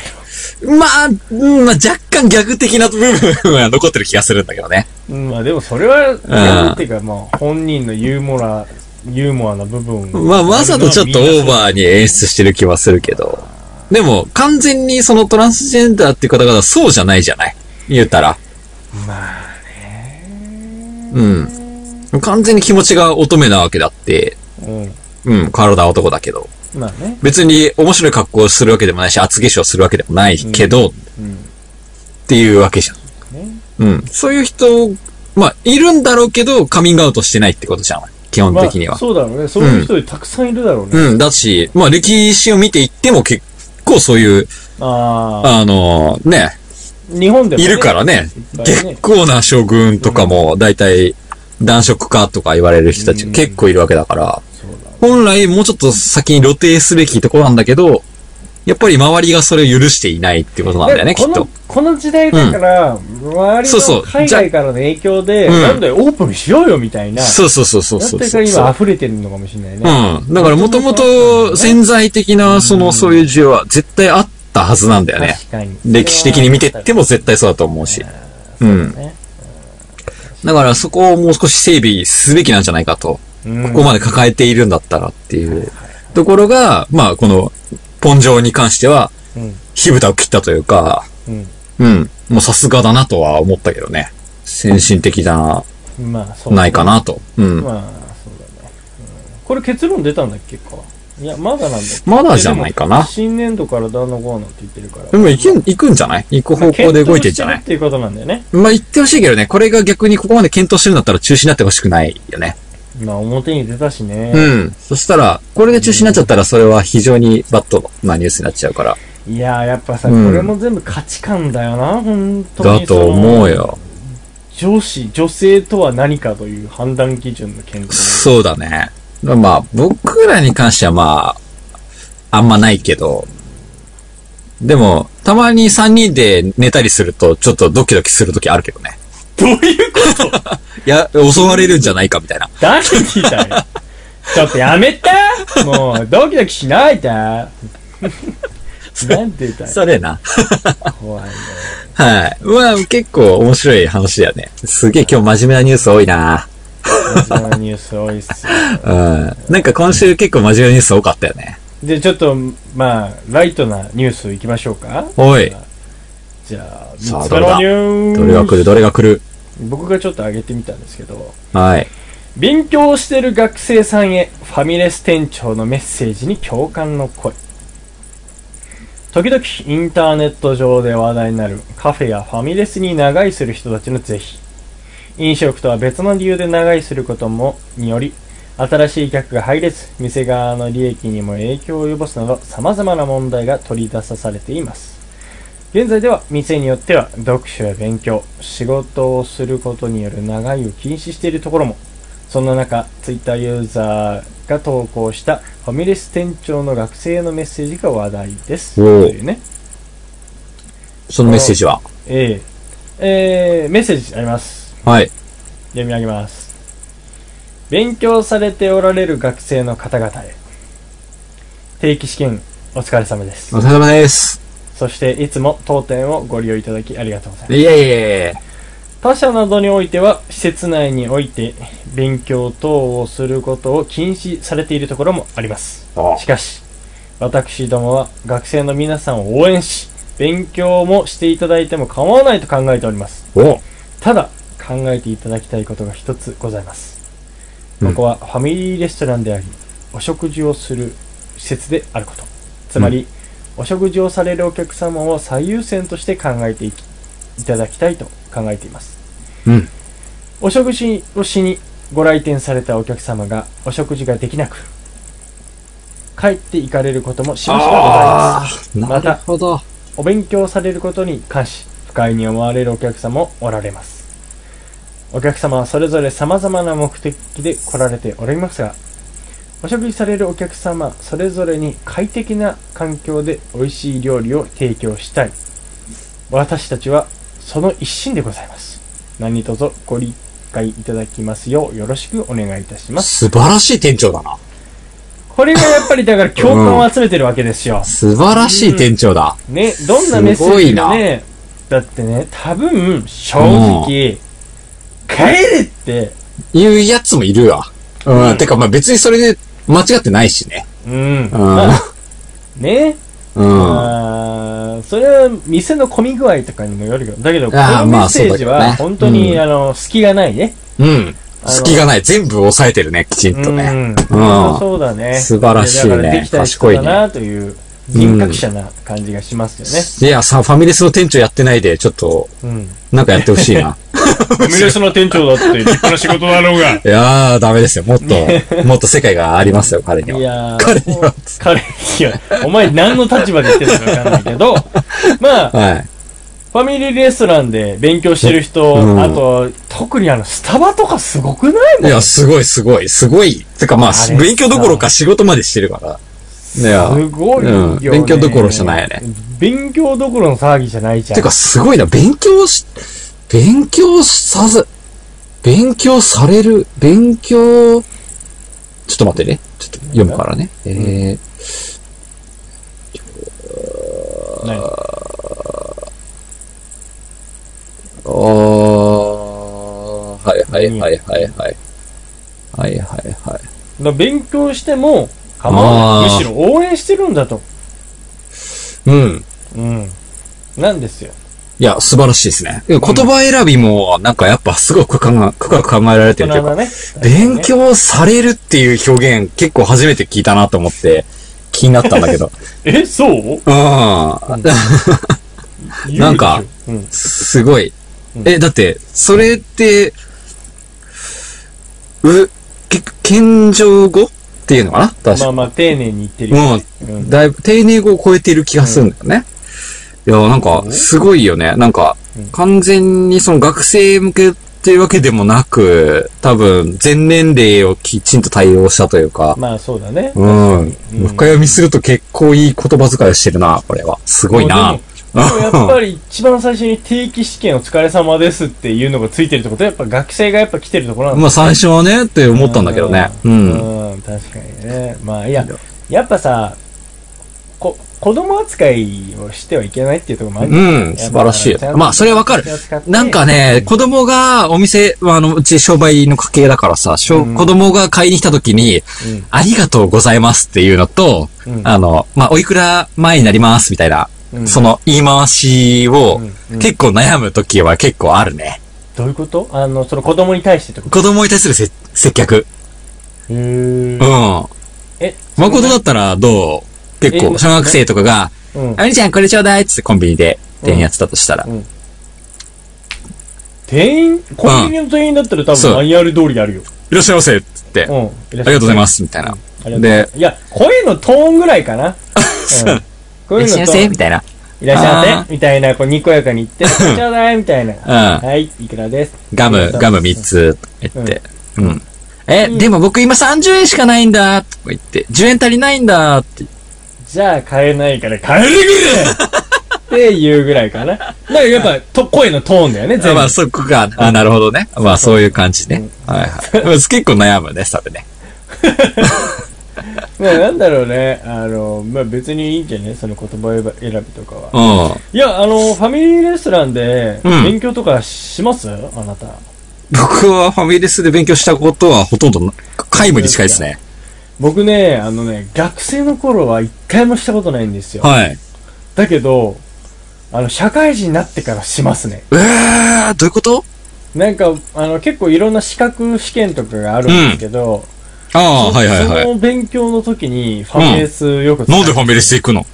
S2: まあ、うんまあ若干逆的な部分は残ってる気がするんだけどね。
S3: の。うん、まあでもそれは、なんていうか、まあ本人のユーモラ、ユーモアな部分。
S2: まあ、わざとちょっとオーバーに演出してる気はするけど。でも、完全にそのトランスジェンダーっていう方々はそうじゃないじゃない言うたら。
S3: まあ、
S2: うん。完全に気持ちが乙女なわけだって。
S3: うん。
S2: うん、体は男だけど。
S3: まあね。
S2: 別に面白い格好をするわけでもないし、厚化粧するわけでもないけど、っ
S3: うん。
S2: ていうわけじゃん。
S3: ね
S2: うん。そういう人、まあ、いるんだろうけど、カミングアウトしてないってことじゃん。基本
S3: まあ
S2: 的には。
S3: そうだろうね。そういう人たくさんいるだろうね。
S2: うん、だし、まあ、歴史を見ていっても結構そういう、
S3: ああ。
S2: あのね、
S3: 日本でも、
S2: いるから
S3: ね。
S2: ね
S3: いっ。ぱいね
S2: 結構な将軍とかも、だいたい男色化とか言われる人たち
S3: うん
S2: が結構いるわけだから、
S3: そうだ。
S2: 本来もうちょっと先に露呈すべきところなんだけど、やっぱり周りがそれを許していないってことなんだよね、き
S3: こ
S2: っ
S3: の
S2: と。
S3: この時代だから、周
S2: そう
S3: り
S2: そ
S3: の
S2: う
S3: 海外からの影響で、
S2: じゃうん
S3: なんだよ、オープンしようよみたいな、
S2: そうそうそうそうそ
S3: や
S2: う
S3: って
S2: そ
S3: か
S2: う。
S3: 今溢れてるのかもしれないね。
S2: うん。だからもともと潜在的な、その、そういう需要は絶対あったはずなんだよね。
S3: 確かに。
S2: 歴史的に見てっても絶対そうだと思うし。うん。
S3: ね
S2: だからそこをもう少し整備すべきなんじゃないかと。
S3: うん、
S2: ここまで抱えているんだったらっていうところが、まあこの、ポンジョに関しては、
S3: うん。
S2: 火蓋を切ったというか、うん。もうさすがだなとは思ったけどね。先進的だな、
S3: うん。まあ、そう。
S2: ないか。なと。うん。
S3: まあ、そうだね。うんこれ結論出たんだっけか。いや、まだなんだ。
S2: まだじゃないかな
S3: でも新年度から旦那ゴアなんて言ってるから。
S2: でも行けん、行くんじゃない行く方向で動いてんじゃな
S3: まあ検討してる
S2: い
S3: っていうことなんだよね。
S2: まあ言ってほしいけどね、これが逆にここまで検討してるんだったら中止になってほしくないよね。
S3: まあ、表に出たしね。
S2: うん。そしたら、これで中止になっちゃったらそれは非常にバッドなニュースになっちゃうから。
S3: いやー、やっぱさ、
S2: うん
S3: これも全部価値観だよな、本当に。
S2: だと思う。よ。
S3: 女子、女性とは何かという判断基準の検討。
S2: そうだね。まあ、僕らに関してはまあ、あんまないけど、でも、たまに3人で寝たりすると、ちょっとドキドキするときあるけどね。
S3: どういうこと
S2: いや、襲われるんじゃないかみたいな。
S3: 誰に聞いたよ。ちょっとやめてもう、ドキドキしないで。なんて言ったよ。
S2: それな。
S3: 怖いね。
S2: はい。まあ、結構面白い話だよね。すげえ今日真面目なニュース多いな
S3: そのニュース多いっすよ。
S2: うん。なんか今週結構真面目なニュース多かったよね。
S3: で、ちょっと、まあ、ライトなニュース行きましょうか。
S2: おい。
S3: じゃあ、三つ
S2: さあ
S3: 目のニュース。
S2: どれが来るどれが来る
S3: 僕がちょっと上げてみたんですけど、
S2: はい。
S3: 勉強してる学生さんへ、ファミレス店長のメッセージに共感の声。時々インターネット上で話題になるカフェやファミレスに長居する人たちの是非。飲食とは別の理由で長居することもにより、新しい客が入れず、店側の利益にも影響を及ぼすなど、様々な問題が取り出されています。現在では店によっては読書や勉強、仕事をすることによる長居を禁止しているところも、そんな中、ツイッターユーザーが投稿したファミレス店長の学生へのメッセージが話題です。と
S2: おお
S3: いうね。
S2: そのメッセージは
S3: えええーメッセージあります。
S2: はい。
S3: 読み上げます。勉強されておられる学生の方々へ。定期試験、お疲れ様です
S2: お。疲れ様です。
S3: そして、いつも当店をご利用いただきありがとうございます
S2: いえいえいえ。
S3: 他社などにおいては施設内において勉強等をすることを禁止されているところもあります
S2: あ
S3: しかし私どもは学生の皆さんを応援し勉強もしていただいても構わないと考えております
S2: お
S3: ただ考えていただきたいことが一つございます
S2: うん
S3: ここはファミリーレストランでありお食事をする施設であることつまり、お食事をされるお客様を最優先として考えていきいただきたいと考えています
S2: うん。
S3: お食事をしにご来店されたお客様がお食事ができなく帰って行かれることもしばしばございます
S2: ー
S3: また
S2: ほど。
S3: お勉強されることに関し不快に思われるお客様もおられますお客様はそれぞれ様々な目的で来られておりますがお食事されるお客様それぞれに快適な環境で美味しい料理を提供したい私たちはその一心でございます何卒ご理解いただきますようよろしくお願いいたします
S2: 素晴らしい店長だな。
S3: これがやっぱりだから共感を集めてるわけですよ、
S2: 素晴らしい店長だ。
S3: ね、どんなメッセージがね、だってね、多分、正直、帰れって、
S2: いうやつもいるわ。うん。
S3: うん
S2: てか、まあ別にそれで間違ってないしね。
S3: うん、
S2: うん。
S3: まあ、ね、
S2: うん。
S3: まあ、それは店の混み具合とかにもよるけど、だけど、こ
S2: あー
S3: のメ
S2: ま
S3: ッ
S2: あそう
S3: セー
S2: だ
S3: ジ
S2: けどね
S3: は、本当に、
S2: うん
S3: あの、隙がないね。
S2: うん。
S3: あの
S2: 隙がない。全部抑えてるね、きちんとね。
S3: うん、
S2: うん
S3: そうだね。
S2: 素晴らしい
S3: だ
S2: ね
S3: からできた人だな、という、人格者な感じがしますよね。
S2: いや、さ、ファミレスの店長やってないで、ちょっと、
S3: うん。
S2: なんかやってほしい *laughs* な。
S3: ファミレスの店長だって立派な仕事だろうが。
S2: いやー、ダメですよ。もっと、もっと世界がありますよ、彼に
S3: い
S2: は。
S3: やー
S2: 彼には
S3: 彼いや、お前何の立場で言ってるのかわかんないけど、
S2: *laughs*
S3: まあ、フ
S2: はい。
S3: ァミリーレストランで勉強してる人、
S2: うん
S3: あと、特にあの、スタバとかすごくない
S2: いや、すごい、すごい、すごい。てか、まあ、
S3: あれ
S2: 勉強どころか仕事までしてるから。いや、
S3: すごいよ、ね
S2: うん勉強どころじゃないよね。
S3: 勉強どころの騒ぎじゃないじゃん。
S2: てか、すごいな。勉強し、勉強さず、勉強される、勉強、ちょっと待ってね。ちょっと読むからね。え
S3: 何、
S2: ー、あー、はいはいはいはいはい。はいはいはい。
S3: だ勉強しても構わない。
S2: あー
S3: むしろ応援してるんだと。
S2: うん。
S3: うん。なんですよ。
S2: いや、素晴らしいですね。言葉選びも、なんかやっぱすごく考え深く考えられて
S3: 大
S2: ると
S3: 人
S2: いうか
S3: だ、ね。
S2: 勉強されるっていう表現結構初めて聞いたなと思って気になったんだけど。
S1: え、そう
S2: *laughs* うん。なんか
S3: 言うでし
S2: すごい
S3: うん。
S2: え、だって、それって、う、け、謙譲語っていうのかな
S3: ょ。うん。
S2: 確
S3: まあ
S2: か
S3: まあ、丁寧に言ってるよ。
S2: も
S3: う
S2: う、
S3: ん
S2: だいぶ、丁寧語を超えてる気がするんだよね。いや、なんか、すごいよね。なんか
S3: うん、
S2: 完全にその学生向けっていうわけでもなく、多分、全年齢をきちんと対応したというか、
S3: まあ、そうだね。
S2: うん。
S3: にうん
S2: 深読みすると結構いい言葉遣いをしてるな、これは。すごいな。
S3: で
S2: *laughs*
S3: も。でもやっぱり一番最初に定期試験お疲れ様ですっていうのがついてるってことはやっぱ学生がやっぱ来てるところなんだ
S2: まあ、最初はね、って思ったんだけどね。うん。
S3: うん、確かにね。まあ、いや、やっぱさ、こ、子供扱いをしてはいけないっていうところもある
S2: うん、素晴らしい。まあ、それわかる。なんか、ね、子供がお店、まああの、うち商売の家系だからさ、しょ
S3: うん
S2: 子供が買いに来た時に、ありがとうございますっていうのと、
S3: うん
S2: あの、まあ、おいくら前になりますみたいな、
S3: うん
S2: その言い回しを
S3: うんうん
S2: 結構悩む時は結構あるね。
S3: どういうことあの、その子供に対してってこと
S2: 子供に対するせ接客。
S3: へ
S2: う
S3: ー
S2: ん。
S3: え、
S2: 誠だったらどう結
S3: え
S2: 構、小学生とかが、
S3: うん
S2: あ。ゆりちゃんこれちょうだいっつってコンビニで店員やってたとしたら
S3: う、ん店員、コンビニの店員だったら多
S2: そう
S3: 分マニュアル通りやるよ。
S2: いらっしゃいませっつって、
S3: う
S2: あ
S3: ん。ありが。
S2: りがとうございますすみたいな。
S3: ありがとうございますいや、声のトーンぐらいかな。
S2: *laughs*
S3: うん
S2: い
S3: 声
S2: ら
S3: のト
S2: っしゃい
S3: ー
S2: ま
S3: ン
S2: せみたいな。
S3: いらっしゃいま
S2: あ
S3: せみたいな、こう、にこやかに言
S2: *laughs*
S3: って、ちょうだいみたいな。
S2: うん
S3: はい、いくらです。
S2: ガム、ガム3つ、言って。うん。え、でも僕今30円しかないんだ、とか言って。10円足りないんだ、って。
S3: じゃあ買えないから買えてく
S2: *laughs*
S3: れっていうぐらいかな。だからやっぱ、と、声のトーンだよね、全部
S2: まあ。そこが、あ、なるほどね。まあそういう感じね。はいはい。まあ結構悩むね、それね。
S3: まあなんだろうね。あの、まあ別にいいんじゃねその言葉選びとかは。
S2: うん。
S3: いや、あの、ファミリーレストランで、
S2: うん
S3: 勉強とかしますあなた。
S2: 僕はファミレスで勉強したことはほとんどな、皆無に近いですね。
S3: 僕ね、あのね、学生の頃は一回もしたことないんですよ。
S2: はい。
S3: だけど、あの、社会人になってからしますね。
S2: えー、どういうこと
S3: なんか、あの、結構いろんな資格試験とかがあるんですけど、
S2: ああ、はいはいは
S3: そ
S2: い。
S3: の勉強の時にファミレスよく使う
S2: なんでファミレス行くの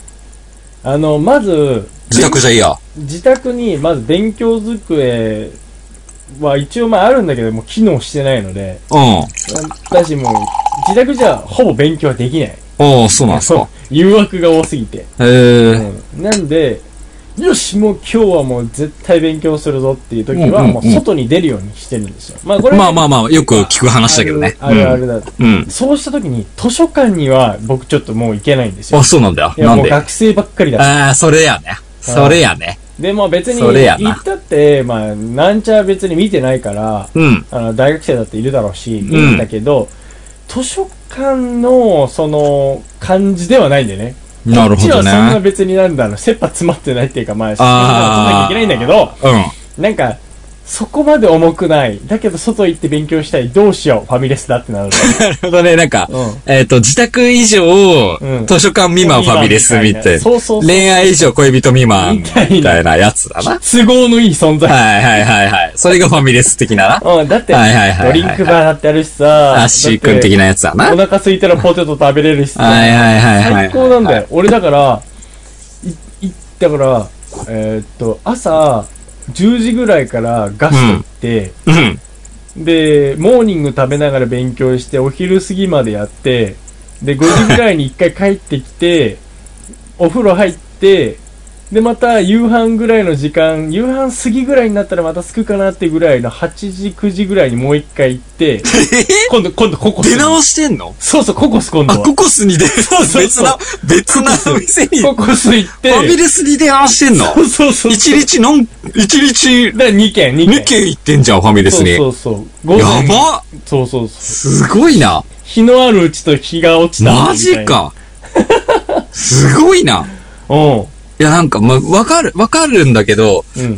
S3: あの、まず、
S2: 自宅じゃいいや。
S3: 自宅に、まず勉強机は一応まああるんだけど、もう機能してないので、
S2: うん。
S3: だしもう、自宅じゃほぼ勉強はできない。
S2: ああ、そうなんです
S3: そう
S2: か。。
S3: *laughs* 誘惑が多すぎて。
S2: へえ。
S3: うんなんで、よし、もう今日はもう絶対勉強するぞっていう時は、
S2: うんうんうん
S3: もう外に出るようにしてるんですよ。まあこれ
S2: まあまあまあ、よく聞く話だけどね。
S3: あるあるあるだ。
S2: うん。
S3: そうした時に図書館には僕ちょっともう行けないんですよ
S2: あ、。そうなんだ。
S3: いや
S2: なん
S3: もう
S2: で
S3: 学生ばっかりだし
S2: ああ、それやね。それやね。
S3: で、まあ別に、
S2: それやな
S3: 行ったって、まあ、なんちゃ別に見てないから、
S2: うん。
S3: あの、大学生だっているだろうし、い
S2: ん
S3: いんだけど、図書館の、その、感じではないんでね。
S2: なるほ
S3: こ
S2: ど
S3: っちはそんな
S2: ね。
S3: 別になんだろう、切羽詰まってないっていうか、まあ、切
S2: あ
S3: 羽
S2: ー
S3: 詰まってなきゃいけないんだ *laughs*
S2: うん。
S3: けど、なんか、そこまで重くない。だけど、外行って勉強したい。どうしよう、ファミレスだってなると。
S2: なるほどね。なんか
S3: うん、
S2: えっと、自宅以上
S3: うん、
S2: 図書館未満ファミレスみたいな。
S3: そうそうそう
S2: 恋愛以上恋人未満
S3: みたいな
S2: みたいなや
S3: *laughs*
S2: つだな。
S3: 都合のいい存在。
S2: はいはいはいはい。それがファミレス的なな。
S3: うん、だって、
S2: はいはいはい
S3: ド
S2: はい
S3: リンクバーだってあるしさ、
S2: アッシー君的なやつだな。は
S3: お
S2: い
S3: 腹空いたらポテト食べれるしさ。
S2: はいはいはい。
S3: 最高なんだよ。俺だから、い、い、だから、えーっと、朝、10時ぐらいからガスト行って、
S2: うん。 *laughs*
S3: で、モーニング食べながら勉強して、お昼過ぎまでやって、で、5時ぐらいに一回帰ってきて、お風呂入って、で、また夕飯ぐらいの時間、夕飯過ぎぐらいになったらまたすくかなってぐらいの8時、9時ぐらいにもう一回行って、今度、今度ココス。
S2: 出直してんの
S3: そうそう、ココス今度
S2: あ、
S3: は。
S2: ココスに出、
S3: うそう
S2: 別な、別なお店に、
S3: コ
S2: フ
S3: コス行って、
S2: ァミレスに出直してんの
S3: そうそうそう。
S2: 一日なん、一日、
S3: だから2件、2件。
S2: 2軒行ってんじゃん、ファミレスに。
S3: そうそうそう。午
S2: や
S3: 前
S2: ば
S3: そうそうそう。
S2: すごいな。
S3: 日のあるうちと日が落ちた。
S2: マジ。か。すごいな。
S3: うん。
S2: いや、なんか、ま、わかる、わかるんだけど、
S3: うん。
S2: い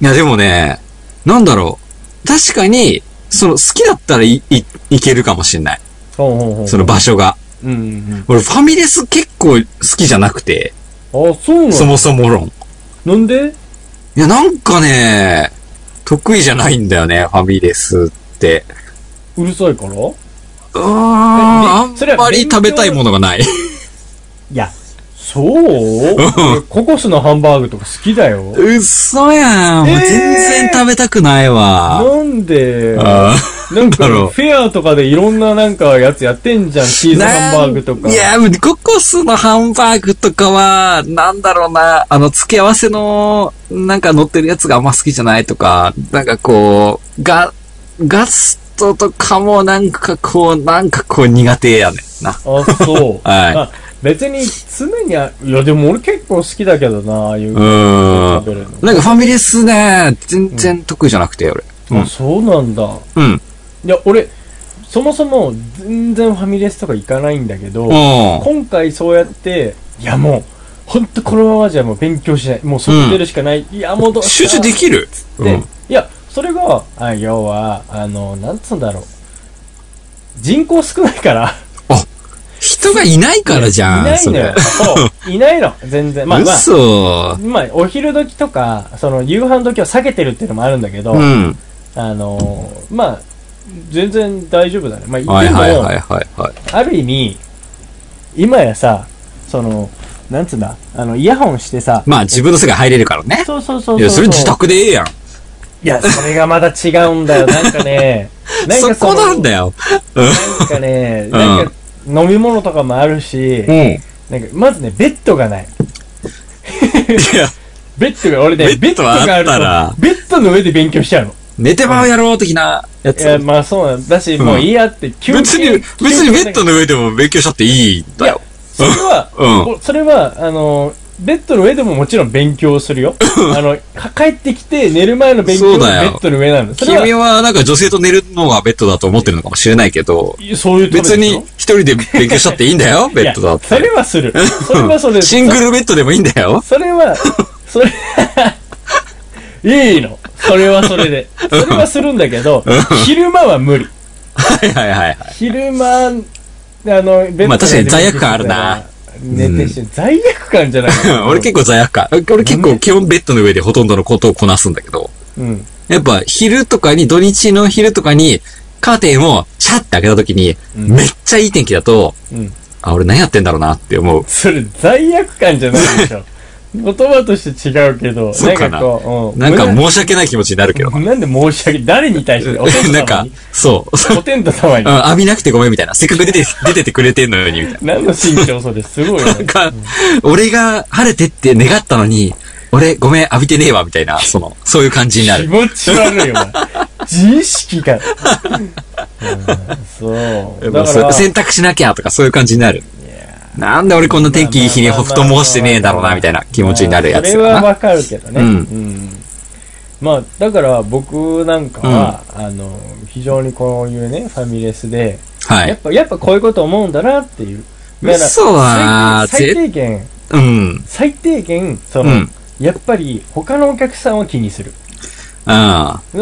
S2: や、でもね、なんだろう。確かに、その、好きだったらい、い、いけるかもしれない。
S3: ほうほうほう。
S2: その場所が。
S3: うんうん
S2: 俺、ファミレス結構好きじゃなくて、
S3: うん。あ、そうな
S2: そ
S3: の
S2: もそも論。
S3: なんで
S2: いや、なんかね、得意じゃないんだよね、ファミレスって。
S3: うるさいからいう
S2: ーん、あん
S3: それは
S2: まり食べたいものがない。
S3: や、そう俺ココスのハンバーグとか好きだよ。
S2: うっそやん。もう
S3: えー
S2: 全然食べたくないわ。
S3: なんで、
S2: あ
S3: なんか
S2: だろう
S3: フェアとかでいろんななんかやつやってんじゃん。チー
S2: ー
S3: ズハンバーグと
S2: な
S3: か。
S2: んいや、ココスのハンバーグとかは、なんだろうな、あの、付け合わせの、なんか乗ってるやつがあんま好きじゃないとか、なんかこう、ガ、ガストとかもなんかこう、なんかこう苦手やねんな。
S3: あ、そう。
S2: *laughs* はい
S3: あ別に常にあ、いやでも俺結構好きだけどな、ああいう
S2: うーん
S3: 食。べるの。
S2: なんかファミレスね、全然得意じゃなくて、俺。うん
S3: あ、そうなんだ。
S2: うん。
S3: いや、俺、そもそも全然ファミレスとか行かないんだけど、
S2: うん。
S3: 今回そうやって、いやもう、ほんとこのままじゃもう勉強しない。もう外出るしかない。いや、もうどうし
S2: 集
S3: よう
S2: 中できる
S3: で、いや、それが、あ要は、あの、なんつうんだろう。人口少ないから。
S2: 人がいないからじゃん。
S3: いない
S2: そ
S3: の
S2: れ
S3: よ。そう。いないの。全然。まあまあ、
S2: 嘘。
S3: まあ、お昼時とか、その、夕飯時は避けてるっていうのもあるんだけど、
S2: うん。
S3: あの、まあ、全然大丈夫だね。まあ、いても、
S2: はいはいはいはいはい。
S3: ある意味、今やさ、その、なんつうんだ、あの、イヤホンしてさ、
S2: まあ自分の世界入れるからね。
S3: そうそうそうそう。
S2: いや、それ自宅でええやん。
S3: いや、それがまた違うんだよ。なんかね、なんか
S2: *laughs* そこなんだ
S3: よ。 *laughs*
S2: よ。
S3: なんかね、なんか、飲み物とかもあるし
S2: う、ん。い
S3: なんか、まずね、ベッドがない。
S2: や、
S3: ベッドが、俺ね、ベ
S2: ベ
S3: ッ
S2: ッ
S3: ド
S2: ド
S3: が
S2: は
S3: あ
S2: あ
S3: る
S2: っ
S3: と
S2: たら、
S3: ベッドの上で勉強しちゃうの。
S2: 寝てまうやろう的なや
S3: い
S2: つ。
S3: や、まあそうなんだし、もういいやって、急
S2: 別に、別にベッド
S3: の。
S2: の上でも勉強したっていいんだよ。
S3: それは、
S2: うん。
S3: おそれは、あの、ベッドの上でももちろん勉強す
S2: *laughs*
S3: るよ。あの、か帰ってきて寝る前の勉強
S2: そう
S3: が
S2: だ
S3: ベ
S2: よ
S3: ッドの上なんだ。それは
S2: 君はなんか女性と寝るのがベッドだと思ってるのかもしれないけど、
S3: いや、そういうためでし
S2: 別
S3: ょ
S2: に一人で勉強したっていいんだよ、ベッドだっ
S3: いやそれ
S2: て。
S3: はする。それはそれ。
S2: シングルベッドでもいいんだよ。
S3: それは、それ、
S2: *laughs*
S3: いいの。それはそれで。それはするんだけど、昼間は無理。
S2: はいはいはいはい。
S3: 昼間、あの、ベッドの上で
S2: まあ確かに罪悪感あるな。
S3: 寝てしまう。罪悪感じゃない
S2: *laughs* 俺結構罪悪感。俺結構基本ベッドの上でほとんどのことをこなすんだけど、
S3: うん。
S2: やっぱ昼とかに、土日の昼とかに、カーテンをシャッて開けた時に、
S3: うん
S2: めっちゃいい天気だと、
S3: うん。
S2: あ、俺何やってんだろうなって思う。
S3: それ罪悪感じゃないでし
S2: *laughs*
S3: ょ。言葉として違うけど、
S2: そうか
S3: んか
S2: な
S3: こう、う
S2: なんか
S3: 無駄
S2: 申し訳ない気持ちになるけどな。
S3: なんで申し訳、誰に対して、お天
S2: *laughs* なん
S3: 道様
S2: か
S3: に、
S2: そう。そう
S3: お天道様に
S2: う。ん浴びなくてごめんみたいな。せっかく出て、出ててくれてんのように、みたいな。
S3: 何の心境それ、すごいよ
S2: なん
S3: ね。
S2: か、俺が晴れてって願ったのに、俺ごめん浴びてねえわ、みたいな、その、そういう感じにな
S3: 気
S2: る。
S3: 持ち悪いよな。自意識
S2: *laughs*
S3: が。うんそう。だか
S2: そ
S3: ら、
S2: う洗濯しなきゃとかそういう感じになる。なんで俺こんな天気いい日に
S3: まあまあ
S2: 布
S3: まあまあ
S2: 団回してねえだろうな、みたいな気持ちになるやつ
S3: それ
S2: だ
S3: は
S2: な。
S3: わかるけどね。
S2: うん
S3: んまあ、だから僕なんかは、あの、非常にこういうね、ファミレスで、
S2: は
S3: やっ
S2: い。
S3: ぱ、やっぱこういうこと思うんだなっていう。だから
S2: 嘘は
S3: 最低最低限、
S2: うん。うん。
S3: 最低限、その、
S2: うん
S3: やっぱり他のお客さんを気にする。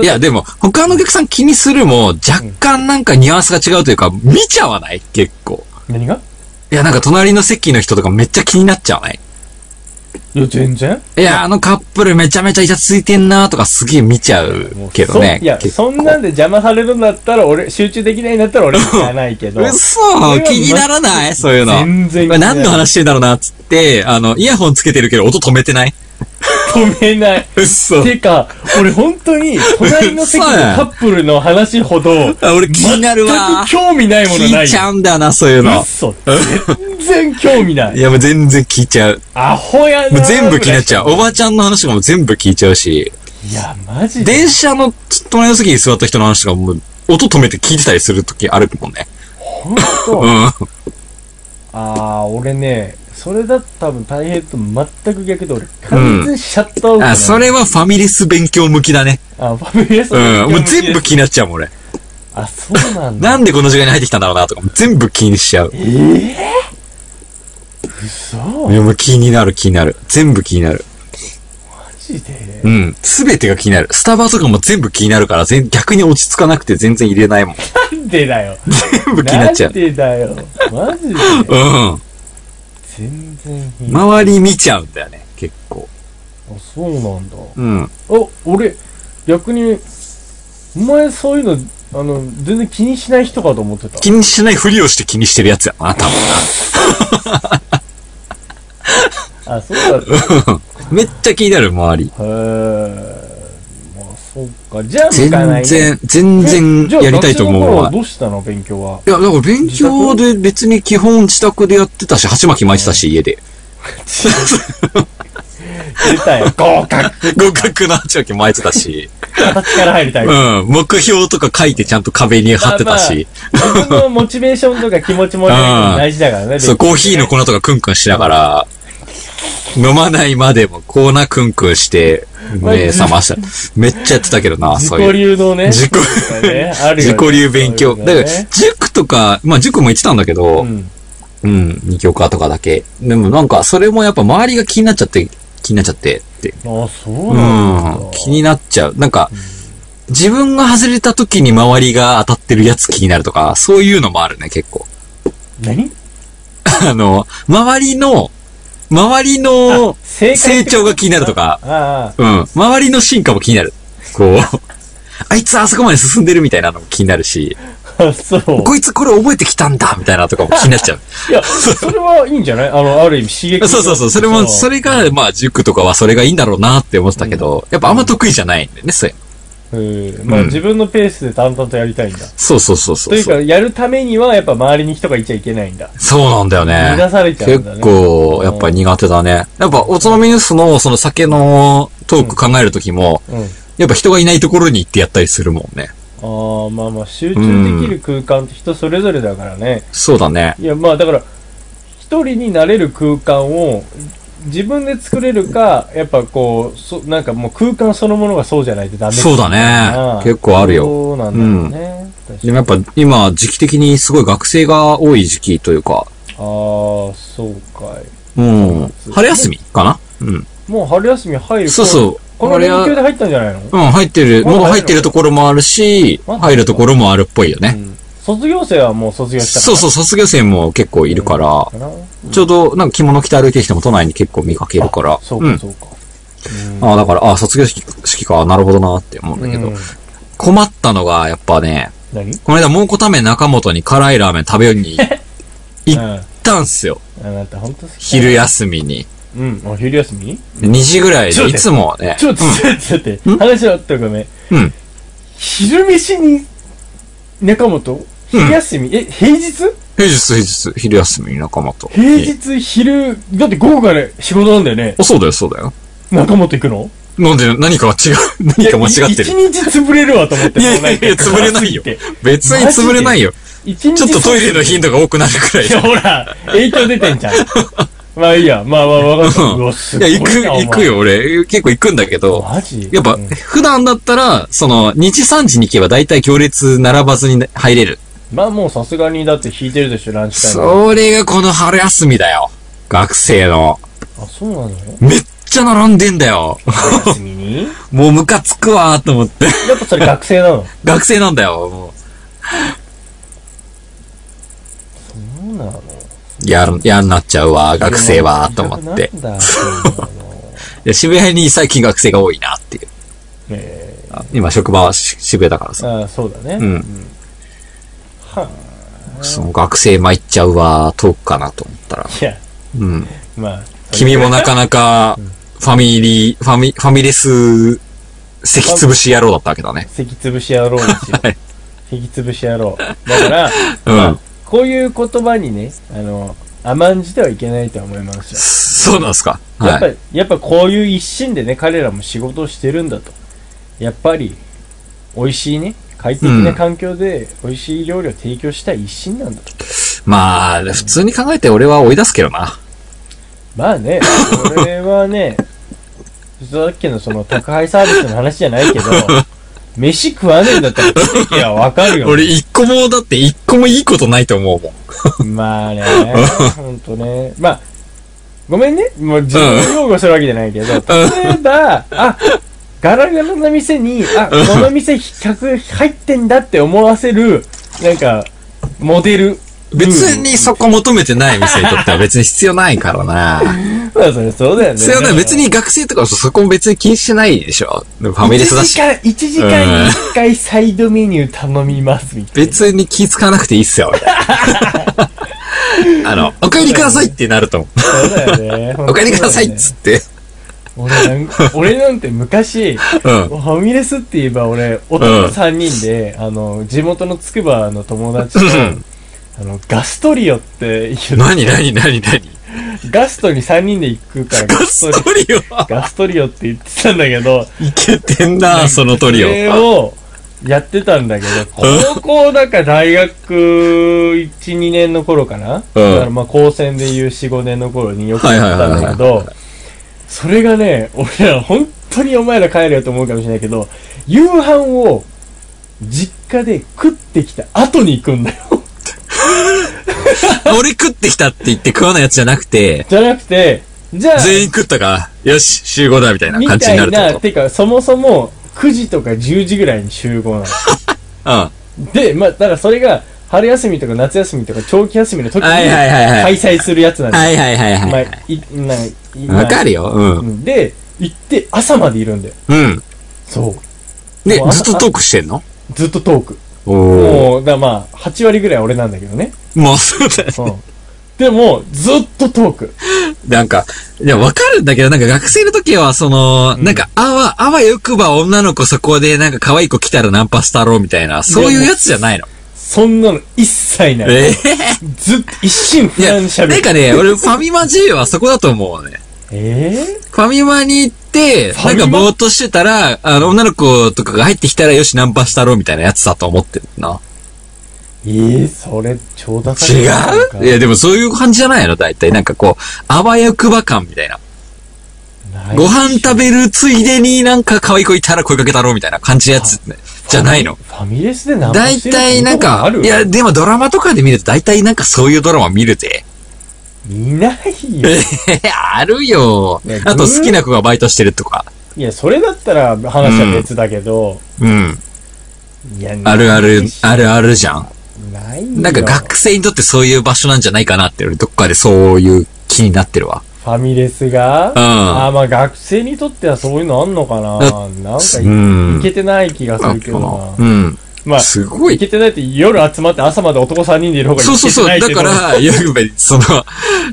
S2: いや、でも、他のお客さん気にするも、若干なんかニュアンスが違うというか、見ちゃわない結構。
S3: 何が
S2: いや、なんか隣の席の人とかめっちゃ気になっちゃわない
S3: いや、全然。
S2: いや、あのカップルめちゃめちゃイチャついてんなとかすげえ見ちゃうけどね
S3: そ。んいや、
S2: 結
S3: そ
S2: 構
S3: んなんで邪魔されるんだったら、俺、集中できないんだったら俺行かないけど。
S2: 嘘
S3: は
S2: 気にならないそういうの。
S3: 全然気にならない
S2: 何の話してんだろうなっつって、あの、イヤホンつけてるけど音止めてない
S3: 止めない。
S2: 嘘
S3: てか、俺本当に、隣の席のカップルの話ほど、
S2: あ俺気になる
S3: 全
S2: わ
S3: く。興味ないもの
S2: 聞
S3: ないい
S2: ちゃ
S3: よ。
S2: うんだよな、そういうの。
S3: 嘘。全然興味ないい。
S2: や、もう全然聞いちゃう。
S3: アホや
S2: も
S3: な。
S2: う全部気になっちゃう。おばあちゃんの話とかも全部聞いちゃうし、
S3: いや、マジで。
S2: 電車の隣の席に座った人の話とかもう音止めて聞いてたりする時あるもんね。
S3: 本当。
S2: うん。
S3: ああ、俺ね、それだと多分大変と全く逆で俺、完全にシャットアウトなの、
S2: あ、それはファミレス勉強向きだね。
S3: あ、ファミレス
S2: うん。もう全部気になっちゃうもん、俺。
S3: あ、そうなんだ。
S2: なんでこの時間に入ってきたんだろうなとかも全部気にしちゃう。
S3: ええ嘘
S2: い
S3: マ
S2: やもう気になる気になる。全部気になる。
S3: ジで
S2: うん。すべてが気になる。スタバとかも全部気になるから、全逆に落ち着かなくて全然入れないもん。
S3: なんでだよ。
S2: *laughs* 全部気になっちゃ
S3: ん
S2: う。
S3: でだよ。マジで
S2: う
S3: 全然いい
S2: ん。周り見ちゃうんだよね、結構。
S3: あ、そうなんだ。
S2: うん。
S3: あ、俺、逆に、お前そういうの、あの、全然気にしない人かと思ってた。
S2: 気にしないふりをして気にしてるやつやな、多分。
S3: あ、そうだった。へ
S2: めっちゃ気になる、周り。
S3: え。まあ、そっか。じゃあ、向かない、
S2: 全
S3: ね。
S2: 然、全然
S3: じゃあ
S2: やりたいと思う
S3: 学生の頃は
S2: わ。
S3: どうしてたの勉強は。
S2: いや、だから勉強で別に基本自宅でやってたし、鉢巻き巻いてたし、家で。
S3: 出たよ。合格
S2: *laughs* *laughs* 合格の鉢巻き巻いてたし。
S3: 形から入りたい。
S2: うん。目標とか書いてちゃんと壁に貼ってたし。
S3: 自分のモチベーションとか気持ちもね
S2: *laughs* うん
S3: 大事だからね。
S2: そう、コーヒーの粉とかクンクンしながら、飲まないまでもコーナクンクンして、目覚ました。めっちゃやってたけどな、
S3: 自
S2: そういう
S3: 己。流のね。
S2: 自己
S3: ねあるよね
S2: *laughs* 自己流勉強。
S3: そ
S2: だ
S3: ういうの
S2: から
S3: ね、
S2: 塾とか、まあ塾も行ってたんだけ
S3: う
S2: ど、うん、
S3: ん。
S2: 二教科とかだけ。でもなんか、それもやっぱ周りが気になっちゃって、気になっちゃってって。
S3: あ、そう
S2: う
S3: なん
S2: ん
S3: だ。。
S2: 気になっちゃう。なんか、自分が外れた時に周りが当たってるやつ気になるとか、そういうのもあるね、結構。 *laughs*
S3: 何
S2: あの、周りの、周りの
S3: 成
S2: 成長が気になるとか、
S3: あ
S2: うん。周りの進化も気になる。こう、あいつあそこまで進んでるみたいなのも気になるし、
S3: あ、 *laughs* そう。
S2: こいつこれ覚えてきたんだみたいなのとかも気になっちゃう。
S3: いや、それはいいんじゃないあの、ある意味刺激。
S2: *laughs* そうそうそう。それも、それが、まあ、塾とかはそれがいいんだろうなって思ってたけど、やっぱあんま得意じゃないんだよね、それ。
S3: うん。まあ
S2: うん
S3: 自分のペースで淡々とやりたいんだ。
S2: そうそうそうそ
S3: と
S2: う
S3: いう
S2: そ
S3: か、
S2: う。
S3: やるためにはやっぱ周りに人がいちゃいけないんだ。
S2: そうなんだよね。
S3: 乱されちゃうんだね
S2: 結構、やっぱり苦手だね。やっぱ、おつまみニュースの、その酒のトーク考えるときも、
S3: うん。
S2: やっぱ人がいないところに行ってやったりするもんね。
S3: ああ、まあまあ、集中できる空間って人それぞれだからね。
S2: そうだね。
S3: いや、まあだから、一人になれる空間を、自分で作れるか、やっぱこう、そなんかもう空間そのものがそうじゃないとダメ
S2: そうだ
S3: あ
S2: ね
S3: あ。
S2: 結構あるよ。
S3: そうなんだよね。確か
S2: で
S3: に
S2: もやっぱ今、時期的にすごい学生が多い時期というか、
S3: ああ、そうか
S2: うん。春休みかなうん。
S3: い。もう春休み入る
S2: そうそう。
S3: この
S2: あれ
S3: 連
S2: は
S3: 休で入ったんじゃないの、
S2: うん、入ってる。
S3: まだ
S2: もう
S3: 入る
S2: 入ってるところもあるし、
S3: まだ
S2: 入るところもあるっぽいよね。
S3: うん卒業生はもう卒業した
S2: そうそう、卒業生も結構いるから
S3: う、かな。
S2: ちょうどなんか着物着て歩いてる人も都内に結構見かけるから、
S3: そう
S2: う
S3: か、
S2: ん。
S3: そうか。
S2: ああ、だから、ああ、卒業式式か、なるほどなって思うんだけ
S3: う
S2: ど
S3: ん、
S2: 困ったのが、やっぱね、
S3: 何
S2: この間、蒙古タンメン中本に辛いラーメン食べように行っい
S3: うんあ
S2: たん
S3: *laughs*
S2: すよ。
S3: なた本当好きだね。
S2: 昼休みに。
S3: うん、お昼休み
S2: 2時ぐらい
S3: ちょ
S2: で、
S3: っと待って
S2: いつもはね、
S3: ちょっと待って、ちょっと待って、
S2: うん
S3: 話はあったらごめん。
S2: うん。
S3: 昼飯に、中本昼休み、え、平日
S2: 平日平日、昼休み仲間と。
S3: 平日、昼、だって午後から仕事なんだよね。
S2: あ、そうだよ、そうだよ。
S3: 中本行くの
S2: なんで、何かが違う、何か間違って
S3: い
S2: る。
S3: やい一日潰れるわと思って。
S2: いやいやいや
S3: もうなんか
S2: 潰れないよ
S3: 怖すぎて
S2: 別に潰れないよ。
S3: 一日
S2: ちょっとトイレの頻度が多くなるくらい
S3: いや、
S2: で。
S3: ほら、影響出てんじゃん。まあいいや、まあまあわかった。
S2: うん
S3: うわ、す
S2: い
S3: ご
S2: や、
S3: い
S2: 行く、
S3: なお前
S2: 行くよ、俺。結構行くんだけど。
S3: マジ
S2: やっぱ、
S3: うん
S2: 普段だったら、その、2時3時に行けば大体行列並ばずに入れる。
S3: まあもうさすがにだって引いてるでしょ、ランチタイム。
S2: それがこの春休みだよ。学生の。
S3: あ、そうなの
S2: めっちゃ並んでんだよ。
S3: 春休みにや
S2: もうムカつくわーと思って。
S3: っぱそれ学生なの。
S2: 学生なんだよ、もう。
S3: そうなの
S2: やる、やんなっちゃうわ、学生は、と思って
S3: な。んだ、そうなの。
S2: いや渋谷に最近学生が多いなっていう。
S3: え
S2: あ今、職場はし渋谷だから
S3: ー、
S2: さ。
S3: ああ、そうだね。
S2: うん。
S3: は
S2: その学生参っちゃうわ、遠くかなと思ったら。
S3: いや、
S2: うん。
S3: まあ。
S2: 君もなかなか、ファミリー、ファミ、ファミレス、席潰し野郎だったわけだね。
S3: 席潰し野郎ですよ。席潰し野郎。だから、
S2: うん。
S3: こういう言葉にね、あの、甘んじてはいけないとは思いますよ。
S2: そうなんすか
S3: やっぱ、
S2: はい。
S3: やっぱこういう一心でね、彼らも仕事をしてるんだと。やっぱり、美味しいね、快適
S2: う
S3: なん環境で美味しい料理を提供したい一心なんだと。
S2: まあ、普通に考えて俺は追い出すけどな。
S3: まあね、これはね、 *laughs* さっきのその宅配サービスの話じゃないけ
S2: *laughs*
S3: ど、飯食わねえんだったら食ってけばわかるよ。
S2: 俺一個も、だって一個もいいことないと思うも
S3: *laughs*
S2: ん。
S3: まあね、ほんとね。まあ、ごめんね、もう自分を擁護するわけじゃないけど、例えば、あ、ガラガラな店に、あ、この店客入ってんだって思わせる、なんか、モデル
S2: 別にそこ求めてない店にとっては別に必要ないからな。
S3: まあ、それそうだよね。
S2: 必要ない。別に学生とかそこも別に気にしてないでしょ。ファミレスだ
S3: 1
S2: し
S3: 時。間、1時間に1回サイドメニュー頼みます、みたいな。
S2: 別に気使わなくていいっすよ、み
S3: *laughs*
S2: たいなあの、お帰りくださいってなると思
S3: そうだよね。
S2: う。お帰りくださいっつって。
S3: 俺なんか俺なんて昔、
S2: うん。
S3: ファミレスって言えば俺、男3人で、あの、地元のつくばの友達と、
S2: うん
S3: あの、ガストリオって言う、
S2: 何何何何
S3: ガストに3人で行くから
S2: ガ
S3: ガ
S2: ス
S3: スト
S2: ト
S3: リ
S2: リオは
S3: オ、ガストリオって言ってたんだけど、
S2: いけてんな、そのトリ
S3: そ
S2: オ。
S3: れをやってたんだけど、高校だか大学1、2年の頃かな、だからまあ高専でいう4、5年の頃によくやったんだけど、それがね、俺ら本当にお前ら帰れよと思うかもしれないけど、夕飯を実家で食ってきた後に行くんだよ。
S2: 俺食ってきたって言って食わないやつじゃなくて、
S3: じゃなくて、じゃあ、
S2: 全員食ったから、よし、集合だみたいな
S3: み
S2: 感じ
S3: た
S2: にないるって
S3: な、
S2: こと。
S3: てかそもそも9時とか10時ぐらいに集合なの。
S2: うん。は
S3: で、まあ、だからそれが、春休みとか夏休みとか長期休みの時に
S2: はいはいはいは
S3: 開
S2: い
S3: 催するやつなん
S2: い
S3: で
S2: はいはい
S3: す。まあ、
S2: はい
S3: ない
S2: い。
S3: い
S2: わかるよ。う。
S3: うんんで、行って朝までいるんだよ。
S2: うん。
S3: そう。
S2: で
S3: もう、あ
S2: ずっとトークしてんの
S3: ずっとトーク。
S2: おお。
S3: もう、だからまあ、8割ぐらい俺なんだけど
S2: *laughs*
S3: ね。
S2: もうそうだね。
S3: うん。でも、ずっとトーク。
S2: なんか、いや、わかるんだけど、なんか学生の時は、その、なんか、あわ、あわよくば女の子そこで、なんか可愛い子来たらナンパしたろうみたいな、そういうやつじゃないの。
S3: そんなの一切ない。
S2: え
S3: ずっと一心不
S2: えいや、
S3: 乱に喋る。
S2: なんかね、俺、ファミマ G はそこだと思うね。
S3: え
S2: ファミマに行って、
S3: フ
S2: な
S3: ァ
S2: ん
S3: ミ
S2: か
S3: マ
S2: ぼーっとしてたら、あの、女の子とかが入ってきたら、よし、ナンパしたろうみたいなやつだと思ってるな。
S3: ー、えー、それ、超ダサい
S2: 違
S3: な。なんか
S2: ういや、でもそういう感じじゃないの大体。なんかこう、あわやくば感みたいな。
S3: ない
S2: ご飯食べるついでになんか可愛い子いたら声かけたろうみたいな感じのやつねじゃないの。
S3: ファミレスでナンパ
S2: 大
S3: してる
S2: 体なん
S3: ことあ
S2: か、
S3: る
S2: いや、でもドラマとかで見ると大体なんかそういうドラマ見るぜ。
S3: いないよ。
S2: *laughs* あるよ
S3: ね。
S2: あと好きな子がバイトしてるとか。
S3: いや、それだったら話は別だけど、
S2: うん。
S3: いや、
S2: あるある、あ
S3: る。
S2: るあるじゃん。
S3: ないよ
S2: なんか学生にとってそういう場所なんじゃないかなって、俺どっかでそういう気になってるわ。
S3: ファミレスが、あーまあ学生にとってはそういうのあんのかな
S2: だ
S3: なんかい,、
S2: うん
S3: けてない気がす
S2: な
S3: る
S2: ん
S3: け
S2: か
S3: どな。
S2: な。うん。
S3: まあ、
S2: すごい
S3: いけてないって夜集まって朝まで男3人でいる方がい
S2: そうそう
S3: けて
S2: そ
S3: な
S2: う。
S3: いけ
S2: だ
S3: ど
S2: から、いや、やっぱりその、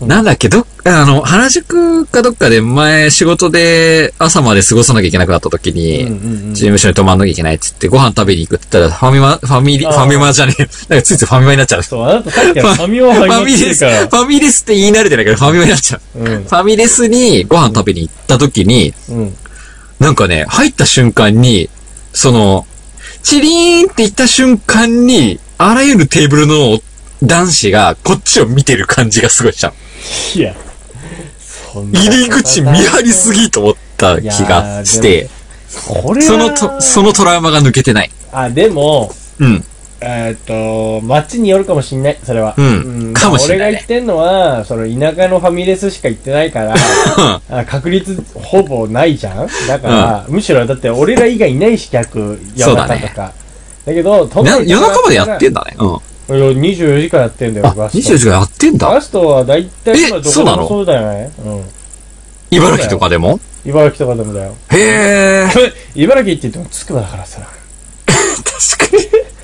S2: なんだっけ、どっあの、原宿かどっかで前、仕事で朝まで過ごさなきゃいけなくなった時に、
S3: うんうんうん
S2: 事務所に泊まんなきゃいけないっつって、ご飯食べに行くって言ったら、ファミマ、ファミリ、フ
S3: あー
S2: ァミマじゃねえ。なんかついついファミマになっちゃう。フ
S3: そう、あなたさっき *laughs* はファミマを
S2: ァ
S3: ファ
S2: ミ
S3: ミレ
S2: レ
S3: ス
S2: ス、
S3: か
S2: フ
S3: ら。
S2: ァミレスって言い慣れてないから、ファミマになっちゃう。
S3: うん
S2: フ。ァミレスにご飯食べに行った時に、
S3: うん。
S2: なんかね、入った瞬間に、その、チリーンって言った瞬間に、あらゆるテーブルの男子がこっちを見てる感じがすごいした。
S3: いや、そんなことない
S2: 入り口見張りすぎと思った気がして、
S3: これは
S2: そのと、そのトラウマが抜けてない。
S3: あ、でも、
S2: うん。
S3: えっと、街によるかもしんない、それは。
S2: うんかもしん
S3: 俺
S2: な
S3: が
S2: いね
S3: 言ってんのは、その田舎のファミレスしか行ってないから、あ確率ほぼないじゃんだから、むしろだって俺ら以外いないし、客、
S2: そう
S3: 夜
S2: だ
S3: 中
S2: ね
S3: とか。だけど、都
S2: な
S3: 内とか
S2: 夜中までやってん
S3: だ
S2: だね。うん。
S3: ったらいや、24時間やってんだよ、
S2: あ、
S3: ガスト。
S2: 24時間やってんだ。
S3: ガストは大体
S2: え
S3: 今ど
S2: そう
S3: こ
S2: な
S3: で
S2: の
S3: もそうだよね。うん。
S2: 茨城とかでも
S3: 茨城とかでも
S2: *laughs*
S3: だよ。
S2: へー。
S3: 茨城って言ってもつくばだからさ。
S2: 確か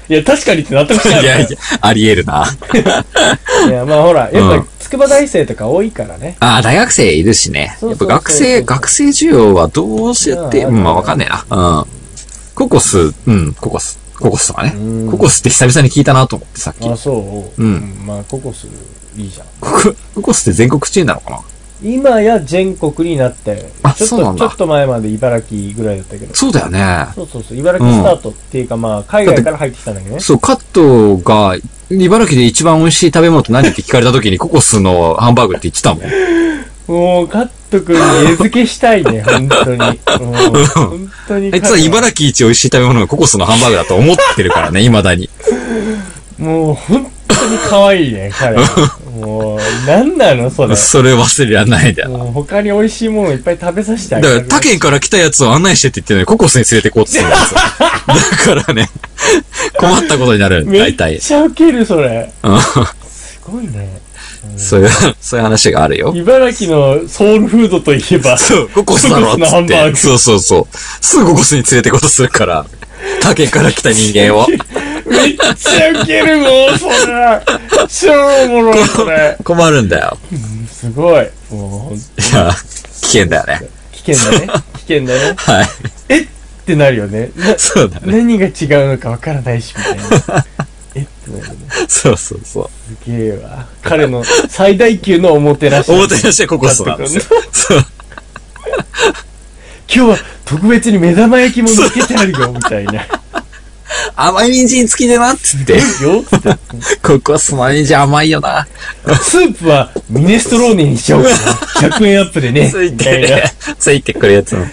S3: いや、確かにって納得し
S2: に。
S3: た
S2: い
S3: い
S2: やいや、あり得るな。
S3: いや、まあほら、や
S2: う
S3: っぱつくば大生とか多いからね。
S2: あ大学生いるしね。
S3: そ
S2: や
S3: う
S2: っ
S3: そうそ
S2: ぱ
S3: う
S2: 学生、学生需要はどうしやって、
S3: うん
S2: うん、まあわかんねえな。うん。ココス、うん、ココス、ココスとか
S3: う
S2: ね。
S3: ん
S2: ココスって久々に聞いたなと思って、さっき。
S3: あ、そう。
S2: うん
S3: まあ、ココス、いいじゃん。
S2: ココココスって全国チェーンなのかな
S3: 今や全国になって
S2: あ、
S3: ちょっ
S2: そうな
S3: と、
S2: ん
S3: ち
S2: だ
S3: ょっと前まで茨城ぐらいだったけど。
S2: そうだよね。
S3: そうそうそう、茨城スタートっていうか、まあ、海外から入ってきたんだけどね。
S2: そう、カットが、茨城で一番美味しい食べ物って何って聞かれた時にココスのハンバーグって言ってた
S3: *laughs*
S2: もん。
S3: もう、カット君に餌付けしたいね、
S2: *laughs*
S3: 本当に。もう本当に。
S2: あいつは茨城一美味しい食べ物がココスのハンバーグだと思ってるからね、
S3: *laughs*
S2: 未だに。
S3: もう、本当に可愛いね、彼は。もう、なんなの、それ。
S2: それ忘れられないんだよな。
S3: もう、他に美味しいものいっぱい食べさせてあ
S2: だ
S3: げ
S2: か
S3: た
S2: ら他県から来たやつを案内してって言ってるのにココスに連れてこうって言ってたん *laughs* ですよ。だからね、困ったことになる、
S3: めっ
S2: 大体。
S3: ちゃウケる、それ。
S2: うん
S3: ごいね。
S2: そういう、そういう話があるよ。
S3: 茨城のソウルフードといえば、
S2: そう、ゴコスだろ
S3: ゴコ
S2: っ
S3: スの
S2: つ
S3: ハ
S2: っ
S3: ンバー
S2: て。
S3: グ
S2: そうそうそう。すぐゴコスに連れてこうとするから。竹から来た人間を。
S3: めっちゃウケるもん、それ。超おもろい、それ。
S2: 困るんだよ。
S3: すごい。もうほんと、
S2: いや、危険だよね。
S3: 危険だね。 *laughs* 危険だね。
S2: はい。
S3: えってなるよね。な
S2: そうだね。
S3: 何が違うのかわからないし、みたいな。 *laughs* えってなるよね。
S2: そうそうそう。
S3: すげえわ。彼の最大級のおもてなし。
S2: おもてなしはゴコスなんですよ。そう。
S3: 今日は特別に目玉焼きも見つけてある *laughs* よ、みたいな。
S2: 甘い人参付きでなっつ *laughs* って。
S3: よっつって
S2: ゴコスの人参甘いよな。
S3: スープはミネストローネにしようか *laughs* な。100円アップでね。
S2: つい
S3: みた
S2: て
S3: いな
S2: ね。ついてくるやつも。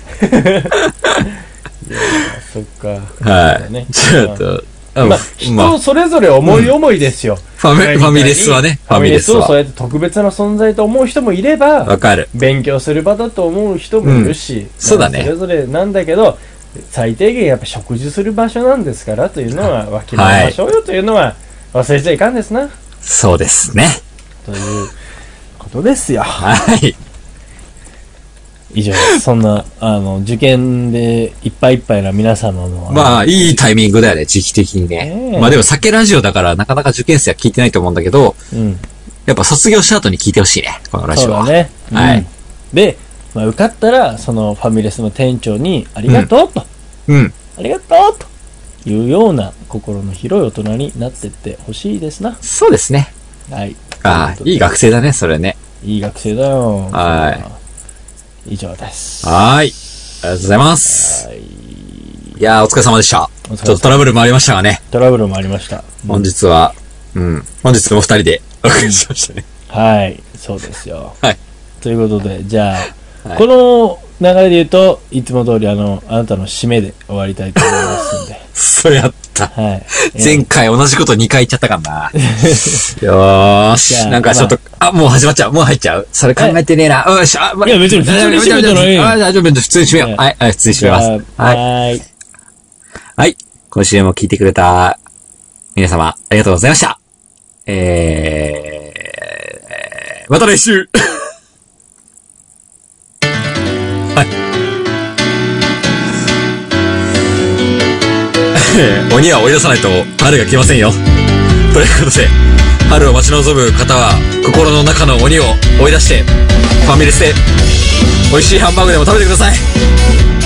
S3: そっか。
S2: はい。ちょっと、
S3: ま
S2: あ
S3: あ、
S2: *laughs* まあ
S3: 人、それぞれ思い思いですよ。
S2: ファミファミレスはね、ファミレス
S3: をそう
S2: は。
S3: やって特別な存在と思う人もいれば
S2: わ、かる。
S3: 勉強する場だと思う人もいるし、
S2: そうだ
S3: まあ
S2: ね
S3: それぞれなんだけど、最低限やっぱ食事する場所なんですからというのは、わきまえましょうよというのは、忘れちゃいかんですな。
S2: そうですね。
S3: ということですよ。
S2: はい。
S3: 以上ですそんな、あの、受験でいっぱいいっぱいな皆様の。
S2: まあ、いいタイミングだよね、時期的に
S3: え
S2: ね。
S3: え
S2: まあでも、酒ラジオだから、なかなか受験生は聞いてないと思うんだけど、
S3: うん。
S2: やっぱ卒業した後に聞いてほしいね、このラジ
S3: そう
S2: オ
S3: だ
S2: は。
S3: ね。
S2: はい
S3: うんで、まあ、受かったら、そのファミレスの店長に、ありがとうと、
S2: うん。
S3: ありがとうというような心の広い大人になってってほしいですな。
S2: そうですね。
S3: はい。
S2: ああ、いい学生だね、それね。
S3: いい学生だよ。。
S2: はい
S3: 以上です。
S2: はーい。ありがとうございます。
S3: はい。
S2: いやー、お疲れ様でした。
S3: お疲れ様でし
S2: ち
S3: た
S2: ょっとトラブルもありましたがね、
S3: トラブルもありました。
S2: 本日は、うん。本日も二人でお送りしましたね。
S3: はい。そうですよ。
S2: *laughs* はい。
S3: ということで、じゃあ、
S2: はい
S3: この流れで言うと、いつも通りあの、あなたの締めで終わりたいと思いますんで。
S2: *laughs* そうやった。
S3: はい。
S2: *laughs* 前回同じこと2回言っちゃったからな。 *laughs* よー
S3: じゃあ
S2: し。なんかちょっと、あ、もう始まっちゃう。もう入っちゃう。それ考えてねえな。よし。あ、ま
S3: いや別に普通に閉めたらいいよ
S2: あ大丈夫、普通に閉めよう。
S3: は
S2: はい、はい普通に閉めます。
S3: は
S2: はい。
S3: い。はい。
S2: はい。今週も聞いてくれた皆様、ありがとうございました。えー、また来週はい。鬼は追い出さないと春が来ませんよ。ということで、春を待ち望む方は、心の中の鬼を追い出して、ファミレスで、美味しいハンバーグでも食べてください。